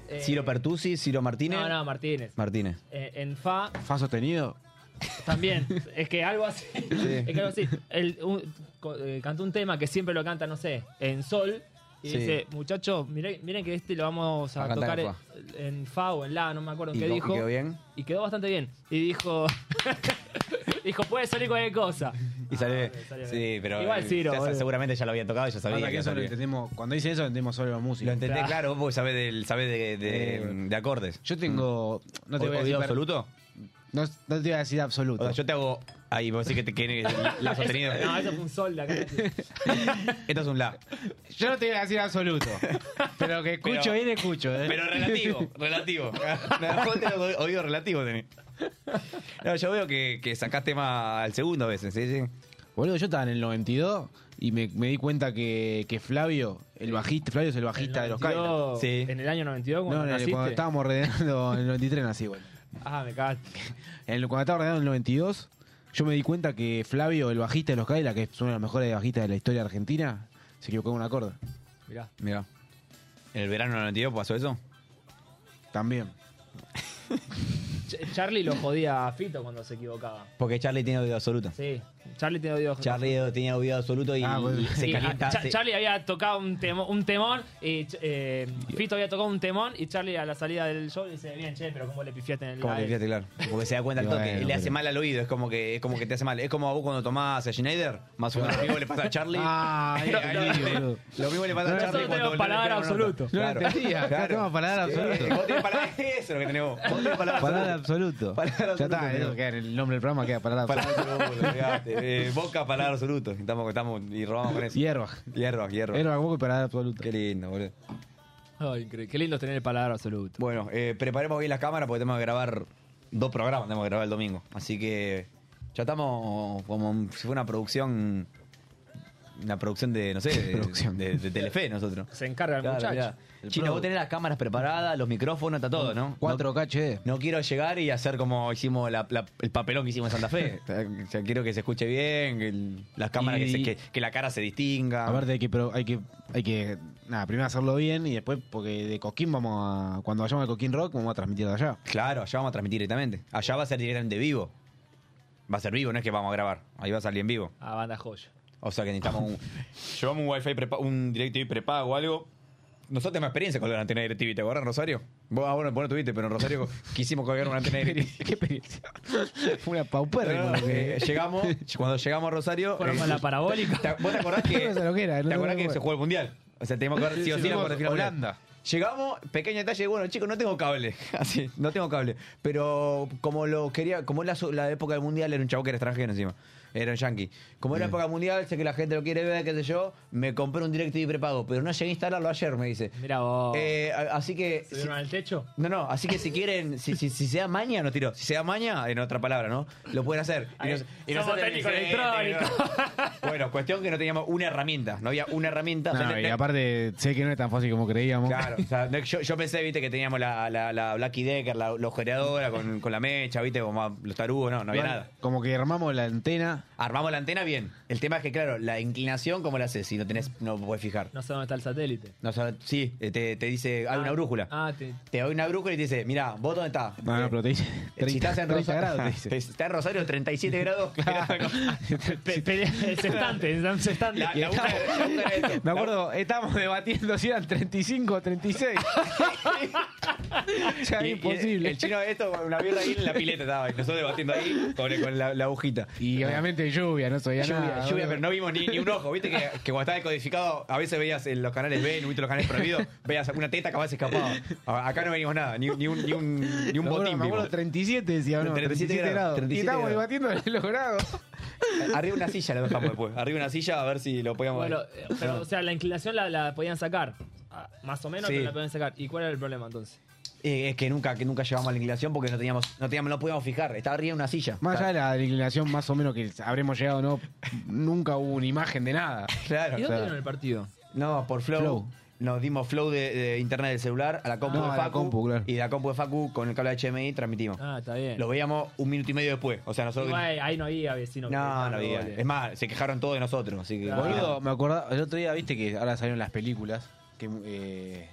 eh,
Ciro Pertusi, Ciro Martínez.
No, no, Martínez.
Martínez.
Eh, en Fa
¿Fa sostenido?
También, es que algo así. Es que algo así. Él, un- co- eh, cantó un tema que siempre lo canta, no sé, en sol. Y
Sí.
dice, muchachos, miren, miren que este lo vamos a,
A cantar
tocar
en
en, en fa o en la, no me acuerdo en qué
co-
dijo.
quedó bien?
Y quedó bastante bien. Y dijo, dijo, puede salir cualquier cosa.
Y sale.
bueno, Ah, sale
sí,
bien.
pero.
Igual
eh,
Ciro,
ya sa-
boludo.
seguramente ya lo había tocado y ya sabía.
Pasa
que
que
lo
eso lo
sabía.
entendemos, cuando dice eso, entendemos solo la música.
Lo entendés,
Claro.
claro, vos sabés, del, sabés de, de, de acordes.
Yo tengo. No te,
¿O-
voy a
o digo
decir,
absoluto?
no, no te voy a decir absoluto.
O sea, yo te hago. Ahí, vos decís que te quiere la sostenido.
No, eso fue un sol de acá.
Esto es un la.
Yo no te voy a decir absoluto. pero que escucho
Pero-
bien, escucho. ¿eh?
Pero relativo, relativo. Nada, vos tenés los oídos relativos tenés. No, yo veo que, que sacás tema al segundo a veces, ¿sí? sí.
Boludo, yo estaba en el 92 y me, me di cuenta que, que Flavio, el bajista, Flavio es el bajista de los Kailas.
92,
Sí.
En el año 92, cuando
No, en el-
naciste.
cuando estábamos ordenando en el 93 nací, güey.
Ah, me cagaste.
En el- cuando estaba ordenando en el 92, yo me di cuenta que Flavio, el bajista de los Kailas, que es uno de los mejores bajistas de la historia argentina, se equivocó en un acorde.
Mirá.
Mira. ¿En el verano del 92 pasó eso?
También.
Ch- Charlie lo jodía a Fito cuando se equivocaba.
Porque Charlie tiene oído absoluto.
Sí. Charlie tiene odio.
Charlie tenía oído absoluto y,
Ah, bueno.
y se
Y,
calienta.
ah, Cha-
se-
Charlie había tocado un, temo- un temón y Ch- eh, Fito había tocado un temón y Charlie a la salida del show dice, bien, che, pero ¿cómo le pifiaste en el
Como que,
aire?"
fíjate, claro. Porque se da cuenta al
Y
toque.
bueno,
le hace
pero-
mal al oído. Es como que es como que te hace mal. Es como a vos cuando tomás a Schneider. Más o menos lo mismo le pasa a Charlie.
Ah, ahí
Ahí
lo entendí,
viste.
boludo.
Lo mismo le pasa a
Nosotros
Charlie cuando
tenemos paladar
no le pegan una nota.
absoluto.
No lo
Claro.
entendía. Acá
Claro.
estamos palabra
Eh,
absoluto.
vos tenés paladar- eso es lo que tenés vos. Vos tenés paladar
Palabra
absoluto.
absoluto.
Palabra
ya
absoluta,
está,
creo.
eh, queda en el nombre del programa queda palabra absoluta.
Paladar absoluto, fíjate. Eh, Boca, paladar absoluto. Estamos, estamos y robamos con eso.
Hierba.
Hierro, hierro.
Hierba poco y palabra absoluta.
Qué lindo, boludo.
Ay, increíble. Qué lindo es tener el paladar absoluto.
Bueno, eh, preparemos bien las cámaras porque tenemos que grabar dos programas, tenemos que grabar el domingo. Así que ya estamos como si fuera una producción, una producción de, no sé, de,
Producción.
de- de Telefe nosotros.
Se encarga el
Claro,
muchacho.
mirá.
El
Chino,
produ.
vos tenés las cámaras preparadas, los micrófonos, está todo, ¿no?
Cuatro caché.
No, no quiero llegar y hacer como hicimos la- la- el papelón que hicimos en Santa Fe. O sea, quiero que se escuche bien, que el- las cámaras, que, se-
Y-
que, que la cara se distinga.
A ver, hay que, pro- hay que, hay que, nada, primero hacerlo bien y después, porque de Coquín vamos a, cuando vayamos al Coquín Rock, vamos a transmitir de allá.
Claro, allá vamos a transmitir directamente. Allá va a ser directamente vivo. Va a ser vivo, no es que vamos a grabar. Ahí va a salir en vivo.
Ah, banda joya.
O sea que necesitamos un. Llevamos un wifi prepa un DirecTV prepago o algo. Nosotros tenemos experiencia con la antena DirecTV, ¿te acordás, Rosario? Vos, ah, bueno, vos no tuviste, pero en Rosario quisimos colgar una antena DirecTV.
Qué experiencia. Fue una paupérrima. lo que-
Eh, llegamos, cuando llegamos a Rosario.
Fueron
eh,
con la parabólica.
¿te- ¿Vos te acordás que,
No sé lo que era, no
¿te
sé
acordás
lo que
que
fue.
se jugó el mundial? O sea, tenemos que ver sí o sí
Sí,
la
fuimos
cuarta final
a
mundial.
Holanda.
Llegamos, pequeño detalle, bueno, chicos, no tengo cable. Así, no tengo cable. Pero como lo quería, como la, la época del mundial era un chavo que era extranjero encima. Era un yankee. Como era la época del mundial, sé que la gente lo quiere ver, qué sé yo, me compré un DirecTV prepago, pero no llegué a instalarlo ayer, me dice.
Mirá vos.
Eh, a- así que. si-
¿Subieron al techo?
no, no, así que si quieren, si, si, si sea maña, no tiro. Si sea maña, en otra palabra, ¿no? Lo pueden hacer.
Ahí,
nos-
somos
nosotros-
técnicos
sí,
electrónicos.
técnicos. bueno, cuestión que no teníamos una herramienta. No había una herramienta. O sea,
No,
te-
y aparte, sé que no es tan fácil como creíamos.
Claro, o sea, no es que yo, yo pensé, viste, que teníamos la, la, la Blacky Decker, la, la ojeadora con, con la mecha, viste, como a- los tarugos, no, no había
Igual,
nada.
Como que armamos la antena.
Armamos la antena bien. El tema es que, claro, la inclinación, ¿cómo la haces? Si no tenés, no podés fijar.
No sé dónde está el satélite.
No, o sea, sí, eh, te, te dice, hay una
Ah,
brújula.
Ah, te-
Te doy una brújula y te dice, mira, ¿vos dónde estás? Eh,
No, no, pero te dice. 30,
si estás en
30
Rosario,
eh, grados, te dice.
está en Rosario 37 grados.
pe- pe- se estante, se estante.
La- la busca- la busca era esto.
Me acuerdo, estábamos debatiendo si eran 35 o 36.
Y- y
imposible.
El chino, esto, una birra ahí en la pileta estaba. Y nosotros debatiendo ahí con, con la, la agujita.
Y obviamente lluvia, no sabía
Lluvia,
nada.
lluvia,
boludo.
pero no vimos ni, ni un ojo. Viste que, que cuando estaba decodificado, a veces veías en los canales B, en los canales prohibidos, veías alguna teta que capaz escapaba. A- Acá no venimos nada, ni, ni un, ni un, ni un
Me acuerdo-
botín
me acuerdo
vimos.
37 decía, no,
37
37,
grados,
grados.
37
y estábamos
grados.
debatiendo los grados.
Arriba una silla lo dejamos después. Arriba una silla a ver si lo podíamos
Bueno, eh, pero, o sea, la inclinación la, la podían sacar. Ah, Más o menos
Sí.
pero la podían sacar. ¿Y cuál era el problema entonces?
Eh, es que nunca, que nunca llegamos a la inclinación porque no teníamos, no teníamos, no podíamos fijar. Estaba arriba de una silla.
Más allá de la declinación, más o menos que habremos llegado, no, nunca hubo una imagen de nada.
Claro.
¿Y dónde
Claro.
vieron el partido?
No, por flow,
Flow.
Nos dimos flow de, de internet del celular a la compu
No,
de
a la
Facu.
compu, claro.
Y de la compu de Facu con el cable HMI transmitimos.
Ah, está bien.
Lo veíamos un minuto y medio después. O sea, nosotros.
Igual, ahí no había vecinos. que
No,
estaban
no había.
goles.
Es más, se quejaron todos de nosotros. Así que,
Claro.
Boludo, me acordaba, el otro día viste que ahora salieron las películas, que eh,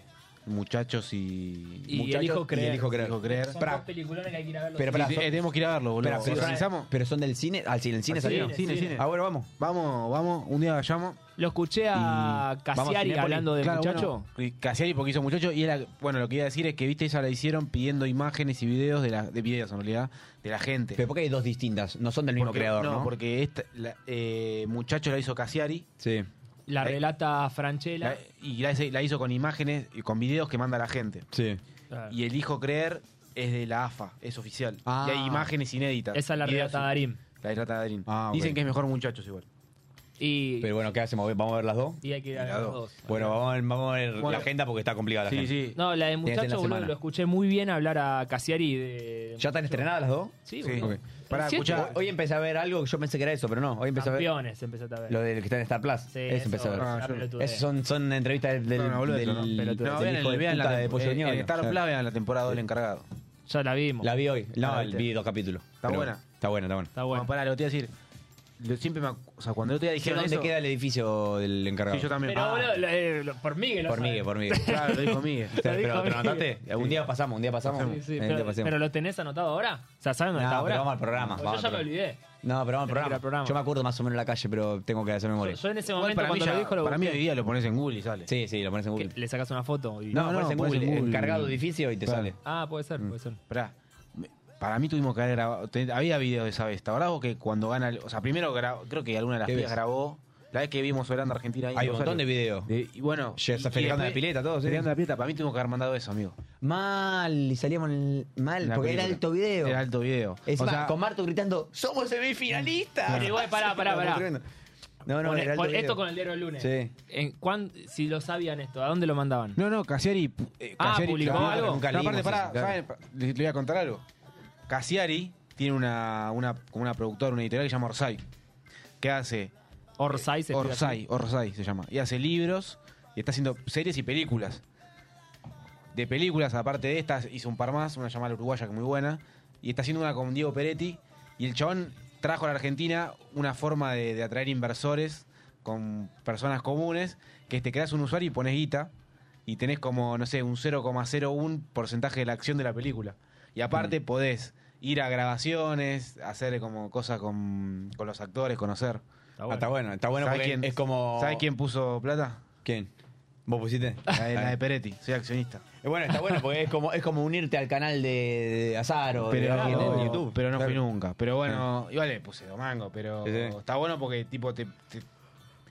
muchachos y...
Y
muchachos
el hijo creer.
elijo creer.
Hijo creer.
Son
Pará.
dos peliculones que hay que ir a verlos.
Pero
Y
pará,
te-
son-
eh, tenemos que ir a verlo, boludo.
Espera, pero,
¿Organizamos?
pero son del cine. Al cine, el cine
Al
salieron.
cine, cine, cine.
Ah, bueno, vamos.
Vamos, vamos, un día vayamos.
Lo escuché a
Y- vamos a
Ah, Cassiari
Cinépolis.
hablando de
Claro,
muchacho.
bueno, y Cassiari porque hizo muchacho y era, bueno, lo que iba a decir es que viste esa la hicieron pidiendo imágenes y videos de la, de videos en realidad de la gente.
Pero porque hay dos distintas. No son del mismo
Porque-
creador, ¿no?
porque esta, la- eh, muchacho la hizo Cassiari
Sí.
La
Eh,
relata
la-
Franchella.
y la, la hizo con imágenes y con videos que manda la gente.
Sí.
Claro.
Y el hijo creer es de la AFA, es oficial.
Ah.
Y hay imágenes inéditas.
Esa es la
Videos-
relata Darín.
La relata de Darín.
Ah, ok.
Dicen que es mejor muchachos igual.
Y,
Pero bueno, ¿qué hacemos? ¿Vamos a ver las dos?
y hay que ir a
y la
ver los
dos.
dos.
Bueno, vamos a ver, vamos a ver la
Bueno.
agenda porque está complicada la
Sí,
agenda.
sí.
No, la de
Tiene que ser en la
muchacho, boludo,
semana.
lo escuché muy bien hablar a Cassiari de.
¿Ya están estrenadas las dos?
Sí,
Sí.
boludo.
Ok. Pará,
Siete.
escuchá.
Hoy empecé a ver algo que yo pensé que era eso, pero no. Hoy empecé a
Campeones empezaste a ver.
ver lo del que está en Star Plus.
Sí,
eso empecé a ver.
Ah,
es una
yo-
pelotudez.
Esas son, son entrevistas del, del,
No, no, boludo,
del-
no, no.
del
No, vean,
hijo de
el, vean
puta
la
de Pollo
temporada.
Ñoño.
en Star
O sea,
Plus vean la temporada del encargado.
Ya la vimos.
La vi hoy. No,
Ah,
el-
viste.
vi dos capítulos.
Está
Pero
buena.
Está buena, está buena.
Está bueno.
No, pará, lo que te iba a decir. Lo- siempre me, ac- o sea, cuando el otro día dijeron
¿Dónde
eso,
queda el edificio del encargado?
sí, yo también.
Pero
Ah,
boludo, lo- eh, lo- por Miguel. lo
Por
sabe.
Miguel, por Miguel.
Claro, lo dijo Miguel.
Pero,
Lo dijo
pero, ¿lo
Miguel.
notaste? Un día pasamos, un día pasamos.
Sí, sí,
Un día
pero,
pasamos.
pero lo tenés anotado ahora. O sea, ¿saben dónde
este No,
está ahora?
pero vamos al programa,
Porque
vamos
yo
al
ya me olvidé.
No, pero vamos al
Tenés que ir
programa.
al programa.
Yo me acuerdo más o menos la calle, pero tengo que hacer
Yo,
memoria.
yo en ese
Igual
momento,
para mí,
cuando
ya-
lo dijo, lo
para mí hoy
busqué.
día lo pones en Google y sale.
Sí, sí, lo pones en
Que
Google.
le sacas una foto y.
No,
No,
lo pones
no,
en
pones
Google,
en Google.
encargado edificio y te
Claro.
sale.
Ah, puede ser, puede ser.
Pará, me- para mí tuvimos que haber grabado. te- había videos de esa vez. ¿Te acordás vos que cuando gana. el- O sea, primero gra- creo que alguna de las
¿Qué
pibas
ves?
grabó. La vez que vimos Holanda Argentina ahí. en
Hay un
Rosario.
montón de videos.
De- y bueno.
Ya
y-
está
y
festejando
después-
la pileta, todo, sí.
Festejando la pileta. Para mí tuvimos que haber mandado eso, amigo.
Mal, y salíamos en el- mal,
En la
porque era
película.
alto video.
Era alto video.
Encima,
o sea,
con Marto gritando, ¡somos semifinalistas!
Pero igual, pará, pará,
No,
pará.
tremendo. No, no,
Pon-
era alto
pon-
video.
esto con el diario del lunes.
Sí.
En, cuán- si lo sabían esto, ¿a dónde lo mandaban?
No, no, Cassiari. eh,
Ah,
Cassiari-
publicó
Claro,
algo.
nunca
No,
leímos
aparte, pará,
eso, claro.
¿saben?
Le, le voy a contar algo. Cassiari tiene una, una, como una productora, una editorial que se llama Orsay. Que hace.
Orsay se escribe así.
Orsay, Orsay se llama. Y hace libros y está haciendo series y películas. De películas, aparte de estas, hizo un par más, una llamada La Uruguaya que es muy buena. Y está haciendo una con Diego Peretti. Y el chabón trajo a la Argentina una forma de, de atraer inversores con personas comunes, que te creas un usuario y pones guita. Y tenés como, no sé, un 0,01 porcentaje de la acción de la película. Y aparte podés ir a grabaciones, hacer como cosas con, con los actores, conocer.
Ah,
Está bueno.
Está bueno, está bueno
¿Sabe
porque
quién-
es como...
¿Sabes quién puso plata?
¿Quién? ¿Vos pusiste?
La de,
Ah.
la de Peretti, soy accionista.
Eh, Bueno, está bueno porque es como, es como unirte al canal de, de Azar o de
Pero,
alguien en YouTube.
pero no
Ah, Claro. Ah.
fui nunca. Pero bueno, igual le puse domango, pero
Sí, sí.
está bueno porque tipo te, te,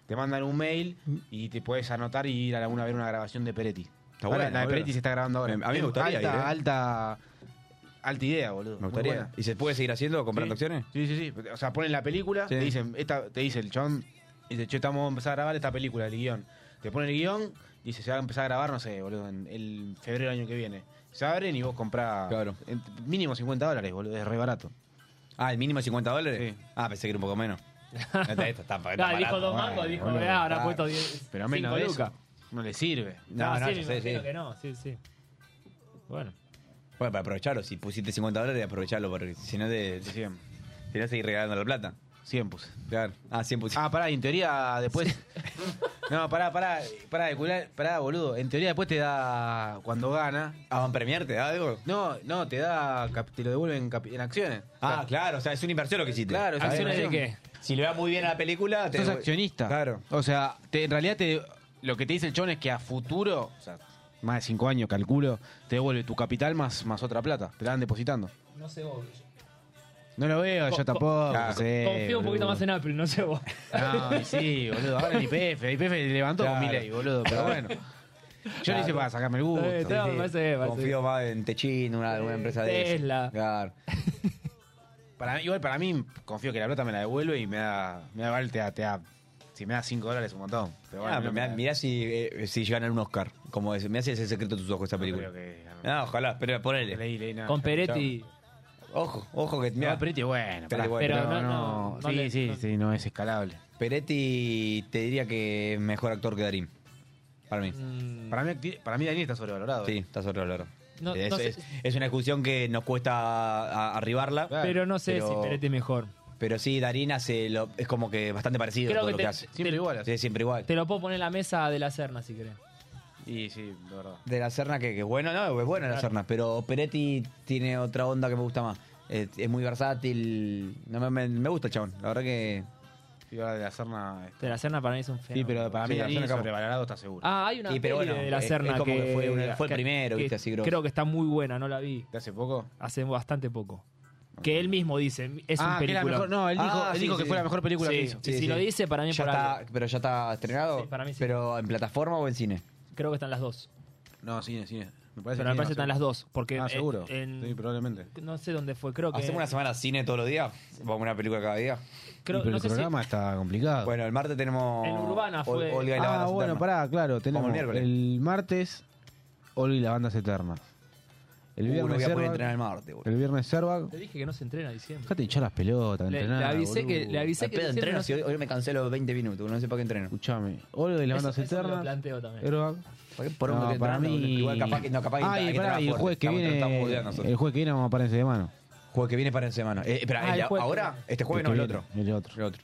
te mandan un mail y te puedes anotar y ir a alguna vez a una grabación de Peretti. Está
bueno,
la de
boludo.
Peretti se está grabando ahora.
Me- a mí me gustaría
Alta,
ir, eh.
alta, alta idea, boludo.
Me
Muy
gustaría.
buena.
¿Y se puede seguir haciendo comprando
Sí.
acciones?
Sí, sí, sí. O sea, ponen la película,
Sí.
te dicen, esta, te dice el chabón, dice, che, estamos a empezar a grabar esta película, el guión. Te ponen el guión, y dice, se va a empezar a grabar, no sé, boludo, en el febrero del año que viene. Se abren y vos comprás
Claro.
en- mínimo 50 dólares, boludo, es re barato.
Ah, el mínimo es 50 dólares.
Sí.
Ah, pensé que era un poco menos. No, está, está, está
Ah,
barato.
dijo dos
bueno,
mangos, dijo,
boludo.
"Ah, habrá
Ah,
puesto 10.
Pero menos
cinco
de
lucas".
eso, no le sirve.
No, no,
sí,
yo
me
sé,
imagino
sí.
que no, sí, sí. Bueno.
Bueno, para aprovecharlo, si pusiste 50 dólares, aprovechalo, porque si no, te, si
100,
no seguís regalando la plata.
100 puse.
Claro. Ah, 100 pusiste.
Ah, pará, y en teoría después... No, pará, pará, pará, de cular- pará, boludo. En teoría después te da, cuando gana...
Ah, van a premiarte, ¿da algo?
No, no, te da, cap- te lo devuelven cap- en acciones.
Ah, claro, o sea, es una inversión lo que hiciste.
Claro, es
A ver,
acciones
de qué?
Si le va muy bien a la película, te
Sos
devuel-
accionista.
Claro.
O sea, te- en realidad te, lo que te dice el chon es que a futuro, o sea, más de cinco años, calculo, te devuelve tu capital más, más otra plata. Te la van depositando.
No sé vos.
No lo veo,
Co-
yo
co-
tampoco.
Claro.
no sé,
Confío un poquito
boludo.
más en Apple, no sé vos.
No, y sí, boludo. Ahora el IPF. El IPF levantó
Claro.
con mi ley, boludo. Pero bueno. Yo lo hice para sacarme el gusto.
Está bien, está bien. me parece bien, me parece
Confío más en Techín, una, una empresa de esas.
Tesla.
Claro.
Para, igual para mí, confío que la plata me la devuelve y me da. Me da vale, te da, te da- si me da 5 dólares un montón. Pero bueno,
Ah,
no me
mirá,
da-
mirá si, eh, si llegan a un Oscar. Como es, mirá si es el secreto de tus ojos esta
no
película. Ah,
creo que-
No, ojalá, pero ponele.
Leí, leí nada.
Con Peretti.
Ojo, ojo que
No,
mirá,
Peretti es bueno.
Peretti
pará.
bueno.
Pero no- no- no
sí,
le-
sí,
no-
sí, no es escalable.
Peretti te diría que es mejor actor que Darín. Para mí.
Mm,
Para mí, para mí Daniel está sobrevalorado.
Sí, está sobrevalorado.
No-
es,
no sé-
es- es una discusión que nos cuesta a- arribarla.
Claro.
pero no sé
Pero-
si Peretti es mejor.
Pero sí, Darín hace lo, es como que bastante parecido a
Creo
todo
que
lo
te-
que hace.
Siempre igual. así.
Sí, siempre igual.
Te lo puedo poner en la mesa de la Serna si querés.
Y sí, de verdad.
De la Serna, que, que es bueno, no, es buena la Serna, pero Peretti tiene otra onda que me gusta más. Es, es muy versátil. No, me, me- me gusta el chabón. La verdad que.
Sí, ahora de la Serna.
De la Serna para mí es un fenómeno.
Sí, pero para mí
Sí, la
Daniel
Serna-
sobrevalorado está seguro.
Ah, hay una
Sí, pero
peli
bueno,
de la
es- es
Serna
como
que,
que fue una- fue el
que-
primero,
que
viste, así grosso.
Creo que está muy buena, no la vi.
¿De hace poco?
Hace bastante poco. Que él mismo dice, es un
ah, que la
película.
mejor. No, él dijo,
Ah,
él
sí,
dijo
sí,
que
sí.
fue la mejor película que hizo.
Sí,
Sí, si
sí.
lo dice, para mí es
Ya
por
está,
algo.
pero ya está estrenado.
Sí, para mí sí.
Pero en plataforma o en cine.
Creo que están las dos.
No, cine, cine. Me parece cine,
Pero me parece que
no,
están las dos. Porque
Ah,
en-
seguro.
en-
Sí, probablemente.
no sé dónde fue, creo que.
¿Hacemos una semana cine todos los días? ¿Vamos a una película cada día?
creo-
Y pero
no
el
sé si-
programa está complicado.
Bueno, el martes tenemos.
En Urbana
Ol-
fue-
Olga y la
ah,
banda
bueno,
Suterna.
pará, claro.
Vamos
Tenemos
el miércoles.
el martes Olga y las bandas eternas. El
Uh, no
viernes
voy a poder entrenar
Servag.
el martes, boludo.
El viernes Servag.
Te dije que no se entrena en diciembre.
Dejate hinchar las pelotas,
Le-
entrenar.
le avisé que- le avisé
Al
que
pedo,
diciembre
entreno,
no-
si hoy, hoy me cancelo 20 minutos, no sé para qué entreno.
Escuchame. Olga y las
Eso-
bandas
eso me lo
eternas.
planteo también.
Servag.
¿Para qué por
No,
que
para
entrenando?
mí.
Igual capaz que, no, capaz que
Ah,
hay
y
que
pará,
entrenar
y el
fuerte.
jueves que
Estamos- estamos
viene. Eh,
boludeando nosotros.
El jueves que viene vamos a parense de mano.
Jueves que viene para en semana. Eh, espera,
Ah,
el de-
el jueves que
ahora,
viene.
este jueves no,
que
el
viene,
otro.
El otro.
El otro.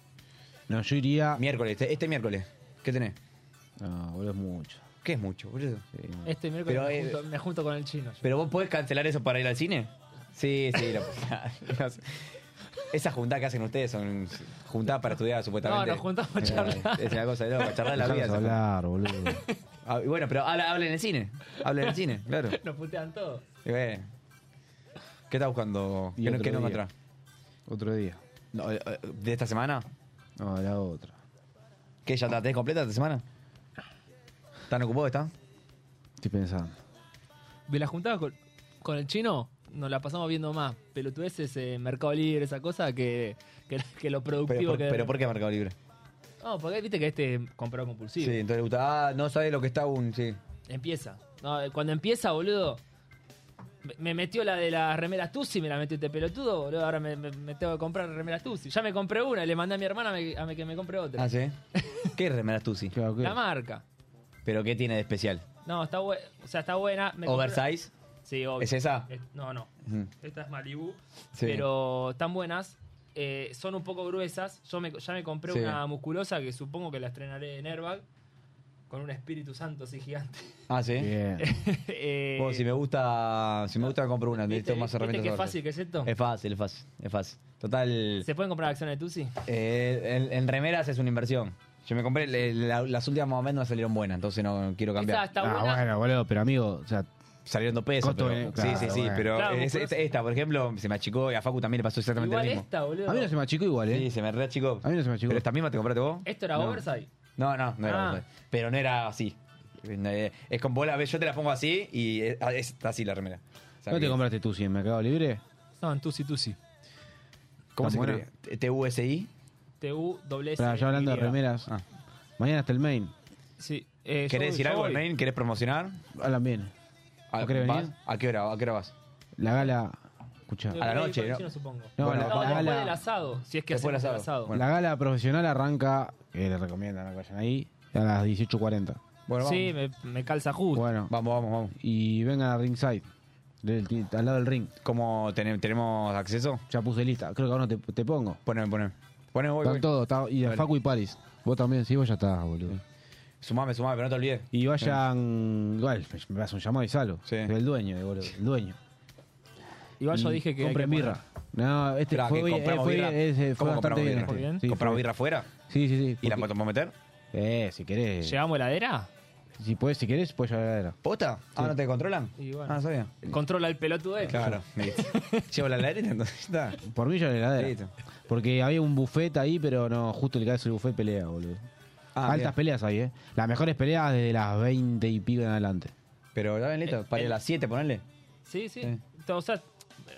No, yo iría.
Miércoles, este, este miércoles. ¿Qué tenés?
No, boludo, es mucho.
¿Qué es mucho, boludo?
Sí.
Este miércoles
Pero,
me,
eh,
junto, me junto con el chino.
¿Pero vos podés cancelar eso para ir al cine? Sí, sí, la no sé. Esas juntadas que hacen ustedes son juntadas para estudiar, supuestamente.
No, nos juntamos a
Eh,
charlar.
Es una cosa de loco, charlar la vida. esa
Dejanos hablar, boludo.
juntada. Ah, y bueno, pero habla, habla en el cine. Habla en el cine, claro.
Nos putean todos.
Y bueno. ¿Qué estás buscando?
Y
¿Qué no,
otro
qué no
día.
encontrás?
Otro día.
No, eh, eh, ¿De esta semana?
No, la otra.
¿Qué ya la tenés completa esta semana? ¿Están ocupados? ¿Están?
Estoy pensando.
De la juntada con, con el chino, nos la pasamos viendo más pelotudeces, eh, Mercado Libre, esa cosa, que, que, que lo productivo
Pero, por-
que...
pero ¿por qué Mercado Libre?
No, porque viste que este compró compulsivo.
Sí, entonces le gusta. Ah, no sabe lo que está un. Sí.
Empieza. No, eh, cuando empieza, boludo, me- me metió la de las remeras Tusi, me la metió este pelotudo, boludo, ahora me, me- me tengo que comprar remeras Tusi. Ya me compré una, y le mandé a mi hermana a, me- a me- que me compre otra.
Ah, sí. ¿Qué remeras tú sí?
Claro que.
La marca.
¿Pero qué tiene de especial?
No, está buena, o sea, está buena. me compré-
¿Oversize?
Sí, obvio.
¿Es esa?
Eh, No, no.
Ujú.
Estas Malibu,
Sí.
pero están buenas. eh, son un poco gruesas. Yo me- ya me compré
Sí.
una musculosa que supongo que la estrenaré en Airbag. Con un espíritu santo así gigante.
Ah, sí.
Bien.
Eh,
Vos, si me gusta, si me gusta, compro una.
¿viste,
Necesito más
viste
herramientas.
qué
ahora.
fácil que es esto?
Es fácil, es fácil, es fácil. Total,
¿Se pueden comprar acciones de Tusi?
eh, en, en remeras es una inversión. Yo me compré, le- la- las últimas más o menos no salieron buenas, entonces no quiero
Esa
cambiar.
está
ah,
buena.
bueno, boludo, pero amigo, o sea,
Salieron dos pesos.
Costo
pero-
bene- claro,
sí, sí, sí,
bueno.
pero
Claro,
es-
pero-
es- esta, por ejemplo, se me achicó y a Facu también le pasó exactamente
Igual
lo mismo.
esta, boludo.
a mí no se me achicó igual, ¿eh?
Sí, se me re achicó.
A mí no se me achicó.
¿Pero esta misma te compraste vos?
Esto era
No.
oversize.
No, no, no era
Eh. Ah.
oversize. Pero no era así. No, eh, Es con bola, ves, yo te la pongo así y es, ah, es- está así la remera. O sea,
¿No te
que-
compraste tú si en Mercado Libre?
No, en Tusi Tusi.
¿Cómo se
¿Tan
escribe? ¿TUSI?
TU, doble S.
Para ya hablando de
Y.
remeras.
Ah.
Mañana hasta el main.
Sí. eh, yo voy-
¿Querés decir
yo
algo al
voy.
main? ¿Querés promocionar?
Hablan bien.
¿A,
Ah,
¿No querés
vas?
venir?
¿A qué hora? ¿A qué hora vas?
La gala. Escuchá.
A la
Yo
noche,
voy
¿no?
con el chino, supongo.
No,
Bueno,
la,
No,
la
después
gala,
del asado, si es que
Después del
hacemos
asado.
el asado.
Bueno.
la gala profesional arranca, que les recomiendan que vayan ahí, a las 18.40.
Bueno, vamos.
sí, me, me calza justo.
Bueno,
Vamos, vamos, vamos.
y vengan a ringside, del- del- al lado del ring.
¿Cómo tenem- tenemos acceso?
Ya puse lista, creo que ahora no te, te pongo.
Poneme, poneme. Poneme, voy,
Están
voy.
todos, está- y a
Dale.
Facu y Paris. Vos también, sí, vos ya estás, boludo.
Sumame, sumame, pero no te olvides.
Y vayan, igual, me vas un llamado y salgo.
Sí.
El dueño, eh, boludo, el dueño.
Igual yo
Y
dije que.
Compren
hay que
birra. No, este
Esperá,
fue,
que
bien, eh,
compramos
fue,
birra.
bien, ese fue
¿Cómo
bastante
compramos
bien.
birra?
este.
Bien.
Sí,
¿Compramos
fue-
birra afuera?
Sí, sí, sí.
¿Y la
Porque-
podemos meter?
Eh, si querés.
poner- ¿Llevamos heladera?
Si puedes, si querés, puedes llevar a la heladera.
¿Posta? Ah,
Sí.
¿no te controlan?
Y bueno.
Ah, no sabía.
Controla el pelotudo este.
Claro, listo. Llevo la heladera, entonces está.
Por mí yo a la heladera.
Listo.
Porque había un buffet ahí, pero no, justo el que hace el buffet pelea, boludo.
Ah,
Altas
bien.
peleas ahí, ¿eh? Las mejores peleas desde las 20 y pico en adelante.
Pero ya ven
Eh,
listo, para ir a las 7, ponele.
Sí, sí.
Sí.
O sea,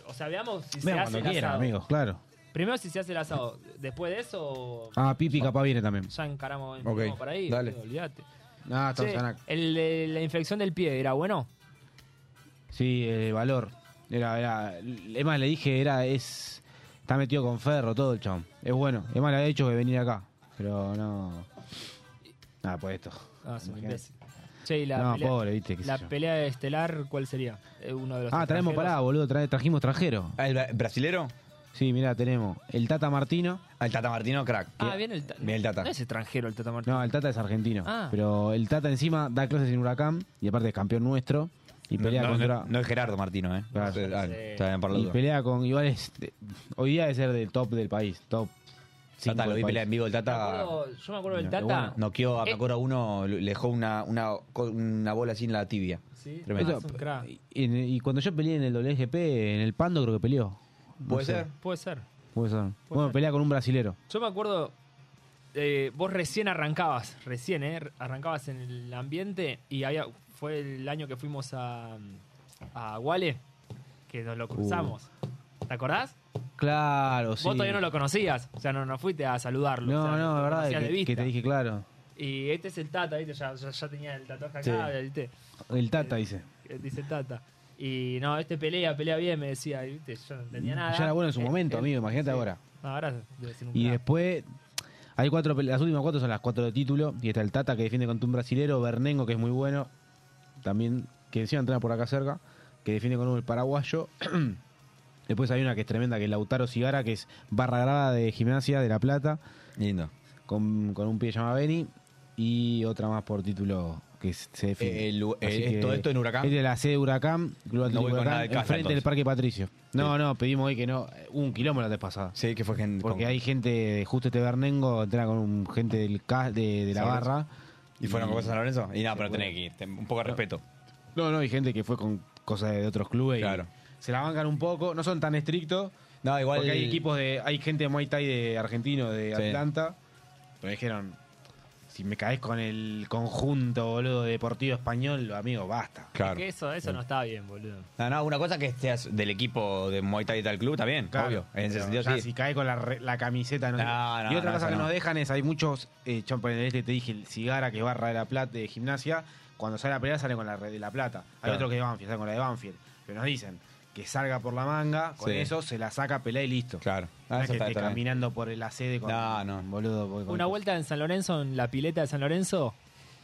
o sea, veamos si
Vean
se hace
cuando
el
quieran,
asado.
amigos, claro.
Primero si se hace el asado. Después de eso,
Ah, Pipi capaz viene también.
ya encaramos
Ok,
vamos para ahí.
dale.
boludo, Olvídate.
Ah, estamos
Che,
en ac-
el de la infección del pie, ¿era bueno?
Sí, el valor. Era, era, es más, le dije, era, es. Está metido con ferro todo el chabón. Es bueno. Es más, le había dicho que venir acá. Pero no. Nada, pues esto.
Ah, es un
Imagínate.
imbécil. Che, y la
no,
pelea,
pobre, viste. qué sé
la
yo.
pelea estelar, ¿cuál sería? Eh, Uno de los
Ah, traemos
extranjeros.
pará, boludo. tra- trajimos trajero.
Ah, ¿El bra- brasilero?
Sí, mirá, tenemos el Tata Martino.
Ah, el Tata Martino, crack.
Ah, viene el, ta-
Viene el Tata.
No es extranjero el Tata Martín.
No, el Tata es argentino.
Ah.
Pero el Tata encima da clases en Huracán y aparte es campeón nuestro. Y
No,
pelea
no,
contra.
no- no es Gerardo Martino, ¿eh?
Claro.
Ah, Está bien, por la
y
duda.
pelea con. Igual es. de- hoy día debe ser del top del país. Top. cinco
Tata, lo
del
vi
país.
pelear en vivo. El
Me
Tata
acuerdo- yo me acuerdo del
No,
Tata.
bueno,
noqueó, a- me
Eh.
acuerdo a uno, le dejó una, una, co- una bola así en la tibia.
Sí,
Tremendo.
ah, es un crack.
Y, y cuando yo peleé en el WGP, en el Pando creo que peleó. No
¿Puede
sé,
ser?
Puede ser.
puede ser. bueno, pelea con un brasilero.
Yo me acuerdo, eh, vos recién arrancabas, recién, ¿eh? Arrancabas en el ambiente y había, fue el año que fuimos a, a Guale, que nos lo cruzamos. ¿Te acordás?
Claro, Uh. sí.
Vos todavía no lo conocías, o sea, no, no fuiste a saludarlo.
No,
o sea,
no,
lo
la verdad
conocías
que,
de vista.
que te dije claro.
Y este es el Tata, ¿viste? Ya, ya, ya tenía el tatuaje
Sí.
acá, ¿viste?
El Tata dice.
Eh, Dice Tata. Y no, este pelea, pelea bien, me decía, y, ¿viste? Yo no entendía nada.
Mm, Ya era bueno en su
Eh,
momento,
eh,
amigo, imagínate
sí.
ahora.
No, ahora debe ser un
Y
crack.
después, hay cuatro, pele- las últimas cuatro son las cuatro de título. Y está el Tata que defiende contra un brasilero, Bernengo que es muy bueno, también, que encima entrena por acá cerca, que defiende con un paraguayo. después hay una que es tremenda, que es Lautaro Cigara, que es barra grada de gimnasia de La Plata,
Lindo.
con, con un pie llamado Beni. Y otra más por título que es- se defiende.
Eh, el- eh,
Así
es-
que-
todo esto en Huracán.
Es de la sede de Huracán, Club Atlético
voy con
Huracán,
nada de casa,
enfrente del
entonces.
Parque Patricio. No, no, pedimos hoy que no, eh, un kilómetro de pasada.
Sí, que fue gente.
Porque
con-
hay gente, justo este Bernengo entrena con un- gente del, ca- de, de la
San Lorenzo.
barra.
¿Y fueron con San Lorenzo? Y nada, pero tenés que ir. ten- Un poco de respeto.
No, no, hay gente que fue con cosas de otros clubes. y
Claro.
se la bancan un poco, no son tan estrictos.
No, igual.
Porque hay equipos de. Hay gente de Muay Thai de argentino, de
Sí.
Atlanta. Pero dijeron: si me caes con el conjunto, boludo, deportivo español, amigo, basta.
Claro.
Que eso, eso no está bien, boludo.
No, no, una cosa que seas del equipo de Muay Thai y tal club, también, obvio. En ese
Pero
sentido,
ya
sí.
Si cae con la, re- la camiseta, no, sé
No,
qué.
no,
Y otra
no,
cosa
eso
que
no.
nos dejan es: hay muchos, eh, champa en el este, te dije, el Cigara, que es barra de la plata de gimnasia. Cuando sale a pelear, sale con la re- de la plata. Hay
Claro.
otros que de Banfield, salen con la de Banfield. Pero nos dicen que salga por la manga, con
Sí.
eso se la saca, pelea y listo.
Claro.
No
Ah,
es
eso
que
está-
esté
está bien.
caminando por la sede con
No, no.
boludo. porque con-
Una vuelta en San Lorenzo, en la pileta de San Lorenzo,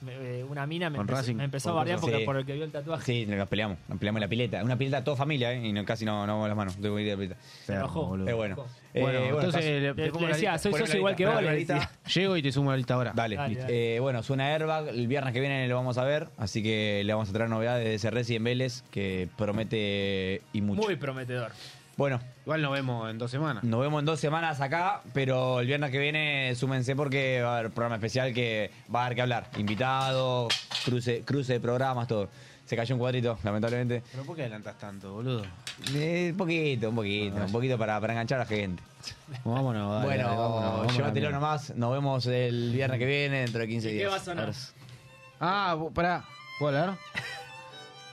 me- eh, una mina me
Con
empezó,
Racing,
me empezó a
por
bardear
ejemplo.
porque,
Sí.
por el que vio el tatuaje.
Sí, nos peleamos, nos peleamos en la pileta. Una pileta toda familia, ¿eh? Y no- casi no, no vamos las manos. Tengo que ir a la pileta.
Fermo,
enojó.
boludo.
Es bueno. Eh,
Bueno, entonces
estás-
le,
Le-
le pongo
le
la
decía,
lista.
soy
Poneme
socio
la
igual que
lista,
vos, le
poneme la
decía.
lista.
Llego y te sumo la lista ahora.
Dale.
Dale,
listo.
dale.
Eh, bueno, suena Airbag. El viernes que viene lo vamos a ver. Así que le vamos a traer novedades de ese Resi en Vélez que promete y mucho.
Muy prometedor.
Bueno,
Igual nos vemos en dos semanas.
nos vemos en dos semanas acá. Pero el viernes que viene súmense porque va a haber programa especial que va a haber que hablar. Invitados, cruce, cruce de programas, todo. Se cayó un cuadrito, lamentablemente.
¿Pero por qué adelantas tanto, boludo?
Eh, un poquito, un poquito, un poquito para, para enganchar a la gente.
Vámonos, dale,
bueno,
dale, vámonos, vámonos,
llévatelo
amigo.
nomás. Nos vemos el viernes que viene, dentro de 15
¿Y qué
días.
va a sonar?
Abrazo.
Ah, bu- pará, ¿puedo hablar?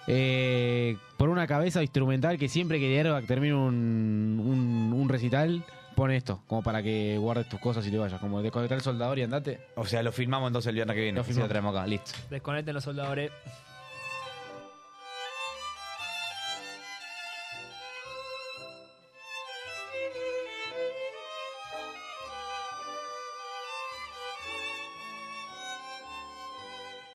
Eh, por una cabeza instrumental que siempre que Airbag termine un, un, un recital, pon esto, como para que guardes tus cosas y te vayas. Como desconectar el soldador y andate.
O sea, lo filmamos entonces el viernes que viene.
Lo
Así lo
filmamos.
traemos acá, listo.
Desconecten los soldadores.